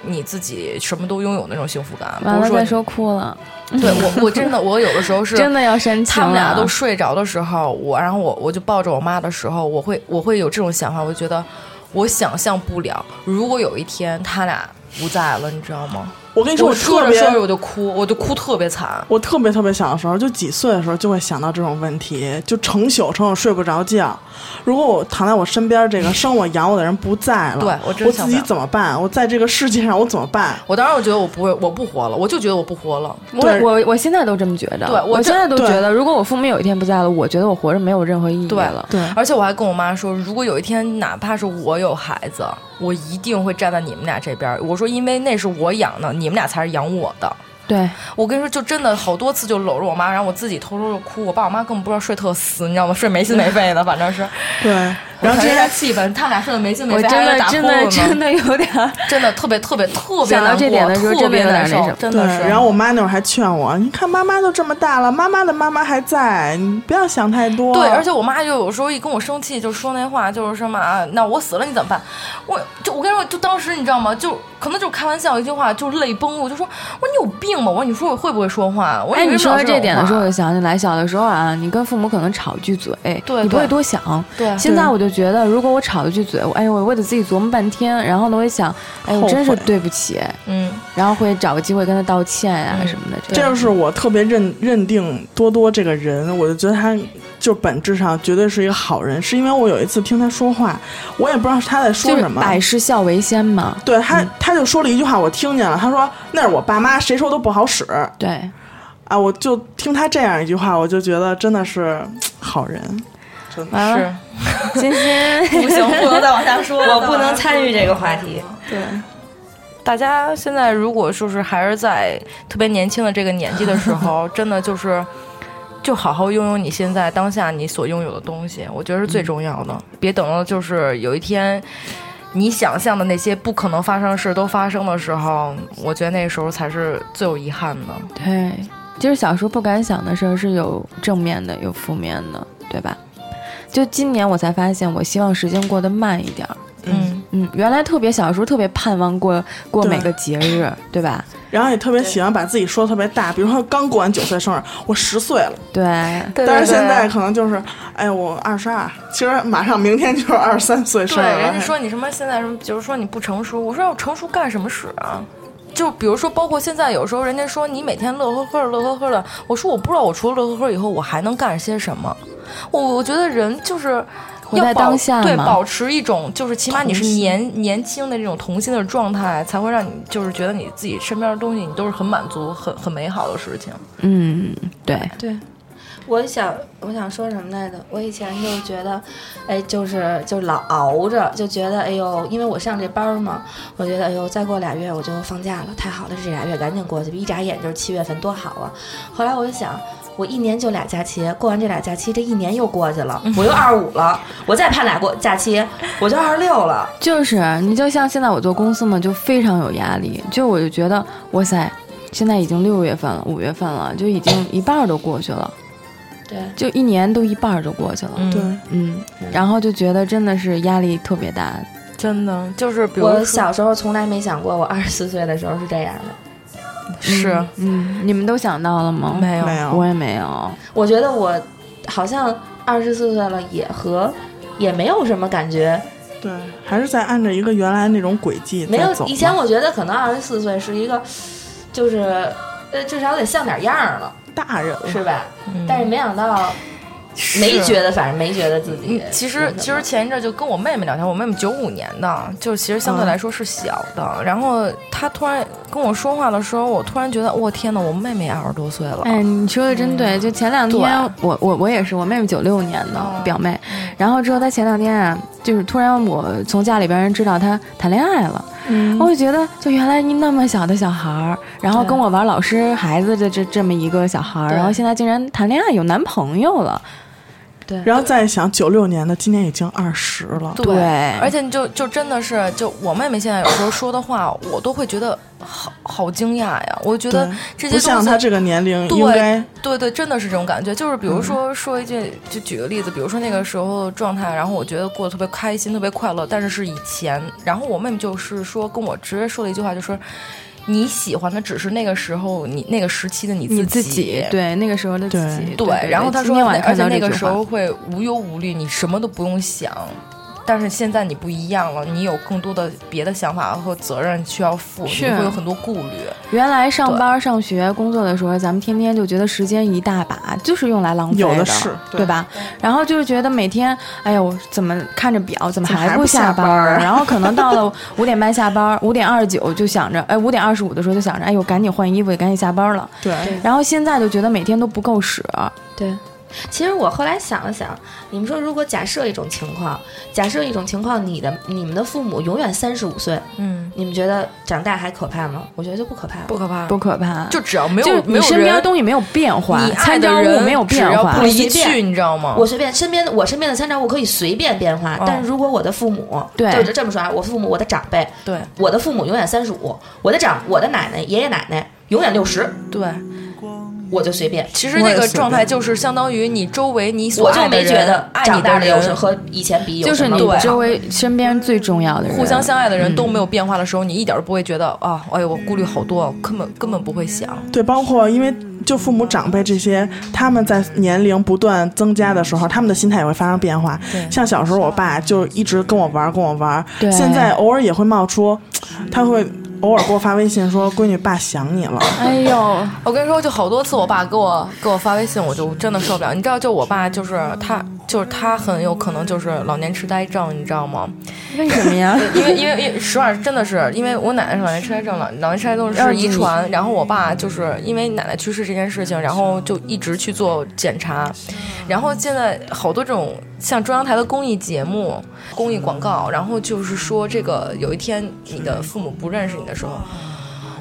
Speaker 5: 你自己什么都拥有那种幸福 感，
Speaker 4: 完
Speaker 5: 不
Speaker 4: 了
Speaker 5: 是
Speaker 4: 再说
Speaker 5: 说
Speaker 4: 哭了，
Speaker 5: 你，对我我真的我有的时候 是
Speaker 4: 真的要煽情
Speaker 5: 他
Speaker 4: 了。
Speaker 5: 们
Speaker 3: 啊
Speaker 5: 俩都睡着的时候，我然后我我就抱着我妈的时候，我会我会有这种想法，我觉得我想象不了，如果有一天他俩不在了，你知道吗？
Speaker 3: 我跟你说，
Speaker 5: 我说
Speaker 3: 特
Speaker 5: 着
Speaker 3: 别
Speaker 5: 说着我就哭，我就哭特别惨。
Speaker 3: 我特别特别小的时候，就几岁的时候就会想到这种问题，就成宿成宿睡不着觉。如果我躺在我身边这个生我养我的人不在了，
Speaker 5: 对我
Speaker 3: 我
Speaker 5: 真想
Speaker 3: 自
Speaker 5: 不
Speaker 3: 己
Speaker 5: 了
Speaker 3: 怎么办？我在这个世界上我怎么办？
Speaker 5: 我当时我觉得我不会，我不活了，我就觉得我不活了。
Speaker 4: 我
Speaker 3: 对
Speaker 4: 我我现在都这么觉得，
Speaker 5: 对我
Speaker 4: 我
Speaker 5: 这
Speaker 4: 现在都
Speaker 3: 对
Speaker 4: 觉得，如果我父母有一天不在了，我觉得我活着没有任何意义
Speaker 5: 对
Speaker 4: 了。
Speaker 3: 对
Speaker 5: 而且我还跟我妈说，如果有一天哪怕是我有孩子，我一定会站在你们俩这边儿。我说，因为那是我养的，你们俩才是养我的。
Speaker 4: 对，
Speaker 5: 我跟你说，就真的好多次就搂着我妈，然后我自己偷偷的哭，我爸我妈根本不知道睡特死，你知道吗？睡没心没肺的，反 正是。
Speaker 3: 对，然后
Speaker 5: 这
Speaker 3: 之
Speaker 5: 些
Speaker 3: 前
Speaker 5: 气氛，他们俩睡得没心没
Speaker 4: 我
Speaker 5: 肺，
Speaker 4: 真
Speaker 5: 还在
Speaker 4: 的
Speaker 5: 打呼
Speaker 4: 真
Speaker 5: 噜
Speaker 4: 的
Speaker 5: 呢
Speaker 4: 真的有点儿，
Speaker 5: 真的特别特别特别
Speaker 4: 想到
Speaker 5: 难过，
Speaker 4: 这点的时候
Speaker 5: 特别
Speaker 4: 真的有点
Speaker 5: 难
Speaker 4: 那什
Speaker 5: 受
Speaker 4: 么，
Speaker 5: 真
Speaker 3: 对
Speaker 5: 的是。，
Speaker 3: 然后我妈那会儿还劝我，你看妈妈都这么大了，妈妈的妈妈还在，你不要想太多。
Speaker 5: 对，而且我妈就有时候一跟我生气，就说那话，就是什么啊，那我死了你怎么办？我就我跟你说，就当时你知道吗？就可能就是开玩笑一句话，就泪崩。我就说，我说你有病吧？我说你说我会不会说话？ 我说
Speaker 4: 哎，你
Speaker 5: 为什
Speaker 4: 说
Speaker 5: 么老
Speaker 4: 到
Speaker 5: 是
Speaker 4: 这点的时候，我
Speaker 5: 种
Speaker 4: 就想起来，小的时候啊，你跟父母可能吵一句嘴，
Speaker 5: 对
Speaker 4: 你不
Speaker 5: 对
Speaker 4: 会多想。
Speaker 5: 对
Speaker 4: 现在我就觉得，如果我吵一句嘴，我哎呦，我我得自己琢磨半天，然后呢，我一想，哎，我
Speaker 3: 后
Speaker 4: 真是
Speaker 3: 悔
Speaker 4: 对不起，
Speaker 5: 话，嗯，
Speaker 4: 然后会找个机会跟他道歉呀、什么的。
Speaker 3: 这就是我特别认认定多多这个人，我就觉得他就本质上绝对是一个好人，是因为我有一次听他说话，我也不知道他在说
Speaker 4: 就
Speaker 3: 什
Speaker 4: 是
Speaker 3: 么。
Speaker 4: 百事孝为先嘛。
Speaker 3: 对他，
Speaker 5: 嗯
Speaker 3: 他就说了一句话，我听见了。他说：“那是我爸妈，谁说都不好使
Speaker 4: 对，
Speaker 3: 啊！”我就听他这样一句话，我就觉得真的是好人。
Speaker 5: 啊
Speaker 4: 完了，欣欣，
Speaker 5: 不行，不能再往下说了，
Speaker 2: 我不能参与这个话题。
Speaker 5: 大家现在如果说是还是在特别年轻的这个年纪的 时候，真的就是就好好拥有你现在当下你所拥有的东西，我觉得是最重要
Speaker 3: 嗯
Speaker 5: 的。别等到就是有一天你想象的那些不可能发生的事都发生的时候，我觉得那时候才是最有遗憾的。
Speaker 4: 对，其实小时候不敢想的事儿是有正面的，有负面的，对吧？就今年我才发现，我希望时间过得慢一点儿。
Speaker 5: 嗯，
Speaker 4: 嗯，原来特别小时候特别盼望过过
Speaker 3: 对
Speaker 4: 每个节日，对吧？
Speaker 3: 然后也特别喜欢把自己说得特别大，比如说刚过完九岁生日，我十岁了，
Speaker 4: 对，
Speaker 5: 对
Speaker 3: 但是现在可能就是，哎，我二十二，其实马上明天就是二十三岁
Speaker 5: 对
Speaker 3: 生日了。
Speaker 5: 人家说你什么现在什么，就是说你不成熟，我说要成熟干什么使啊？就比如说，包括现在有时候人家说你每天乐呵呵的乐呵呵的，我说我不知道我除了乐呵呵以后我还能干些什么。我我觉得人就是。
Speaker 4: 活
Speaker 5: 要
Speaker 4: 在
Speaker 5: 保
Speaker 4: 当下
Speaker 5: 对，
Speaker 4: 嘛
Speaker 5: 保持一种就是起码你是年年轻的这种童心的状态，才会让你就是觉得你自己身边的东西你都是很满足、很很美好的事情。
Speaker 4: 嗯，对，
Speaker 2: 我想我想说什么来着？我以前就觉得，哎，就是就老熬着，就觉得哎呦，因为我上这班儿嘛，我觉得哎呦，再过俩月我就放假了，太好了，这俩月赶紧过去，一眨眼就是七月份，多好啊！后来我就想。我一年就俩假期，过完这俩假期，这一年又过去了，我又二十五了，我再盼俩过假期，我就二十六了。
Speaker 4: 就是你就像现在我做公司嘛，就非常有压力，就我就觉得哇塞，现在已经六月份了，五月份了，就已经一半儿都过去了，
Speaker 2: 对，
Speaker 4: 就一年都一半儿都过去了，
Speaker 5: 嗯，
Speaker 3: 对，
Speaker 4: 嗯，然后就觉得真的是压力特别大，
Speaker 5: 真的就是比如
Speaker 2: 我
Speaker 5: 说
Speaker 2: 小时候从来没想过，我二十四岁的时候是这样的。
Speaker 5: 是、
Speaker 4: 嗯，你们都想到了吗？
Speaker 5: 没有
Speaker 3: 没有，
Speaker 4: 我也没有，
Speaker 2: 我觉得我好像二十四岁了，也和也没有什么感觉，
Speaker 3: 对，还是在按照一个原来那种轨迹
Speaker 2: 没
Speaker 3: 在
Speaker 2: 有
Speaker 3: 走嘛。
Speaker 2: 以前我觉得可能二十四岁是一个，就是呃至少得像点样儿了，
Speaker 3: 大人了，
Speaker 2: 是吧？
Speaker 5: 嗯
Speaker 2: 但是没想到没觉得，反正没觉得自己
Speaker 5: 嗯
Speaker 2: 有什么。
Speaker 5: 其实其实前一阵就跟我妹妹聊天，我妹妹九五年的，就其实相
Speaker 3: 嗯
Speaker 5: 对来说是小的。然后她突然跟我说话的时候，我突然觉得，我、天呐，我妹妹也二十多岁了。
Speaker 4: 哎，你说的真对。就嗯前两天，我我我也是，我妹妹九六年的、
Speaker 5: 哦
Speaker 4: 表妹，然后之后她前两天啊，就是突然我从家里边人知道她谈恋爱了，我就觉得就原来你那么小的小孩儿，然后跟我玩老师孩子的这这么一个小孩儿，
Speaker 2: 对
Speaker 4: 然后现在竟然谈恋爱有男朋友了，
Speaker 3: 然后再想九六年的，今年已经二十了。
Speaker 5: 对，
Speaker 4: 对
Speaker 5: 而且你就就真的是，就我妹妹现在有时候说的话，我都会觉得好好惊讶呀。我觉得
Speaker 3: 对
Speaker 5: 这些
Speaker 3: 不像
Speaker 5: 东西
Speaker 3: 他这个年龄
Speaker 5: 对
Speaker 3: 应该
Speaker 5: 对对，真的是这种感觉。就是比如
Speaker 4: 嗯
Speaker 5: 说、说一句，就举个例子，比如说那个时候的状态，然后我觉得过得特别开心，特别快乐，但是是以前。然后我妹妹就是说跟我直接说了一句话，就说你喜欢的只是那个时候你那个时期的你
Speaker 4: 你
Speaker 5: 自
Speaker 4: 自己对那个时候的自己，
Speaker 5: 对，然后她
Speaker 4: 今
Speaker 5: 说，
Speaker 4: 天晚上
Speaker 5: 而
Speaker 4: 看
Speaker 5: 且
Speaker 4: 到
Speaker 5: 那
Speaker 4: 这
Speaker 5: 个
Speaker 4: 句
Speaker 5: 时
Speaker 4: 话
Speaker 5: 候会无忧无虑，你什么都不用想。但是现在你不一样了，你有更多的别的想法和责任需要负，
Speaker 4: 是
Speaker 5: 你会有很多顾虑。
Speaker 4: 原来上班、上学、工作的时候，咱们天天就觉得时间一大把，就是用来浪费
Speaker 3: 有的是
Speaker 4: 对
Speaker 3: 对
Speaker 4: 吧？然后就是觉得每天，哎呀，我怎么看着表，怎么
Speaker 3: 怎么
Speaker 4: 还
Speaker 3: 还
Speaker 4: 不
Speaker 3: 不
Speaker 4: 下
Speaker 3: 下
Speaker 4: 班
Speaker 3: 班
Speaker 4: 儿？
Speaker 3: 儿
Speaker 4: 然后可能到 了五点半下班，五点二十九就想着，哎，五点二十五的时候就想着，哎呦，赶紧换衣服，也赶紧下班了。
Speaker 3: 对，
Speaker 4: 然后现在就觉得每天都不够使，
Speaker 2: 对，其实我后来想了想，你们说如果假设一种情况，假设一种情况，你的你们的父母永远三十五岁，
Speaker 5: 嗯，
Speaker 2: 你们觉得长大还可怕吗？我觉得就不可怕了。
Speaker 5: 不可怕，
Speaker 4: 多可怕！
Speaker 5: 就只要没
Speaker 4: 就是
Speaker 5: 有没
Speaker 4: 你
Speaker 5: 有
Speaker 4: 身边
Speaker 5: 人
Speaker 4: 的东西没有变化
Speaker 5: 你，爱
Speaker 4: 参
Speaker 5: 的
Speaker 4: 照物
Speaker 5: 人
Speaker 4: 没有
Speaker 5: 只
Speaker 4: 变
Speaker 5: 要
Speaker 4: 化
Speaker 5: 不，离
Speaker 2: 随便
Speaker 5: 去，你知道
Speaker 4: 啊
Speaker 5: 吗？
Speaker 2: 我随便身边的我身边的参照物可以随便变化，
Speaker 5: 嗯
Speaker 2: 但是如果我的父母，
Speaker 4: 哦对
Speaker 2: 就是这么说啊，我父母我的长辈，
Speaker 5: 对
Speaker 2: 我的父母永远三十五，我的长我的奶奶爷爷奶奶永远六十，
Speaker 5: 对，
Speaker 2: 我就随便。
Speaker 5: 其实
Speaker 3: 我
Speaker 5: 这
Speaker 3: 也
Speaker 5: 个
Speaker 3: 随
Speaker 5: 状
Speaker 3: 便
Speaker 5: 态就是相当于你周围你所
Speaker 2: 我就
Speaker 5: 爱的
Speaker 2: 没觉
Speaker 5: 人
Speaker 2: 得
Speaker 5: 爱
Speaker 2: 长
Speaker 5: 你的
Speaker 2: 大了有什
Speaker 5: 人
Speaker 2: 和以前比有
Speaker 4: 就是
Speaker 2: 什么
Speaker 4: 你
Speaker 2: 不好
Speaker 4: 周围身边最重要的人，
Speaker 5: 互相相爱的人都没有变化的时候，你一点儿都不会觉得啊，哎呦，我顾虑好多，根本根本不会想。
Speaker 3: 对，包括因为就父母长辈这些，他们在年龄不断增加的时候，他们的心态也会发生变化。
Speaker 5: 对
Speaker 3: 像小时候，我爸就一直跟我玩儿，跟我玩儿。
Speaker 4: 对
Speaker 3: 现在偶尔也会冒出，他会偶尔给我发微信说：“闺女，爸想你了。
Speaker 4: 哎 呦，
Speaker 5: 我跟你说，就好多次，我爸给我给我发微信，我就真的受不了。你知道，就我爸就是他，就是他很有可能就是老年痴呆症，你知道吗？
Speaker 4: 为什么呀？
Speaker 5: 因为因为因为实话真的是，因为我奶奶是老年痴呆症了，老年痴呆症是遗传。然后我爸就是因为奶奶去世这件事情，然后就一直去做检查。然后现在好多这种像中央台的公益节目、公益广告，然后就是说这个有一天你的父母不认识你的时候。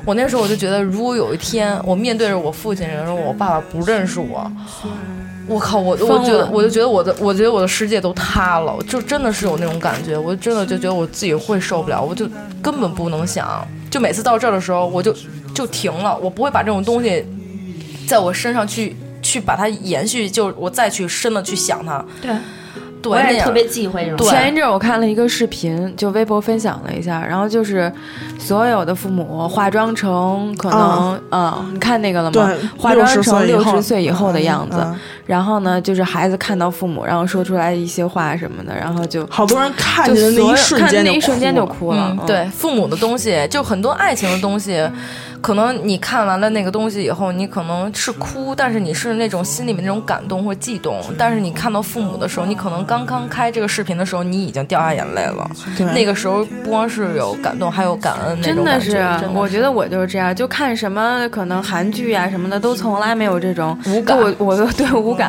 Speaker 5: 我那时候我就觉得，如果有一天我面对着我父亲，然后我爸爸不认识我，我靠，我我
Speaker 4: 疯
Speaker 5: 觉得
Speaker 4: 了
Speaker 5: 我就觉得我的，我觉得我的世界都塌了，就真的是有那种感觉，我真的就觉得我自己会受不了，我就根本不能想，就每次到这儿的时候，我就就停了，我不会把这种东西在我身上去去把它延续，就我再去深的去想它，
Speaker 2: 对，啊
Speaker 5: 对，
Speaker 2: 我
Speaker 5: 那
Speaker 2: 也
Speaker 5: 样
Speaker 2: 特别忌讳这种。
Speaker 5: 对
Speaker 4: 前一阵儿我看了一个视频，就微博分享了一下，然后就是所有的父母化妆成可能，嗯，你看那个了”吗
Speaker 3: 啊对？，
Speaker 4: 化妆成六
Speaker 3: 六
Speaker 4: 十
Speaker 3: 十
Speaker 4: 岁以后的样子，
Speaker 3: 嗯嗯
Speaker 4: 然后呢，就是孩子看到父母，然后说出来一些话什么的，然后就
Speaker 3: 好多人看
Speaker 4: 就
Speaker 3: 见的
Speaker 4: 所有
Speaker 3: 一瞬
Speaker 4: 看
Speaker 3: 间
Speaker 4: 那
Speaker 3: 就
Speaker 4: 一瞬间就
Speaker 3: 哭了。
Speaker 4: 哭了，嗯
Speaker 5: 对父母的东西，就很多爱情的东西，可能你看完了那个东西以后，你可能是哭，但是你是那种心里面那种感动或悸动。但是你看到父母的时候，你可能刚刚开这个视频的时候，你已经掉下眼泪了。
Speaker 3: 对，
Speaker 5: 那个时候不光是有感动，还有感恩那
Speaker 4: 真
Speaker 5: 种感
Speaker 4: 的
Speaker 5: 觉。
Speaker 4: 是，啊
Speaker 5: 真的
Speaker 4: 我觉得我就是这样，就看什么可能韩剧啊什么的，都从来没有这种
Speaker 5: 无感
Speaker 4: 就我我都对无感，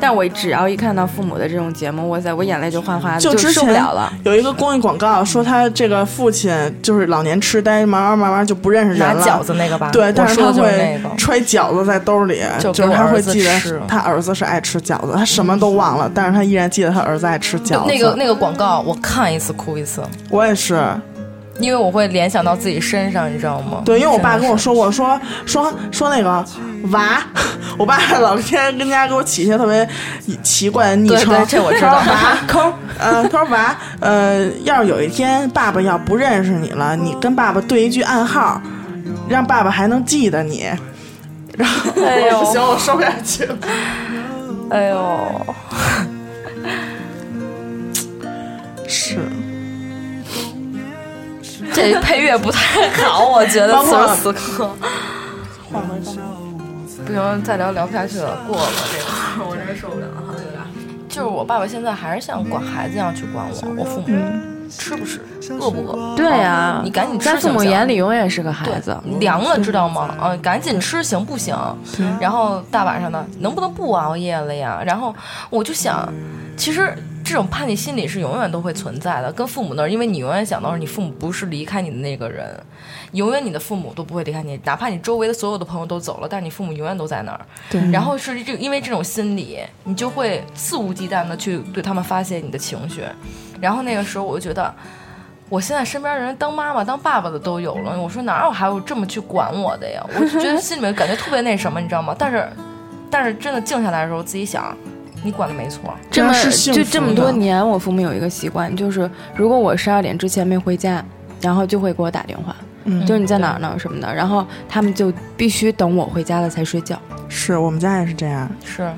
Speaker 4: 但我只要一看到父母的这种节目，哇塞，我眼泪就哗哗的，就
Speaker 3: 就之
Speaker 4: 受不
Speaker 3: 前
Speaker 4: 了了。
Speaker 3: 有一个公益广告说他这个父亲就是老年痴呆，慢慢慢慢就不认识人
Speaker 5: 拿
Speaker 3: 了。
Speaker 5: 饺子那个吧，
Speaker 3: 对，
Speaker 5: 我
Speaker 3: 但是
Speaker 5: 说
Speaker 3: 他
Speaker 5: 的就是
Speaker 3: 会
Speaker 5: 那个。
Speaker 3: 揣饺子在兜里，
Speaker 5: 就
Speaker 3: 就
Speaker 5: 给我
Speaker 3: 是他
Speaker 5: 儿
Speaker 3: 会
Speaker 5: 子
Speaker 3: 记
Speaker 5: 吃嗯
Speaker 3: 得他儿子是爱吃饺子，他什么都忘了，但是他依然记得他儿子爱吃饺子。
Speaker 5: 那个那个广告，我看一次哭一次，
Speaker 3: 我也是，
Speaker 5: 因为我会联想到自己身上，你知道吗？
Speaker 3: 对，因为我爸
Speaker 5: 真的
Speaker 3: 跟我
Speaker 5: 是
Speaker 3: 说过，说说说那个娃， 我爸老天跟家给我起一些特别奇怪的昵
Speaker 5: 对
Speaker 3: 称，
Speaker 5: 对这我知道
Speaker 3: 说娃抠，呃，他说娃，呃，要是有一天爸爸要不认识你了，你跟爸爸对一句暗号，让爸爸还能记得你。然后
Speaker 5: 哎
Speaker 3: 我
Speaker 5: 呦
Speaker 3: 不行，我说不下去了。
Speaker 5: 哎呦，
Speaker 3: 是，
Speaker 5: 这配乐不太好，我觉得
Speaker 3: 包
Speaker 5: 此
Speaker 3: 括
Speaker 5: 时此刻。不行，再聊聊不下去了，过了这个，我真受不了哈，有点。就是我爸爸现在还是像管孩子一样去管我，我父母、吃不吃，饿不饿，
Speaker 4: 对呀，
Speaker 5: 你赶紧吃
Speaker 4: 在父
Speaker 5: 行不
Speaker 4: 母
Speaker 5: 行
Speaker 4: 眼里永远是个孩子。
Speaker 5: 对，凉了知道吗？嗯、赶紧吃行不行？
Speaker 4: 嗯
Speaker 5: 然后大晚上的能不能不熬夜了呀？然后我就想，
Speaker 4: 嗯
Speaker 5: 其实这种叛逆心理是永远都会存在的，跟父母那儿，因为你永远想到是你父母不是离开你的那个人，永远你的父母都不会离开你，哪怕你周围的所有的朋友都走了，但是你父母永远都在那儿。
Speaker 3: 对
Speaker 5: 然后是这因为这种心理，你就会肆无忌惮的去对他们发泄你的情绪，然后那个时候我就觉得。我现在身边人当妈妈、当爸爸的都有了，我说哪有还有这么去管我的呀？我就 觉得心里面感觉特别那什么，你知道吗？但是，但是真的静下来的时候，自己想，你管的没错，
Speaker 4: 这么
Speaker 3: 样是幸
Speaker 4: 就
Speaker 3: 福
Speaker 4: 这么
Speaker 3: 的
Speaker 4: 多年，我父母有一个习惯，就是如果我十二点之前没回家，然后就会给我打电话，
Speaker 3: 嗯
Speaker 4: 就是你在哪儿呢什么的，然
Speaker 5: 嗯
Speaker 4: 后他们就必须等我回家了才睡觉。
Speaker 3: 是我们家也是这样。
Speaker 5: 是。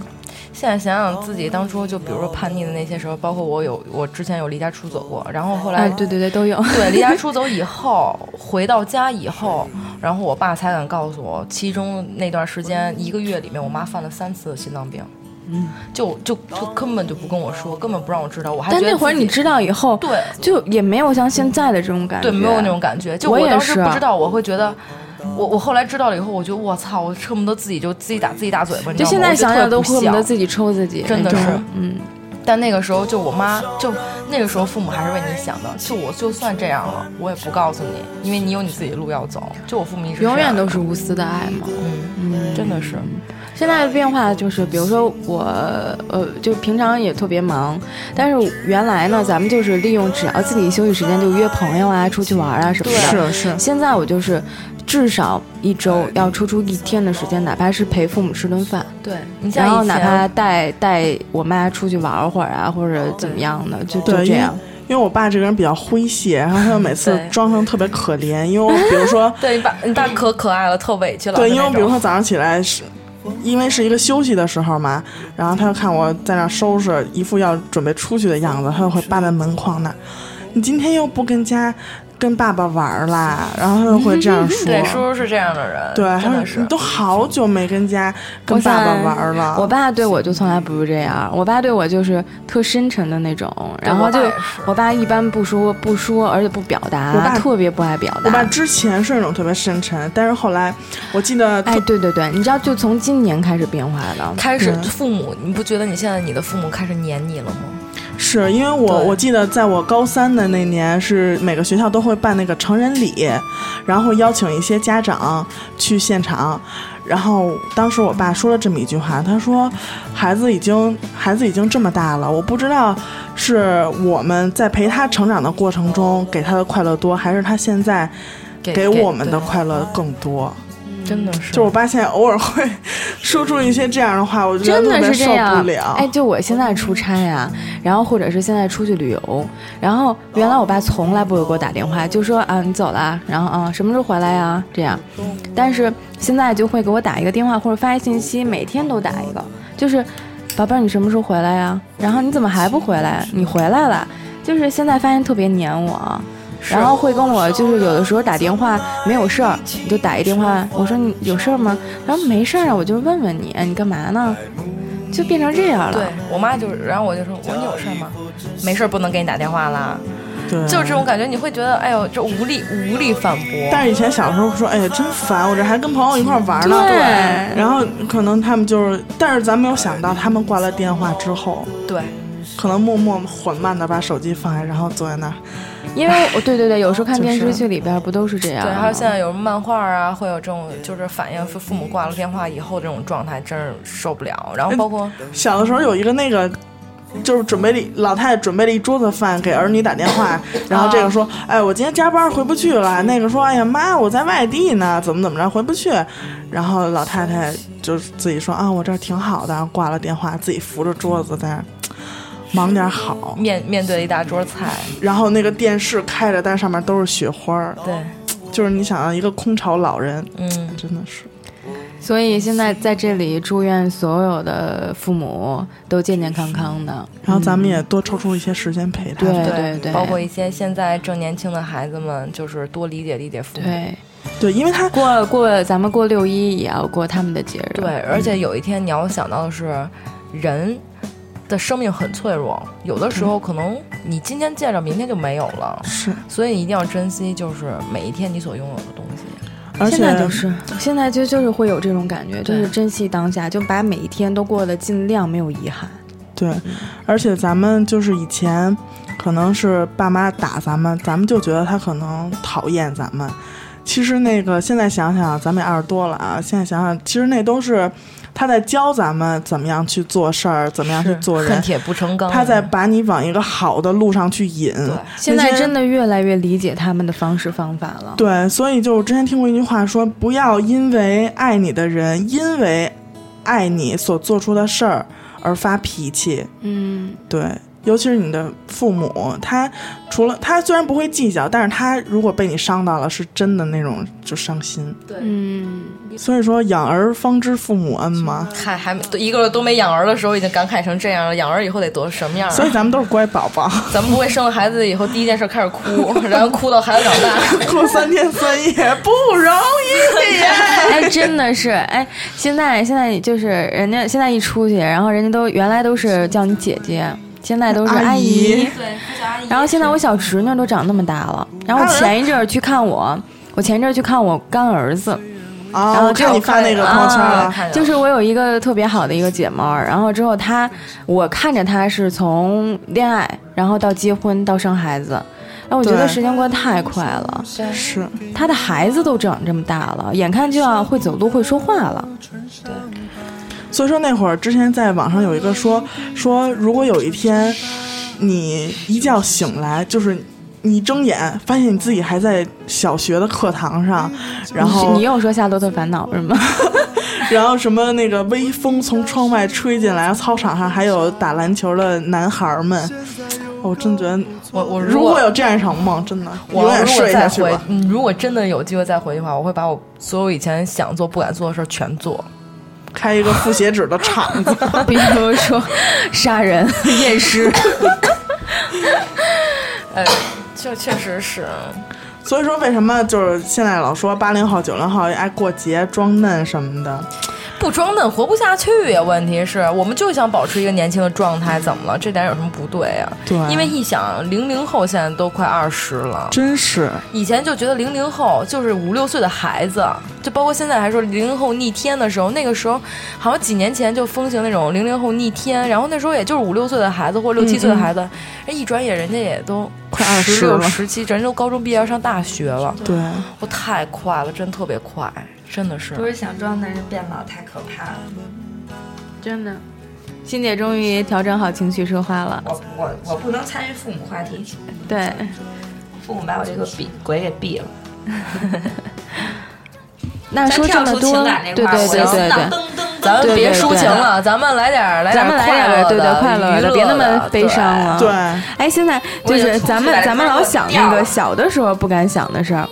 Speaker 5: 现在想想自己当初就比如说叛逆的那些时候，包括我有我之前有离家出走过，然后后来
Speaker 4: 哎，对对对，都 有。
Speaker 5: 对，离家出走以后，回到家以后，然后我爸才敢告诉我，其中那段时间一个月里面，我妈犯了三次心脏病。嗯，就就就根本就不跟我说，根本不让我知道，我还
Speaker 4: 但
Speaker 5: 觉得
Speaker 4: 那会儿
Speaker 5: 自己
Speaker 4: 你知道以后，
Speaker 5: 对
Speaker 4: 就也没有像现在的这种感觉，
Speaker 5: 对，没有那种感觉。就
Speaker 4: 我
Speaker 5: 我
Speaker 4: 也
Speaker 5: 当时
Speaker 4: 是啊
Speaker 5: 不知道，我会觉得，我我后来知道了以后，我觉得我操，我恨不得自己就自己打自己大嘴巴。你
Speaker 4: 就
Speaker 5: 知道
Speaker 4: 现
Speaker 5: 吗
Speaker 4: 在
Speaker 5: 我
Speaker 4: 想想都
Speaker 5: 特别
Speaker 4: 恨
Speaker 5: 不
Speaker 4: 不得
Speaker 5: 想
Speaker 4: 自己抽自己，
Speaker 5: 真的
Speaker 4: 那种
Speaker 5: 是
Speaker 4: 嗯，
Speaker 5: 但那个时候就我妈就那个时候父母还是为你想的，就我就算这样了，我也不告诉你，因为你有你自己的路要走。就我父母一直是
Speaker 4: 永远都是无私的爱嘛。
Speaker 5: 嗯，真的是
Speaker 4: 现在的变化就是，比如说我，呃，就平常也特别忙，但是原来呢，咱们就是利用只要自己休息时间就约朋友啊、出去玩啊什么的。
Speaker 3: 是是，
Speaker 4: 现在我就是至少一周要抽出一天的时间，哪怕是陪父母吃顿饭，
Speaker 5: 对你像
Speaker 4: 然后
Speaker 5: 以
Speaker 4: 哪
Speaker 5: 前
Speaker 4: 怕带带我妈出去玩会儿啊，或者怎么样的，就就
Speaker 3: 对，
Speaker 4: 这
Speaker 3: 因为
Speaker 4: 样。
Speaker 3: 因为我爸这个人比较诙谐，然后他就每次
Speaker 5: 对
Speaker 3: 装成特别可怜，因为我比如说
Speaker 5: 对你爸你爸可可爱了，特委屈了。
Speaker 3: 对，
Speaker 5: 是
Speaker 3: 因为
Speaker 5: 那
Speaker 3: 我比如
Speaker 5: 种
Speaker 3: 说早上起来是。因为是一个休息的时候嘛，然后他就看我在那儿收拾，一副要准备出去的样子，他就会扒在门框那儿。你今天又不跟家跟爸爸玩儿啦？然后他就会这样说。
Speaker 5: 对叔叔是这样的人，
Speaker 3: 对，
Speaker 5: 真
Speaker 3: 他
Speaker 5: 的
Speaker 3: 说
Speaker 5: 是
Speaker 3: 你都好久没跟家跟
Speaker 4: 我
Speaker 3: 爸爸
Speaker 4: 想
Speaker 3: 玩儿了。
Speaker 4: 我爸对我就从来不是这样，我爸对我就是特深沉的那种，然后就
Speaker 5: 我爸也是
Speaker 4: 我爸一般不说不说，而且不表
Speaker 3: 我爸
Speaker 4: 达，特别不爱表达。
Speaker 3: 我爸之前是那种特别深沉，但是后来我记 得特
Speaker 4: 哎，对对对，你知道，就从今年开始变化的，
Speaker 5: 开始
Speaker 3: 嗯
Speaker 5: 父母，你不觉得你现在你的父母开始黏你了吗？
Speaker 3: 是因为我
Speaker 5: 对
Speaker 3: 我记得在我高三的那年，是每个学校都会办那个成人礼，然后邀请一些家长去现场。然后当时我爸说了这么一句话，他说：“孩子已经孩子已经这么大了，我不知道是我们在陪他成长的过程中给他的快乐多，还是他现在
Speaker 5: 给
Speaker 3: 给我们的
Speaker 5: 对
Speaker 3: 快乐更多。”
Speaker 5: 真的是，
Speaker 3: 就我爸现在偶尔会 说出一些这样的话，我觉得
Speaker 4: 真
Speaker 3: 特
Speaker 4: 的
Speaker 3: 别
Speaker 4: 是
Speaker 3: 受
Speaker 4: 这样
Speaker 3: 不了。。
Speaker 4: 哎，就我现在出差呀、然后或者是现在出去旅游，然后原来我爸从来不会给我打电话，就说啊你走了啊，然后啊什么时候回来呀、这样，
Speaker 5: 嗯
Speaker 4: 但是现在就会给我打一个电话或者发一信息，每天都打一个，就是宝贝儿你什么时候回来呀、然后你怎么还不回来？你回来了，就是现在发现特别黏我。啊然后会跟我就是有的时候打电话没有事儿，你就打一电话，我说你有事儿吗？然后没事儿啊，我就问问你，你干嘛呢？就变成这样了。
Speaker 5: 对我妈就是，然后我就说，我说你有事儿吗？没事儿，不能给你打电话啦。
Speaker 3: 嗯对，
Speaker 5: 就是这种感觉，你会觉得，哎呦，这无力无力反驳。
Speaker 3: 但是以前小时候说，哎呀，真烦，我这还跟朋友一块儿玩呢。
Speaker 4: 对
Speaker 3: 然后可能他们就是，但是咱没有想到，他们挂了电话之后，
Speaker 5: 对，
Speaker 3: 可能默默缓慢的把手机放下，然后坐在那儿。
Speaker 4: 因为我对对对，有时候看
Speaker 3: 就是
Speaker 4: 电视剧里边不都是这样
Speaker 5: 对，
Speaker 4: 吗？
Speaker 5: 还有现在有漫画啊，会有这种就是反映父父母挂了电话以后这种状态，真是受不了。然后包括
Speaker 3: 小的时候有一个那个。就是准备了一老太太准备了一桌子饭给儿女打电话，然后这个说，哎，我今天加班回不去了。那个说，哎呀妈，我在外地呢，怎么怎么着回不去。然后老太太就自己说啊，我这儿挺好的，然后挂了电话，自己扶着桌子在那儿忙点好。
Speaker 5: 面面对一大桌菜，
Speaker 3: 然后那个电视开着，但上面都是雪花儿，
Speaker 5: 对，
Speaker 3: 就是你想要一个空巢老人，
Speaker 5: 嗯，
Speaker 3: 真的是
Speaker 4: 所以现在在这里祝愿所有的父母都健健康康的。嗯
Speaker 3: 然后咱们也多抽出一些时间陪他。
Speaker 4: 对对
Speaker 5: 包括一些现在正年轻的孩子们，就是多理解理解父母。
Speaker 4: 对，
Speaker 3: 对，因为他
Speaker 4: 过过咱们过六一也要过他们的节日。
Speaker 5: 对，而且有一天你要想到的是，人的生命很脆弱，有的时候可能你今天见着，明天就没有了，
Speaker 3: 是，
Speaker 5: 所以一定要珍惜，就是每一天你所拥有的东西。
Speaker 3: 而
Speaker 4: 现在
Speaker 3: 且
Speaker 4: 就是，现在就就是会有这种感觉，就
Speaker 5: 对
Speaker 4: 是珍惜当下，就把每一天都过得尽量没有遗憾。
Speaker 3: 对，而且咱们就是以前可能是爸妈打咱们，咱们就觉得他可能讨厌咱们。其实那个现在想想，咱们也二十多了啊，现在想想，其实那都是他在教咱们怎么样去做事儿，怎么样去做
Speaker 5: 恨
Speaker 3: 人，
Speaker 5: 铁不成钢。
Speaker 3: 他在把你往一个好的路上去引。
Speaker 5: 对，
Speaker 4: 现在
Speaker 3: 那些
Speaker 4: 真的越来越理解他们的方式方法了。
Speaker 3: 对，所以就我之前听过一句话说，不要因为爱你的人因为爱你所做出的事儿而发脾气。
Speaker 4: 嗯，
Speaker 3: 对，尤其是你的父母，他除了他虽然不会计较，但是他如果被你伤到了，是真的那种就伤心。
Speaker 2: 对，
Speaker 4: 嗯，
Speaker 3: 所以说养儿方知父母恩嘛，
Speaker 5: 嗨，还没一个都没养儿的时候，已经感慨成这样了，养儿以后得多什么样啊？
Speaker 3: 所以咱们都是乖宝宝，
Speaker 5: 咱们不会生了孩子以后第一件事开始哭，然后哭到孩子长大。
Speaker 3: 哭三天三夜不容易呀。
Speaker 4: 哎，真的是哎，现在现在就是人家现在一出去，然后人家都原来都是叫你姐姐，现在都是
Speaker 3: 阿姨
Speaker 4: 姨。
Speaker 2: 对，他叫阿姨
Speaker 4: 然后现在我小侄女都长那么大了，然后我前一阵儿去看我，我前一阵儿去看我干儿子，然
Speaker 3: 啊，
Speaker 4: 后
Speaker 3: 我看
Speaker 4: 就
Speaker 3: 你发那个朋友圈
Speaker 5: 啊
Speaker 3: 了，
Speaker 5: 看见了
Speaker 4: 就是我有一个特别好的一个姐们儿，然后之后她，我看着她是从恋爱，然后到结婚到生孩子，然后我觉得
Speaker 3: 对
Speaker 4: 时间过得太快了，
Speaker 3: 是
Speaker 4: 她的孩子都长这么大了，眼看就要会走路会说话了，
Speaker 3: 所以说那会儿之前在网上有一个说说，如果有一天你一觉醒来，就是你睁眼发现你自己还在小学的课堂上，
Speaker 5: 嗯
Speaker 3: 然
Speaker 4: 你
Speaker 3: 后
Speaker 4: 你又说《夏洛特烦恼》是吗？
Speaker 3: 然后什么那个微风从窗外吹进来，操场上还有打篮球的男孩儿们， 我真觉得
Speaker 5: 我我
Speaker 3: 如果有这样一场梦，真的
Speaker 5: 我
Speaker 3: 永远
Speaker 5: 如果
Speaker 3: 睡
Speaker 5: 再
Speaker 3: 下去
Speaker 5: 回
Speaker 3: 吧，。
Speaker 5: 嗯，如果真的有机会再回去的话，我会把我所有以前想做不敢做的事儿全做。
Speaker 3: 开一个复写纸的厂 子，
Speaker 4: 比如说杀人、验尸，
Speaker 5: 哎，这确实是，
Speaker 3: 所以说为什么就是现在老说八零后、九零后爱过节装嫩什么的，
Speaker 5: 不装嫩活不下去呀。问题是我们就想保持一个年轻的状态，怎么了？这点有什么不对呀？
Speaker 3: 对
Speaker 5: 因为一想零零后现在都快二十了，
Speaker 3: 真是
Speaker 5: 以前就觉得零零后就是五六岁的孩子，就包括现在还说零零后逆天的时候，那个时候好像几年前就风行那种零零后逆天，然后那时候也就是五六岁的孩子或者六七岁
Speaker 4: 嗯
Speaker 5: 的孩子，哎一转眼人家也都
Speaker 3: 快二
Speaker 5: 十
Speaker 3: 十
Speaker 5: 六、
Speaker 3: 了，
Speaker 5: 十七，人都高中毕业要上大学了，
Speaker 3: 对。
Speaker 5: 我太快了，真特别快，真的是
Speaker 2: 不。是想装男人变老太可怕了。
Speaker 4: 真的。 欣姐终于调整好情绪说话了，
Speaker 2: 我我我不能参与父母话题，
Speaker 4: 对，
Speaker 2: 父母把我这个闭鬼给闭了。
Speaker 4: 那说这
Speaker 2: 咱跳出
Speaker 4: 么多
Speaker 2: 情感，这
Speaker 4: 对
Speaker 2: 块儿，
Speaker 4: 对
Speaker 2: 我
Speaker 4: 对
Speaker 2: 要
Speaker 4: 对对
Speaker 2: 噔。噔噔
Speaker 5: 咱
Speaker 4: 对对
Speaker 5: 们别
Speaker 4: 对
Speaker 5: 抒情了，咱们来点儿，来点
Speaker 4: 哎咱
Speaker 5: 儿
Speaker 4: 们来点儿对对
Speaker 5: 的、
Speaker 4: 快乐
Speaker 5: 娱
Speaker 4: 的，
Speaker 5: 乐
Speaker 4: 别那么
Speaker 5: 的
Speaker 4: 悲伤。了。
Speaker 3: 对，
Speaker 5: 啊
Speaker 4: 哎，现在就
Speaker 2: 我也
Speaker 4: 是
Speaker 2: 出去
Speaker 4: 咱们
Speaker 2: 把这
Speaker 4: 咱们
Speaker 2: 事儿
Speaker 4: 老
Speaker 2: 给
Speaker 4: 想
Speaker 2: 掉
Speaker 4: 那个
Speaker 2: 了
Speaker 4: 小的时候不敢想的事儿，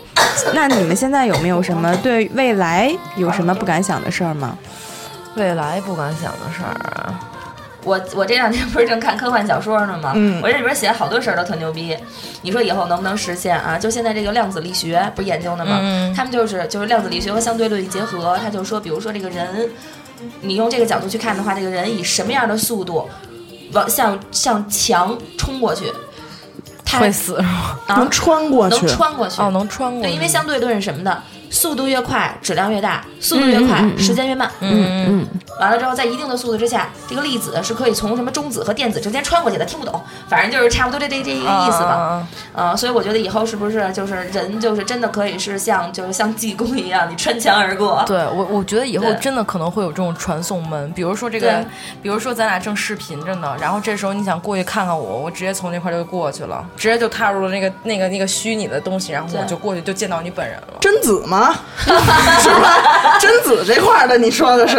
Speaker 4: 那你们现在有没有什么对未来有什么不敢想的事儿吗？
Speaker 5: 对未来不敢想的事儿啊。
Speaker 2: 我我这两天不是正看科幻小说呢吗？
Speaker 3: 嗯
Speaker 2: 我这里边写的好多事儿都特牛逼，你说以后能不能实现啊？就现在这个量子力学不是研究的吗？
Speaker 5: 嗯
Speaker 2: 他们就是就是量子力学和相对论一结合，他就说，比如说这个人，你用这个角度去看的话，这个人以什么样的速度往向向墙冲过去，他
Speaker 5: 会死是吗？
Speaker 2: 啊
Speaker 3: 能穿过去
Speaker 2: 能，穿过去
Speaker 5: 哦，能穿过去。
Speaker 2: 对，因为相对论是什么的？速度越快，质量越大；速度越快，
Speaker 4: 嗯嗯嗯
Speaker 2: 时间越慢。
Speaker 5: 嗯嗯，
Speaker 2: 完了之后，在一定的速度之下，这个粒子是可以从什么中子和电子之间穿过去的。听不懂，反正就是差不多这这这一个意思吧。
Speaker 5: 啊。
Speaker 2: 啊、所以我觉得以后是不是就是人就是真的可以是像就是像济公一样，你穿墙而过。
Speaker 5: 对我，我觉得以后
Speaker 2: 对
Speaker 5: 真的可能会有这种传送门，比如说这个
Speaker 2: 对，
Speaker 5: 比如说咱俩正视频着呢，然后这时候你想过去看看我，我直接从那块儿就过去了，直接就踏入了那个那个那个虚拟的东西，然后我
Speaker 2: 对
Speaker 5: 就过去就见到你本人了。
Speaker 3: 贞子 吗？是吧？贞子这块儿的，你说 的是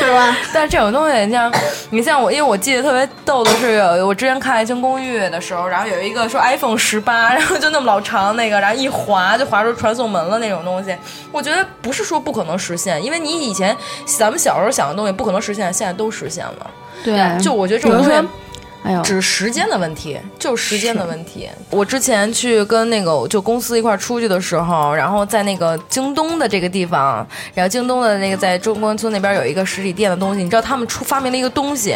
Speaker 3: 对吧？
Speaker 5: 但是这种东西，你像你像我，因为我记得特别逗的是，有我之前看《爱情公寓》的时候，然后有一个说 iPhone 十八，然后就那么老长那个，然后一滑就滑出传送门了那种东西。我觉得不是说不可能实现，因为你以前咱们小时候想的东西不可能实现，现在都实现了。
Speaker 4: 对
Speaker 5: 就我觉得这种
Speaker 4: 比如
Speaker 5: 东
Speaker 4: 说
Speaker 5: 西。
Speaker 4: 哎呦，
Speaker 5: 只是时间的问题，就是时间的问题。我之前去跟那个就公司一块儿出去的时候，然后在那个京东的这个地方，然后京东的那个在中关村那边有一个实体店的东西，你知道他们出发明了一个东西，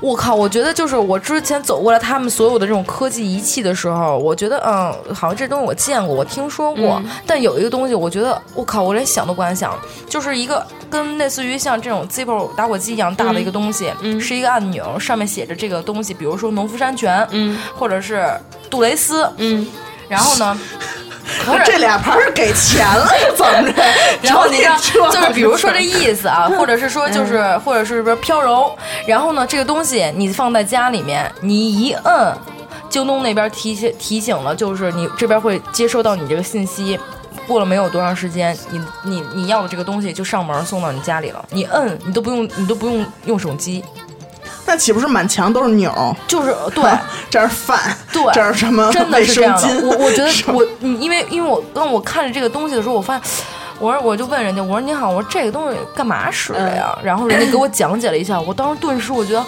Speaker 5: 我靠！我觉得就是我之前走过来他们所有的这种科技仪器的时候，我觉得嗯，好像这东西我见过，我听说
Speaker 4: 嗯
Speaker 5: 过，
Speaker 3: 嗯
Speaker 5: 但有一个东西，我觉得我靠，我连想都不敢想，就是一个跟类似于像这种 Zippo 打火机一样大的一个东西，是一个按钮，上面写着这个东西，比如说农夫山泉，嗯，或者是杜蕾斯，嗯，然后 呢，不是
Speaker 3: 这俩盘是给钱了是怎么着？
Speaker 5: 然后你知道，
Speaker 3: 瞅
Speaker 5: 就是比如说这意思啊，或者是说就是，或者是不是飘柔，然后呢，这个东西你放在家里面，你一摁，京东那边提醒提醒了，就是你这边会接收到你这个信息。过了没有多长时间，你你你要的这个东西就上门送到你家里了。你摁，你都不用，你都不用用手机，
Speaker 3: 那岂不是满墙都是钮儿？
Speaker 5: 就是呃对，
Speaker 3: 这是饭，
Speaker 5: 对
Speaker 3: 这是什 么
Speaker 5: 真的
Speaker 3: 卫
Speaker 5: 是这
Speaker 3: 生
Speaker 5: 样
Speaker 3: 巾？
Speaker 5: 的。我我觉得
Speaker 3: 是吧
Speaker 5: 我，嗯因为因为我当我看着这个东西的时候，我发现。我说，我就问人家，我说您好，我说这个东西干嘛使的呀？然后人家给我讲解了一下，我当时顿时我觉得，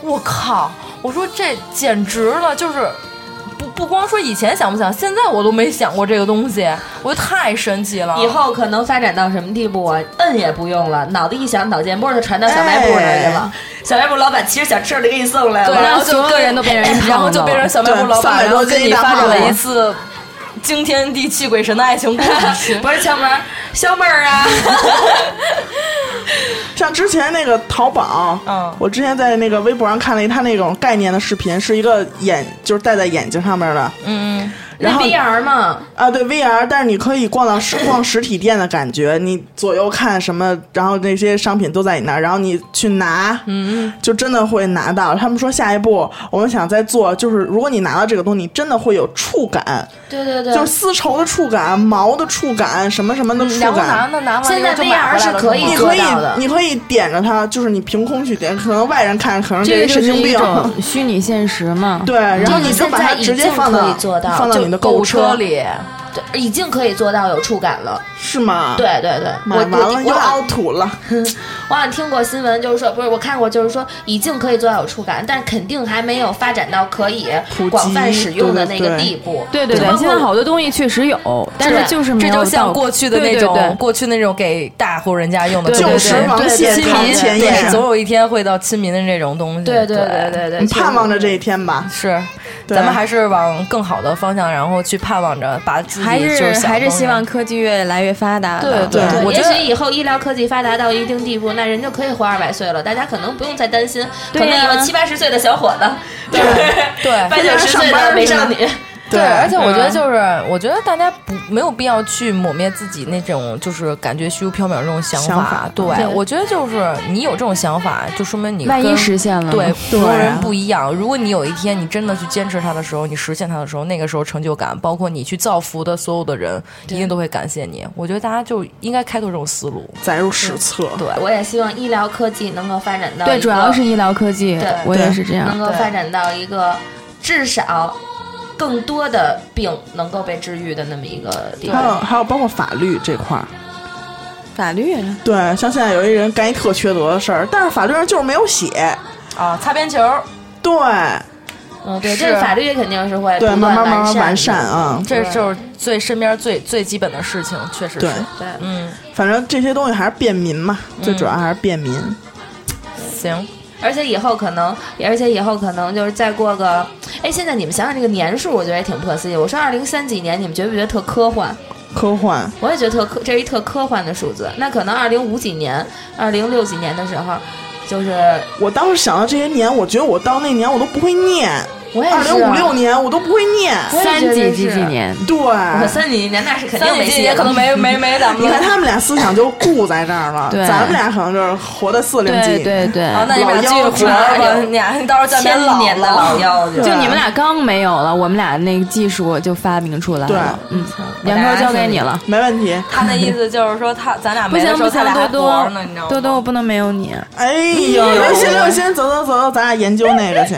Speaker 5: 我靠！我说这简直了，就是不不光说以前想不想，现在我都没想过这个东西，我觉得太神奇了。
Speaker 2: 以后可能发展到什么地步，我摁也不用了，脑袋一想，脑电波就传到小卖部那儿去了。小卖部老板其实想吃的给你送来
Speaker 5: 对，然
Speaker 2: 了，。
Speaker 5: 后就
Speaker 4: 所有人都变成一胖子
Speaker 5: 然后就变成小卖部老板，
Speaker 3: 对
Speaker 5: 然后
Speaker 3: 300多斤
Speaker 5: 跟你
Speaker 3: 一大
Speaker 5: 发展
Speaker 3: 胖
Speaker 5: 了
Speaker 3: 子
Speaker 5: 一次惊天地泣鬼神的爱情故事
Speaker 2: 不是敲门，肖妹儿啊，
Speaker 3: 像之前那个淘宝，
Speaker 5: 嗯
Speaker 3: 我之前在那个微博上看了一他那种概念的视频，是一个眼就是戴在眼睛上面的，
Speaker 5: 嗯，
Speaker 2: 那
Speaker 3: 然后
Speaker 2: VR 嘛，
Speaker 3: 啊，对 VR，但是你可以逛到实逛实体店的感觉，你左右看什么，然后那些商品都在你那儿，然后你去拿，嗯，就真的会拿到。他们说下一步我们想再做，就是如果你拿到这个东西，你真的会有触感，
Speaker 2: 对对嗯对
Speaker 3: 就是丝绸的触感、毛的触感、什么什么的触
Speaker 5: 然后拿
Speaker 3: 感。
Speaker 5: 呢，拿完
Speaker 2: 现
Speaker 5: 以后
Speaker 2: 在
Speaker 5: 就买
Speaker 2: VR
Speaker 5: 回来
Speaker 2: 是
Speaker 5: 了
Speaker 2: 可以
Speaker 3: 你
Speaker 5: 吗
Speaker 2: 做
Speaker 3: 可以
Speaker 2: 到的，
Speaker 3: 你可以点着它，就是你凭空去点，可能外人看，可能这个
Speaker 4: 这个就
Speaker 3: 神
Speaker 4: 是
Speaker 3: 经
Speaker 4: 一
Speaker 3: 病。
Speaker 4: 种虚拟现实嘛。
Speaker 3: 对，然后
Speaker 2: 这个
Speaker 3: 你就把它
Speaker 2: 现在
Speaker 3: 直
Speaker 2: 已
Speaker 3: 接
Speaker 2: 经
Speaker 3: 放
Speaker 2: 可以
Speaker 3: 到
Speaker 2: 做到
Speaker 3: 放到你的购
Speaker 5: 购
Speaker 3: 物
Speaker 5: 物车
Speaker 3: 车，
Speaker 5: 里，嗯
Speaker 2: 对已经可以做到有触感了。
Speaker 3: 是吗？，
Speaker 2: 对对对，我
Speaker 3: 买完
Speaker 2: 我
Speaker 3: 了
Speaker 2: 我
Speaker 3: 又
Speaker 2: 好
Speaker 3: 凹土了。
Speaker 2: 我好像听过新闻，就是说不是我看过，就是说已经可以做到有触感，但肯定还没有发展到可以
Speaker 3: 普及
Speaker 2: 广泛使用的
Speaker 3: 对
Speaker 2: 那个
Speaker 3: 对对
Speaker 2: 地步。
Speaker 4: 对对
Speaker 2: 就包括
Speaker 4: 对，现在好多东西确实有，但是就是没
Speaker 5: 这
Speaker 4: 有
Speaker 5: 就像
Speaker 4: 到
Speaker 5: 过去的那
Speaker 4: 对对对
Speaker 5: 种，过去那种给大户人家用的
Speaker 4: 对
Speaker 5: 东
Speaker 4: 对
Speaker 5: 西，
Speaker 4: 对
Speaker 3: 旧时王谢
Speaker 5: 亲
Speaker 3: 堂
Speaker 5: 民，
Speaker 3: 前
Speaker 5: 对，
Speaker 3: 燕，
Speaker 5: 总有一天会到亲民的这种东西。
Speaker 2: 对对对对对，
Speaker 3: 你
Speaker 2: 确实
Speaker 3: 盼望着这一天吧。
Speaker 5: 是，
Speaker 3: 对
Speaker 5: 咱们还是往更好的方向，然后去盼望着把自己
Speaker 4: 还
Speaker 5: 就是想
Speaker 4: 还是
Speaker 5: 的东
Speaker 4: 希
Speaker 5: 西
Speaker 4: 望科技越来越发达的。
Speaker 5: 对
Speaker 3: 对
Speaker 5: 我
Speaker 2: 也
Speaker 5: 觉得
Speaker 2: 许以后医疗科技发达到一定地步，那人就可以活二百岁了，大家可能不用再担心。
Speaker 4: 对
Speaker 2: 可能以
Speaker 4: 呀
Speaker 2: 后七八十岁的小伙子，对
Speaker 5: 对
Speaker 2: 八九十岁的美少女，
Speaker 5: 对，而且我觉得
Speaker 2: 嗯
Speaker 5: 就是，我觉得大家不没有必要去抹灭自己那种就是感觉虚无缥缈这种想法。
Speaker 3: 想法
Speaker 5: 对，
Speaker 2: 对
Speaker 5: 我觉得就是你有这种想法，就说明你
Speaker 4: 万一
Speaker 5: 跟
Speaker 4: 实现了呢，
Speaker 5: 对
Speaker 3: 对啊
Speaker 5: 普通人不一样。如果你有一天你真的去坚持它的时候，你实现它的时候，那个时候成就感，包括你去造福的所有的人，一定都会感谢你。我觉得大家就应该开拓这种思路。
Speaker 3: 载入史册。
Speaker 5: 对
Speaker 2: 我也希望医疗科技能够发展到一
Speaker 4: 对，
Speaker 2: 个
Speaker 4: 主要是医疗科技
Speaker 2: 对，
Speaker 4: 我也是这样
Speaker 2: 能。够
Speaker 5: 对
Speaker 2: 发展到一个至少更多的病能够被治愈的那么一个地
Speaker 3: 还有
Speaker 2: 方。
Speaker 3: 还有包括法律这块儿，
Speaker 4: 法律
Speaker 3: 对，像现在有一人干一特缺德的事儿，但是法律上就是没有写。
Speaker 5: 啊，擦边球，
Speaker 3: 对
Speaker 2: 嗯，对，
Speaker 5: 是
Speaker 2: 这个法律肯定是会
Speaker 3: 对，
Speaker 2: 不断
Speaker 3: 慢慢慢慢哎完
Speaker 2: 完
Speaker 3: 善
Speaker 2: 的。
Speaker 3: 啊。
Speaker 5: 这就是最身边最最基本的事情，确实是
Speaker 3: 对。，
Speaker 2: 对，
Speaker 5: 嗯，
Speaker 3: 反正这些东西还是便民嘛，最主要还是便民。
Speaker 5: 行，
Speaker 2: 而且以后可能，而且以后可能就是再过个，哎，现在你们想想这个年数，我觉得也挺不可思议。我说二零三几年，你们觉不觉得特科幻？
Speaker 3: 科幻，
Speaker 2: 我也觉得特科，这是一特科幻的数字。那可能二零五几年、二零六几年的时候，就是
Speaker 3: 我当时想到这些年，我觉得我到那年我都不会念，
Speaker 2: 我也
Speaker 3: 二
Speaker 2: 是啊
Speaker 3: 零五六年我都不会 念。
Speaker 2: 我也
Speaker 4: 三
Speaker 2: 觉得
Speaker 4: 几
Speaker 2: 是
Speaker 4: 几几年，
Speaker 3: 对，
Speaker 2: 我三几年那是肯
Speaker 5: 三
Speaker 2: 定
Speaker 5: 姐
Speaker 2: 没
Speaker 5: 姐
Speaker 2: 戏了，
Speaker 5: 也可 能没没没咱们
Speaker 3: 你
Speaker 5: 了。
Speaker 3: 看他们俩思想就固在这儿了，
Speaker 4: 对
Speaker 3: 咱们俩可能就是活到四零
Speaker 4: 对
Speaker 3: 几。
Speaker 4: 对对。
Speaker 5: 啊，那你们俩继续活着吧，哎你俩你到时候叫
Speaker 2: 千
Speaker 5: 老
Speaker 2: 年的老
Speaker 5: 了。
Speaker 2: 妖精。
Speaker 4: 就
Speaker 5: 啊
Speaker 4: 你们俩刚没有了，我们俩那个技术就发明出来了。
Speaker 3: 对
Speaker 4: 嗯，杨哥交给你了。
Speaker 3: 没问题。
Speaker 5: 他那意思就是说他，咱俩
Speaker 4: 不
Speaker 5: 没
Speaker 4: 行
Speaker 5: 的时
Speaker 4: 不
Speaker 5: 候，
Speaker 4: 行
Speaker 5: 他俩，
Speaker 4: 多
Speaker 5: 还活着
Speaker 4: 多
Speaker 5: 呢，你知道吗？
Speaker 4: 多多，我不能没有你。
Speaker 3: 哎呦，刘鑫，刘鑫，走走走走，咱俩研究那个去。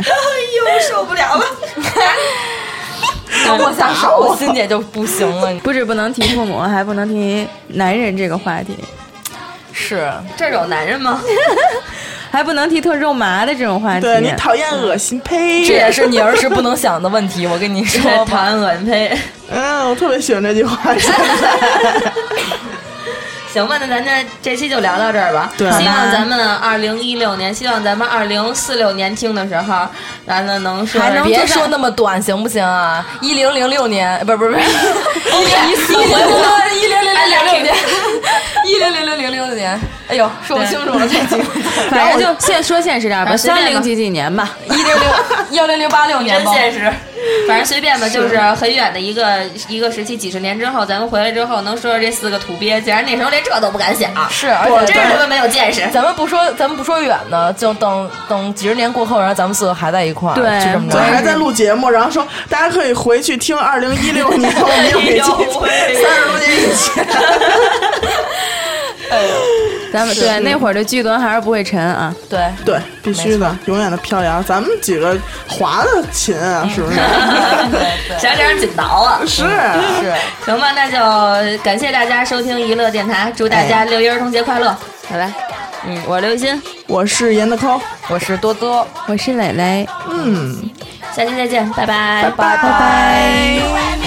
Speaker 2: 受不了了，
Speaker 5: 跟我下手，我心姐就不行了。你
Speaker 4: 不止不能提父母，还不能提男人这个话题，
Speaker 5: 是，
Speaker 2: 这有男人吗？
Speaker 4: 还不能提特肉麻的这种话题。
Speaker 3: 对你讨厌恶心，呸！
Speaker 5: 这也是你儿时不能想的问题。我跟你说
Speaker 2: 讨
Speaker 5: 吧，
Speaker 2: 厌文佩。
Speaker 3: 嗯，我特别喜欢这句话。
Speaker 2: 行吧，那咱这这期就聊到这儿吧。
Speaker 3: 对
Speaker 2: 希望咱们二零一六年，希望咱们二零四六年听的时候，完了能说
Speaker 4: 还能
Speaker 5: 别
Speaker 4: 就算
Speaker 5: 说那么短，行不行啊？一零零六年，呃不是不是不是，
Speaker 2: 一四
Speaker 5: 一零
Speaker 2: 年。
Speaker 5: 一零零
Speaker 2: 哎
Speaker 5: 零六年，一零零零零六年。哎呦，说不清楚了，这几
Speaker 4: 反正就现说现实点儿吧，
Speaker 2: 啊随便
Speaker 4: 三
Speaker 2: 吧
Speaker 4: 零几几年吧。
Speaker 5: 一零零幺零零八六年
Speaker 2: 真
Speaker 5: 吧。
Speaker 2: 现实，反正随便吧，就是很远的一个一个时期，几十年之后，咱们回来之后能说说这四个土鳖，竟然那时候连这都不敢想，
Speaker 5: 是，而
Speaker 2: 我
Speaker 5: 且哎
Speaker 2: 真是他妈没有见识。
Speaker 5: 咱们不说，咱们不说远的，就等等几十年过后，然后咱们四个还在一块儿，
Speaker 4: 对
Speaker 5: 就这么
Speaker 3: 我还
Speaker 5: 着。
Speaker 3: 在录节目，然后说大家可以回去听二
Speaker 2: 哎
Speaker 3: 零一六年我们又给记
Speaker 2: 哎呦喂
Speaker 3: 三十多年以前。
Speaker 5: 哎呦，
Speaker 4: 咱们对那会儿的剧轮还是不会沉啊。
Speaker 5: 对，
Speaker 3: 对，必须的，永远的飘摇。咱们几个划的勤啊，是不 是？
Speaker 2: 想想紧倒啊。
Speaker 3: 是，
Speaker 5: 是，
Speaker 2: 行吧，那就感谢大家收听娱乐电台，祝大家六一儿童节快乐，拜拜。嗯，我刘雨欣，
Speaker 3: 我是严德抠，
Speaker 5: 我是多多，
Speaker 4: 我是蕾蕾，
Speaker 3: 嗯，
Speaker 2: 下期再见，拜拜，
Speaker 3: 拜拜。